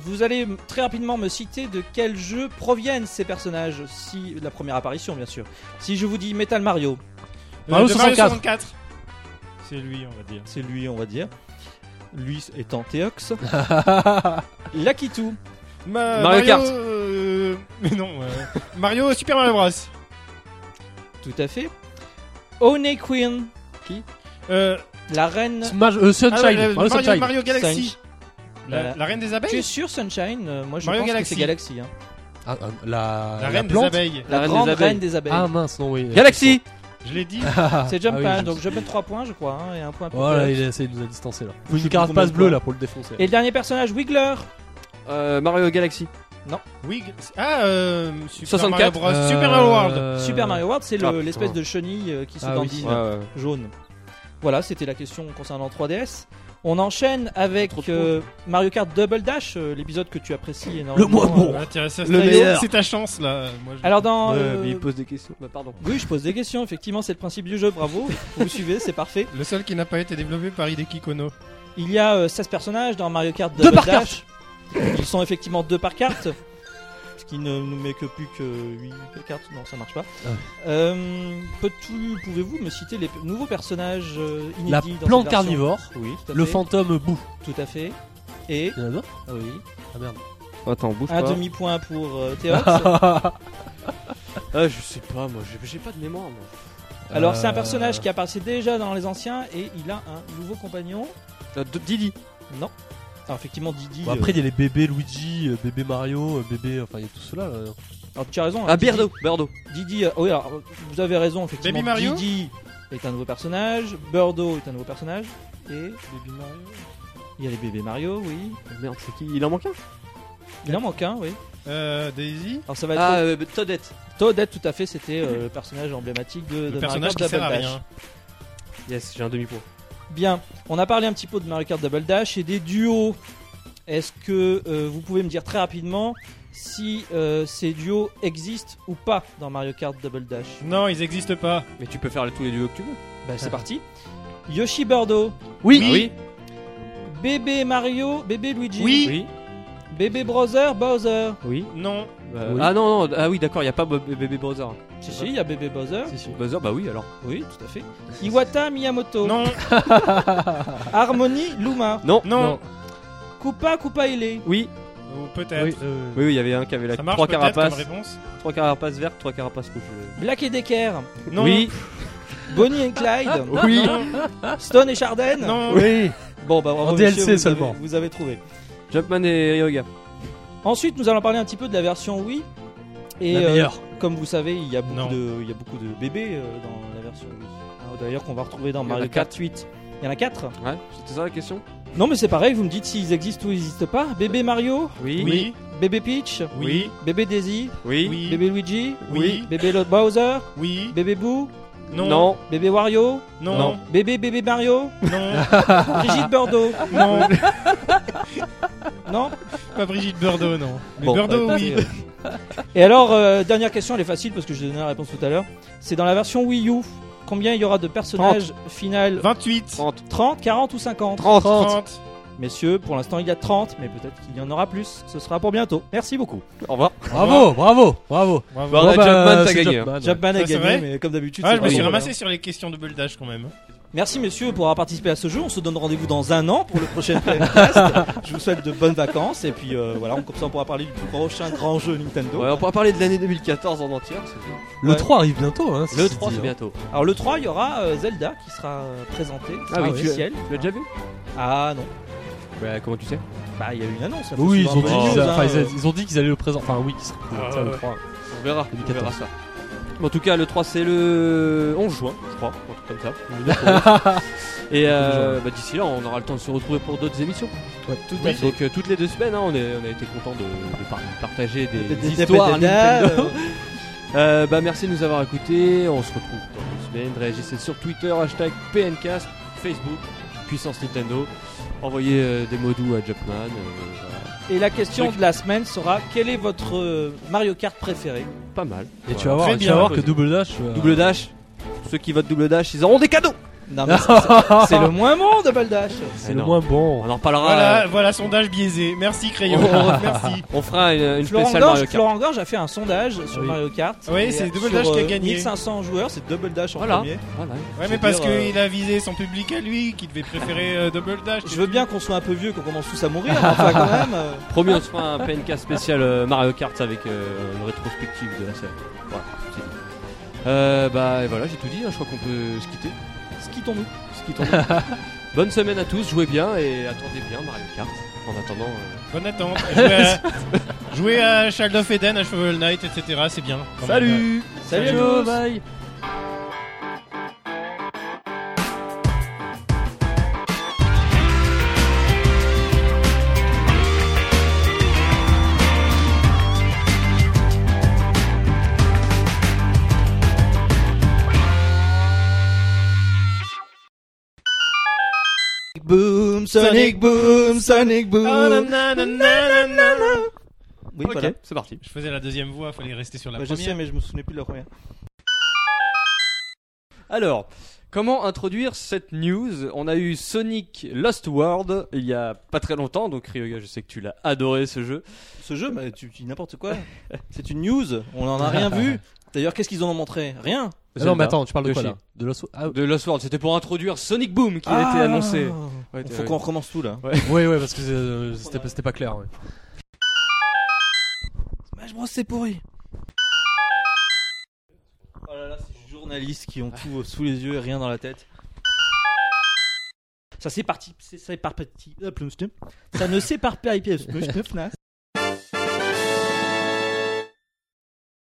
Speaker 3: vous allez m- très rapidement me citer de quel jeu proviennent ces personnages, si la première apparition bien sûr. Si je vous dis Metal Mario,
Speaker 4: Euh,
Speaker 5: Mario
Speaker 4: de
Speaker 5: 64.
Speaker 4: 64. C'est lui, on va dire.
Speaker 3: c'est lui on va dire. Lui étant Théox. Lakitu,
Speaker 4: Ma-
Speaker 2: Mario Kart.
Speaker 4: euh, Mais non. euh, Mario Super Mario Bros.
Speaker 3: tout à fait. One Queen,
Speaker 4: Euh,
Speaker 3: la reine.
Speaker 5: plus. Smash, euh, Sunshine.
Speaker 4: ah ouais, la-
Speaker 5: Mario
Speaker 4: Mario,
Speaker 5: Sunshine.
Speaker 4: Mario Galaxy. La,
Speaker 3: Voilà.
Speaker 4: la reine des
Speaker 3: Tu es
Speaker 4: abeilles.
Speaker 3: sûr Sunshine Euh, Moi je
Speaker 4: Mario
Speaker 3: pense
Speaker 4: Galaxy.
Speaker 3: que c'est Galaxy. hein.
Speaker 5: Ah, ah, la,
Speaker 4: La reine des
Speaker 5: plante
Speaker 4: abeilles.
Speaker 2: La
Speaker 3: La,
Speaker 2: reine des
Speaker 3: grande
Speaker 2: abeilles.
Speaker 3: reine des abeilles.
Speaker 5: Ah mince, non, oui.
Speaker 2: Galaxy
Speaker 4: Je l'ai dit.
Speaker 3: C'est jump
Speaker 5: Ah oui,
Speaker 3: Pad,
Speaker 5: je-
Speaker 3: donc je mets 3 points, je crois, hein, et un point pour
Speaker 5: Voilà,
Speaker 3: Cops.
Speaker 5: il essaie de nous a distancer là. Faut
Speaker 3: sais
Speaker 5: une
Speaker 3: plus
Speaker 5: carapace
Speaker 3: combien de
Speaker 5: bleue
Speaker 3: fois.
Speaker 5: là pour le défoncer.
Speaker 3: Et le dernier personnage, Wiggler.
Speaker 2: Euh, Mario Galaxy.
Speaker 4: Oui. Ah, euh, Super
Speaker 2: 64.
Speaker 4: Mario Bros. Super Mario World.
Speaker 5: Euh,
Speaker 3: Super Mario World, c'est le-
Speaker 2: ah, putain.
Speaker 3: l'espèce de chenille euh, qui se
Speaker 5: Ah oui.
Speaker 3: dandine
Speaker 2: Ouais, ouais.
Speaker 3: jaune. Voilà, c'était la question concernant 3DS. On enchaîne avec euh, Mario Kart Double Dash, euh, l'épisode que tu apprécies énormément.
Speaker 5: moins bon.
Speaker 3: euh,
Speaker 4: Ouais, t'es resté à
Speaker 3: Le
Speaker 4: Stadio,
Speaker 3: meilleur.
Speaker 4: C'est ta chance là. Moi, je-
Speaker 3: Alors dans
Speaker 2: Ouais,
Speaker 3: euh,
Speaker 2: mais il pose des questions. Bah, pardon.
Speaker 3: Oui, je pose des questions, effectivement, c'est le principe du jeu, bravo. Vous suivez, c'est parfait.
Speaker 4: Le seul qui n'a pas été développé par Hideki Kono.
Speaker 3: Il y a euh, 16 personnages dans Mario Kart
Speaker 7: Deux
Speaker 3: Double
Speaker 7: par
Speaker 3: Dash. Ils sont effectivement deux par carte. Ce qui ne nous met que plus que 8 cartes. Non, ça marche pas.
Speaker 5: Ah.
Speaker 3: Euh, peux-tu- Pouvez-vous me citer les p- nouveaux personnages euh, inédits
Speaker 5: La
Speaker 3: dans cette
Speaker 5: plante
Speaker 3: version
Speaker 5: carnivore,
Speaker 3: Oui, tout à
Speaker 5: le
Speaker 3: fait.
Speaker 5: fantôme boue.
Speaker 3: Tout à fait. Et.
Speaker 5: Il y en a d'autres
Speaker 3: Oui.
Speaker 5: Ah merde.
Speaker 2: Attends, bouge
Speaker 3: Un
Speaker 2: pas.
Speaker 3: demi-point pour euh, Théox.
Speaker 2: Ah, je sais pas, moi, j'ai- j'ai pas de mémoire. moi.
Speaker 3: Alors, c'est un
Speaker 5: Euh,
Speaker 3: personnage qui apparaissait déjà dans les anciens et il a un nouveau compagnon.
Speaker 2: Ah, de- Didi.
Speaker 3: Non. Alors, effectivement, Didi.
Speaker 5: Bon,
Speaker 3: euh,
Speaker 5: après, il y a les bébés Luigi, euh, bébé Mario, euh, bébé. Enfin, il y a tout cela. là.
Speaker 3: Alors tu as raison.
Speaker 2: Ah,
Speaker 3: hein, Didi-
Speaker 2: Birdo. Birdo.
Speaker 3: Didi, euh, oui, alors, vous avez raison, effectivement.
Speaker 4: Baby Mario
Speaker 3: Didi est un nouveau personnage, Birdo est un nouveau personnage, et. Mario Il y a les bébés Mario, oui.
Speaker 2: Ah, Merde, c'est qui Il en manque un
Speaker 3: Il en manque un, oui.
Speaker 4: Euh, Daisy.
Speaker 3: Alors ça va être.
Speaker 2: Ah, euh, Toadette.
Speaker 3: Toadette, tout à fait, c'était euh, le personnage emblématique de, de
Speaker 4: Le
Speaker 3: Mario
Speaker 4: personnage
Speaker 3: Kart
Speaker 4: qui sert à
Speaker 3: Double Dash.
Speaker 4: rien.
Speaker 2: Yes, j'ai un demi-point.
Speaker 3: Bien, on a parlé un petit peu de Mario Kart Double Dash et des duos. Est-ce que euh, vous pouvez me dire très rapidement si euh, ces duos existent ou pas dans Mario Kart Double Dash
Speaker 4: Non, ils existent pas.
Speaker 2: Mais tu peux faire tous les duos que tu veux.
Speaker 3: Bah,
Speaker 4: Euh.
Speaker 3: c'est parti. Yoshi Birdo,
Speaker 5: Oui.
Speaker 2: Bah oui.
Speaker 3: bébé Mario, bébé Luigi.
Speaker 4: Oui.
Speaker 2: Oui.
Speaker 3: Bébé Brother, Bowser.
Speaker 2: Oui.
Speaker 4: Non.
Speaker 2: Bah,
Speaker 5: Oui.
Speaker 2: Ah non, non, ah oui, d'accord, il a pas Bob- Bébé Brother.
Speaker 3: Si, si, il y a Bébé Bowser.
Speaker 5: Si, si.
Speaker 2: Bowser, bah oui, alors.
Speaker 3: Oui, tout à fait. Iwata Miyamoto.
Speaker 4: Non.
Speaker 3: Harmony Luma.
Speaker 2: Non,
Speaker 4: Non.
Speaker 3: Koopa Koopa Ile.
Speaker 2: Oui,
Speaker 4: Ou peut-être.
Speaker 5: Oui, euh,
Speaker 2: oui, oui, il y avait un qui avait la
Speaker 4: Ça marche
Speaker 2: trois
Speaker 4: peut-être comme
Speaker 2: carapaces,
Speaker 4: réponse.
Speaker 2: trois carapaces vertes, trois carapaces rouges. euh.
Speaker 3: Black et Decker.
Speaker 4: Non.
Speaker 2: Oui,
Speaker 3: Bonnie et Clyde.
Speaker 2: oui,
Speaker 4: Non.
Speaker 3: Stone et Charden.
Speaker 4: Non.
Speaker 5: oui.
Speaker 3: Bon, bah bravo,
Speaker 5: En DLC
Speaker 3: monsieur, vous
Speaker 5: seulement.
Speaker 3: avez- vous avez trouvé.
Speaker 2: Jumpman et Ryoga.
Speaker 3: Ensuite, nous allons parler un petit peu de la version Wii. Et
Speaker 5: La
Speaker 3: euh,
Speaker 5: meilleure.
Speaker 3: comme vous savez, il y a
Speaker 4: Non.
Speaker 3: beaucoup, de, il y a beaucoup de bébés euh, dans la version Wii. Ah, D'ailleurs, qu'on va retrouver dans
Speaker 2: Il y en a
Speaker 3: Mario Kart 8. Il y en a 4
Speaker 2: Ouais, c'était ça la question
Speaker 3: Non, mais c'est pareil, vous me dites s'ils existent ou ils n'existent pas. Bébé Mario,
Speaker 2: Oui,
Speaker 4: Oui.
Speaker 3: Bébé Peach,
Speaker 4: Oui.
Speaker 3: Bébé Daisy,
Speaker 2: oui,
Speaker 4: Oui.
Speaker 3: Bébé Luigi,
Speaker 4: Oui.
Speaker 3: Bébé Lo- Bowser,
Speaker 4: Oui.
Speaker 3: Bébé Boo,
Speaker 4: Non.
Speaker 2: non,
Speaker 3: Bébé Wario,
Speaker 4: Non.
Speaker 3: Bébé Bébé Mario,
Speaker 4: Non.
Speaker 3: Brigitte Bordeaux.
Speaker 4: Non.
Speaker 3: Non
Speaker 4: Pas Brigitte Burdo, non. Mais
Speaker 2: Bon,
Speaker 4: Burdo,
Speaker 3: bah,
Speaker 4: oui.
Speaker 3: écoutez, euh. Et alors, euh, dernière question, elle est facile parce que je donné la réponse tout à l'heure. C'est dans la version Wii U, combien il y aura de personnages final
Speaker 4: 28.
Speaker 2: 30,
Speaker 3: 30, 40 ou 50
Speaker 2: 30,
Speaker 4: 30.
Speaker 3: Messieurs, pour l'instant il y a 30, mais peut-être qu'il y en aura plus. Ce sera pour bientôt. Merci beaucoup.
Speaker 4: Ah,
Speaker 2: au revoir.
Speaker 5: Bravo, bravo, bravo.
Speaker 4: Bravo.
Speaker 2: Bon,
Speaker 5: Bon,
Speaker 2: là, Jumpman, t'as
Speaker 5: c'est
Speaker 2: gagné,
Speaker 5: bah, Jumpman, ouais.
Speaker 3: Jumpman
Speaker 4: bah. Ça,
Speaker 3: a
Speaker 4: c'est
Speaker 3: gagné,
Speaker 4: vrai
Speaker 3: mais comme d'habitude. Bah,
Speaker 4: Ah,
Speaker 3: c'est
Speaker 4: je
Speaker 3: pas
Speaker 4: me suis
Speaker 3: bon.
Speaker 4: ramassé sur les questions double dash quand même.
Speaker 3: Merci messieurs pour avoir participé à ce jeu. On se donne rendez-vous dans un an pour le prochain podcast. je vous souhaite de bonnes vacances et puis euh, voilà, on- comme ça on pourra parler du prochain grand jeu Nintendo.
Speaker 2: Ouais, on pourra parler de l'année 2014 en entière. c'est bien.
Speaker 5: Le 3 arrive bientôt. Hein,
Speaker 2: Le
Speaker 5: si
Speaker 2: 3,
Speaker 5: dit,
Speaker 2: c'est
Speaker 5: hein.
Speaker 2: bientôt.
Speaker 3: Alors le 3, il y aura euh, Zelda qui sera euh, présenté, qui sera
Speaker 2: Ah oui, tu-
Speaker 3: officiel.
Speaker 2: Tu l'as déjà vu
Speaker 3: Ah non,
Speaker 2: Bah, comment tu sais
Speaker 3: bah il y a eu une annonce. faut
Speaker 5: Oui, ils
Speaker 3: suivre un peu
Speaker 5: ont, dit,
Speaker 3: les
Speaker 5: qu'ils
Speaker 3: news,
Speaker 5: a- enfin,
Speaker 3: hein,
Speaker 5: ils a-
Speaker 3: euh.
Speaker 5: Oh. ils ont dit qu'ils allaient le présenter. Enfin, oui, qu'ils seraient présentés le 3.
Speaker 2: On verra, on
Speaker 5: 2014.
Speaker 2: verra ça. Mais en tout cas, le 3, c'est le 11 juin, je crois, un truc comme ça. Et euh, bah, d'ici là, on aura le temps de se retrouver pour d'autres émissions.
Speaker 3: Tout à
Speaker 2: Oui,
Speaker 3: fait.
Speaker 2: donc euh, toutes les deux semaines, hein, on, est- on a été content de, de par- partager des,
Speaker 3: Des- des-
Speaker 2: histoires
Speaker 3: des- des-
Speaker 2: Nintendo.
Speaker 3: euh,
Speaker 2: Euh, bah, merci de nous avoir écoutés. On se retrouve dans deux semaines. Réagissez sur Twitter, hashtag PNcast, Facebook, Puissance Nintendo. Envoyez euh, des mots doux à Jumpman. euh, voilà.
Speaker 3: Et la question de la semaine sera quel est votre euh, Mario Kart préféré
Speaker 2: Pas mal.
Speaker 5: Et
Speaker 2: Voilà.
Speaker 5: tu vas voir,
Speaker 4: Très
Speaker 5: tu
Speaker 4: bien.
Speaker 5: vas voir que Double Dash. euh,
Speaker 2: Double Dash. Ceux qui votent Double Dash, ils auront des cadeaux.
Speaker 3: Non, mais c'est- c'est- c'est le moins bon de Baldash.
Speaker 5: C'est
Speaker 2: Ah
Speaker 5: le
Speaker 2: non.
Speaker 5: moins bon.
Speaker 2: On en
Speaker 3: Ah.
Speaker 2: reparlera. euh,
Speaker 4: Voilà, voilà, sondage biaisé. Merci, Crayon.
Speaker 3: Oh.
Speaker 4: Merci.
Speaker 2: On fera une, une
Speaker 3: Florent
Speaker 2: spéciale
Speaker 3: Gorge,
Speaker 2: Mario Kart.
Speaker 3: Florent Gorge a fait un sondage sur
Speaker 5: Oui.
Speaker 3: Mario Kart.
Speaker 4: Oui,
Speaker 3: Et
Speaker 4: c'est
Speaker 3: sur,
Speaker 4: Double Dash qui a
Speaker 3: euh,
Speaker 4: gagné.
Speaker 3: 1500 joueurs, c'est Double Dash en
Speaker 2: Voilà.
Speaker 3: premier.
Speaker 2: Voilà.
Speaker 4: Ouais,
Speaker 3: Je
Speaker 4: mais
Speaker 3: veux
Speaker 4: parce
Speaker 3: dire, euh,
Speaker 4: qu'il a visé son public à lui, qui devait préférer euh, Double Dash.
Speaker 3: Je veux bien qu'on soit un peu vieux, qu'on commence tous à mourir, mais enfin quand même. euh,
Speaker 2: Promis, on se fera un PNK spécial euh, Mario Kart avec euh, une rétrospective de la série. Voilà, c'est dit. Euh, bah et voilà, j'ai tout dit, hein, je crois qu'on peut se quitter.
Speaker 3: ce qui tombe.
Speaker 2: Se quitter. Bonne semaine à tous, jouez bien et attendez bien Mario Kart. En attendant, euh,
Speaker 4: Bonne attente. Jouer à, jouer à Child of Eden, à Shovel Knight, etc. C'est bien. quand même.
Speaker 2: salut
Speaker 3: Salut à
Speaker 2: Ciao,
Speaker 3: tous.
Speaker 2: bye
Speaker 3: Boom, Sonic Boom, Sonic Boom.
Speaker 4: Ah, nanana, nanana.
Speaker 3: Oui, voilà.
Speaker 2: c'est parti.
Speaker 4: Je faisais la deuxième voix, fallait rester sur la
Speaker 3: Bah, je sais,
Speaker 4: première.
Speaker 3: mais je me souvenais plus de la première.
Speaker 2: Alors, comment introduire cette news On a eu Sonic Lost World il y a pas très longtemps, donc Ryoga, je sais que tu l'as adoré ce jeu.
Speaker 3: Ce jeu, bah, tu tu dis n'importe quoi. C'est une news. On en a rien vu. D'ailleurs, qu'est-ce qu'ils en ont montré Rien.
Speaker 5: Ah non,
Speaker 2: Zelda.
Speaker 5: mais attends, tu parles de quoi
Speaker 2: Yoshi.
Speaker 5: là De la so- ah,
Speaker 2: De Lost World, c'était pour introduire Sonic Boom qui était annoncé. Ouais,
Speaker 3: Il
Speaker 2: t'es-
Speaker 3: Ah. faut
Speaker 2: ouais.
Speaker 3: qu'on recommence tout là.
Speaker 5: ouais, ouais, parce que euh, c'était pas- c'était pas clair. ouais.
Speaker 3: Smash Bros, c'est pourri. Oh là là, ces journalistes qui ont tout euh, sous les yeux et rien dans la tête. euh, Ça c'est parti, c'est ça est par petit. Ça ne s'éparpille pas.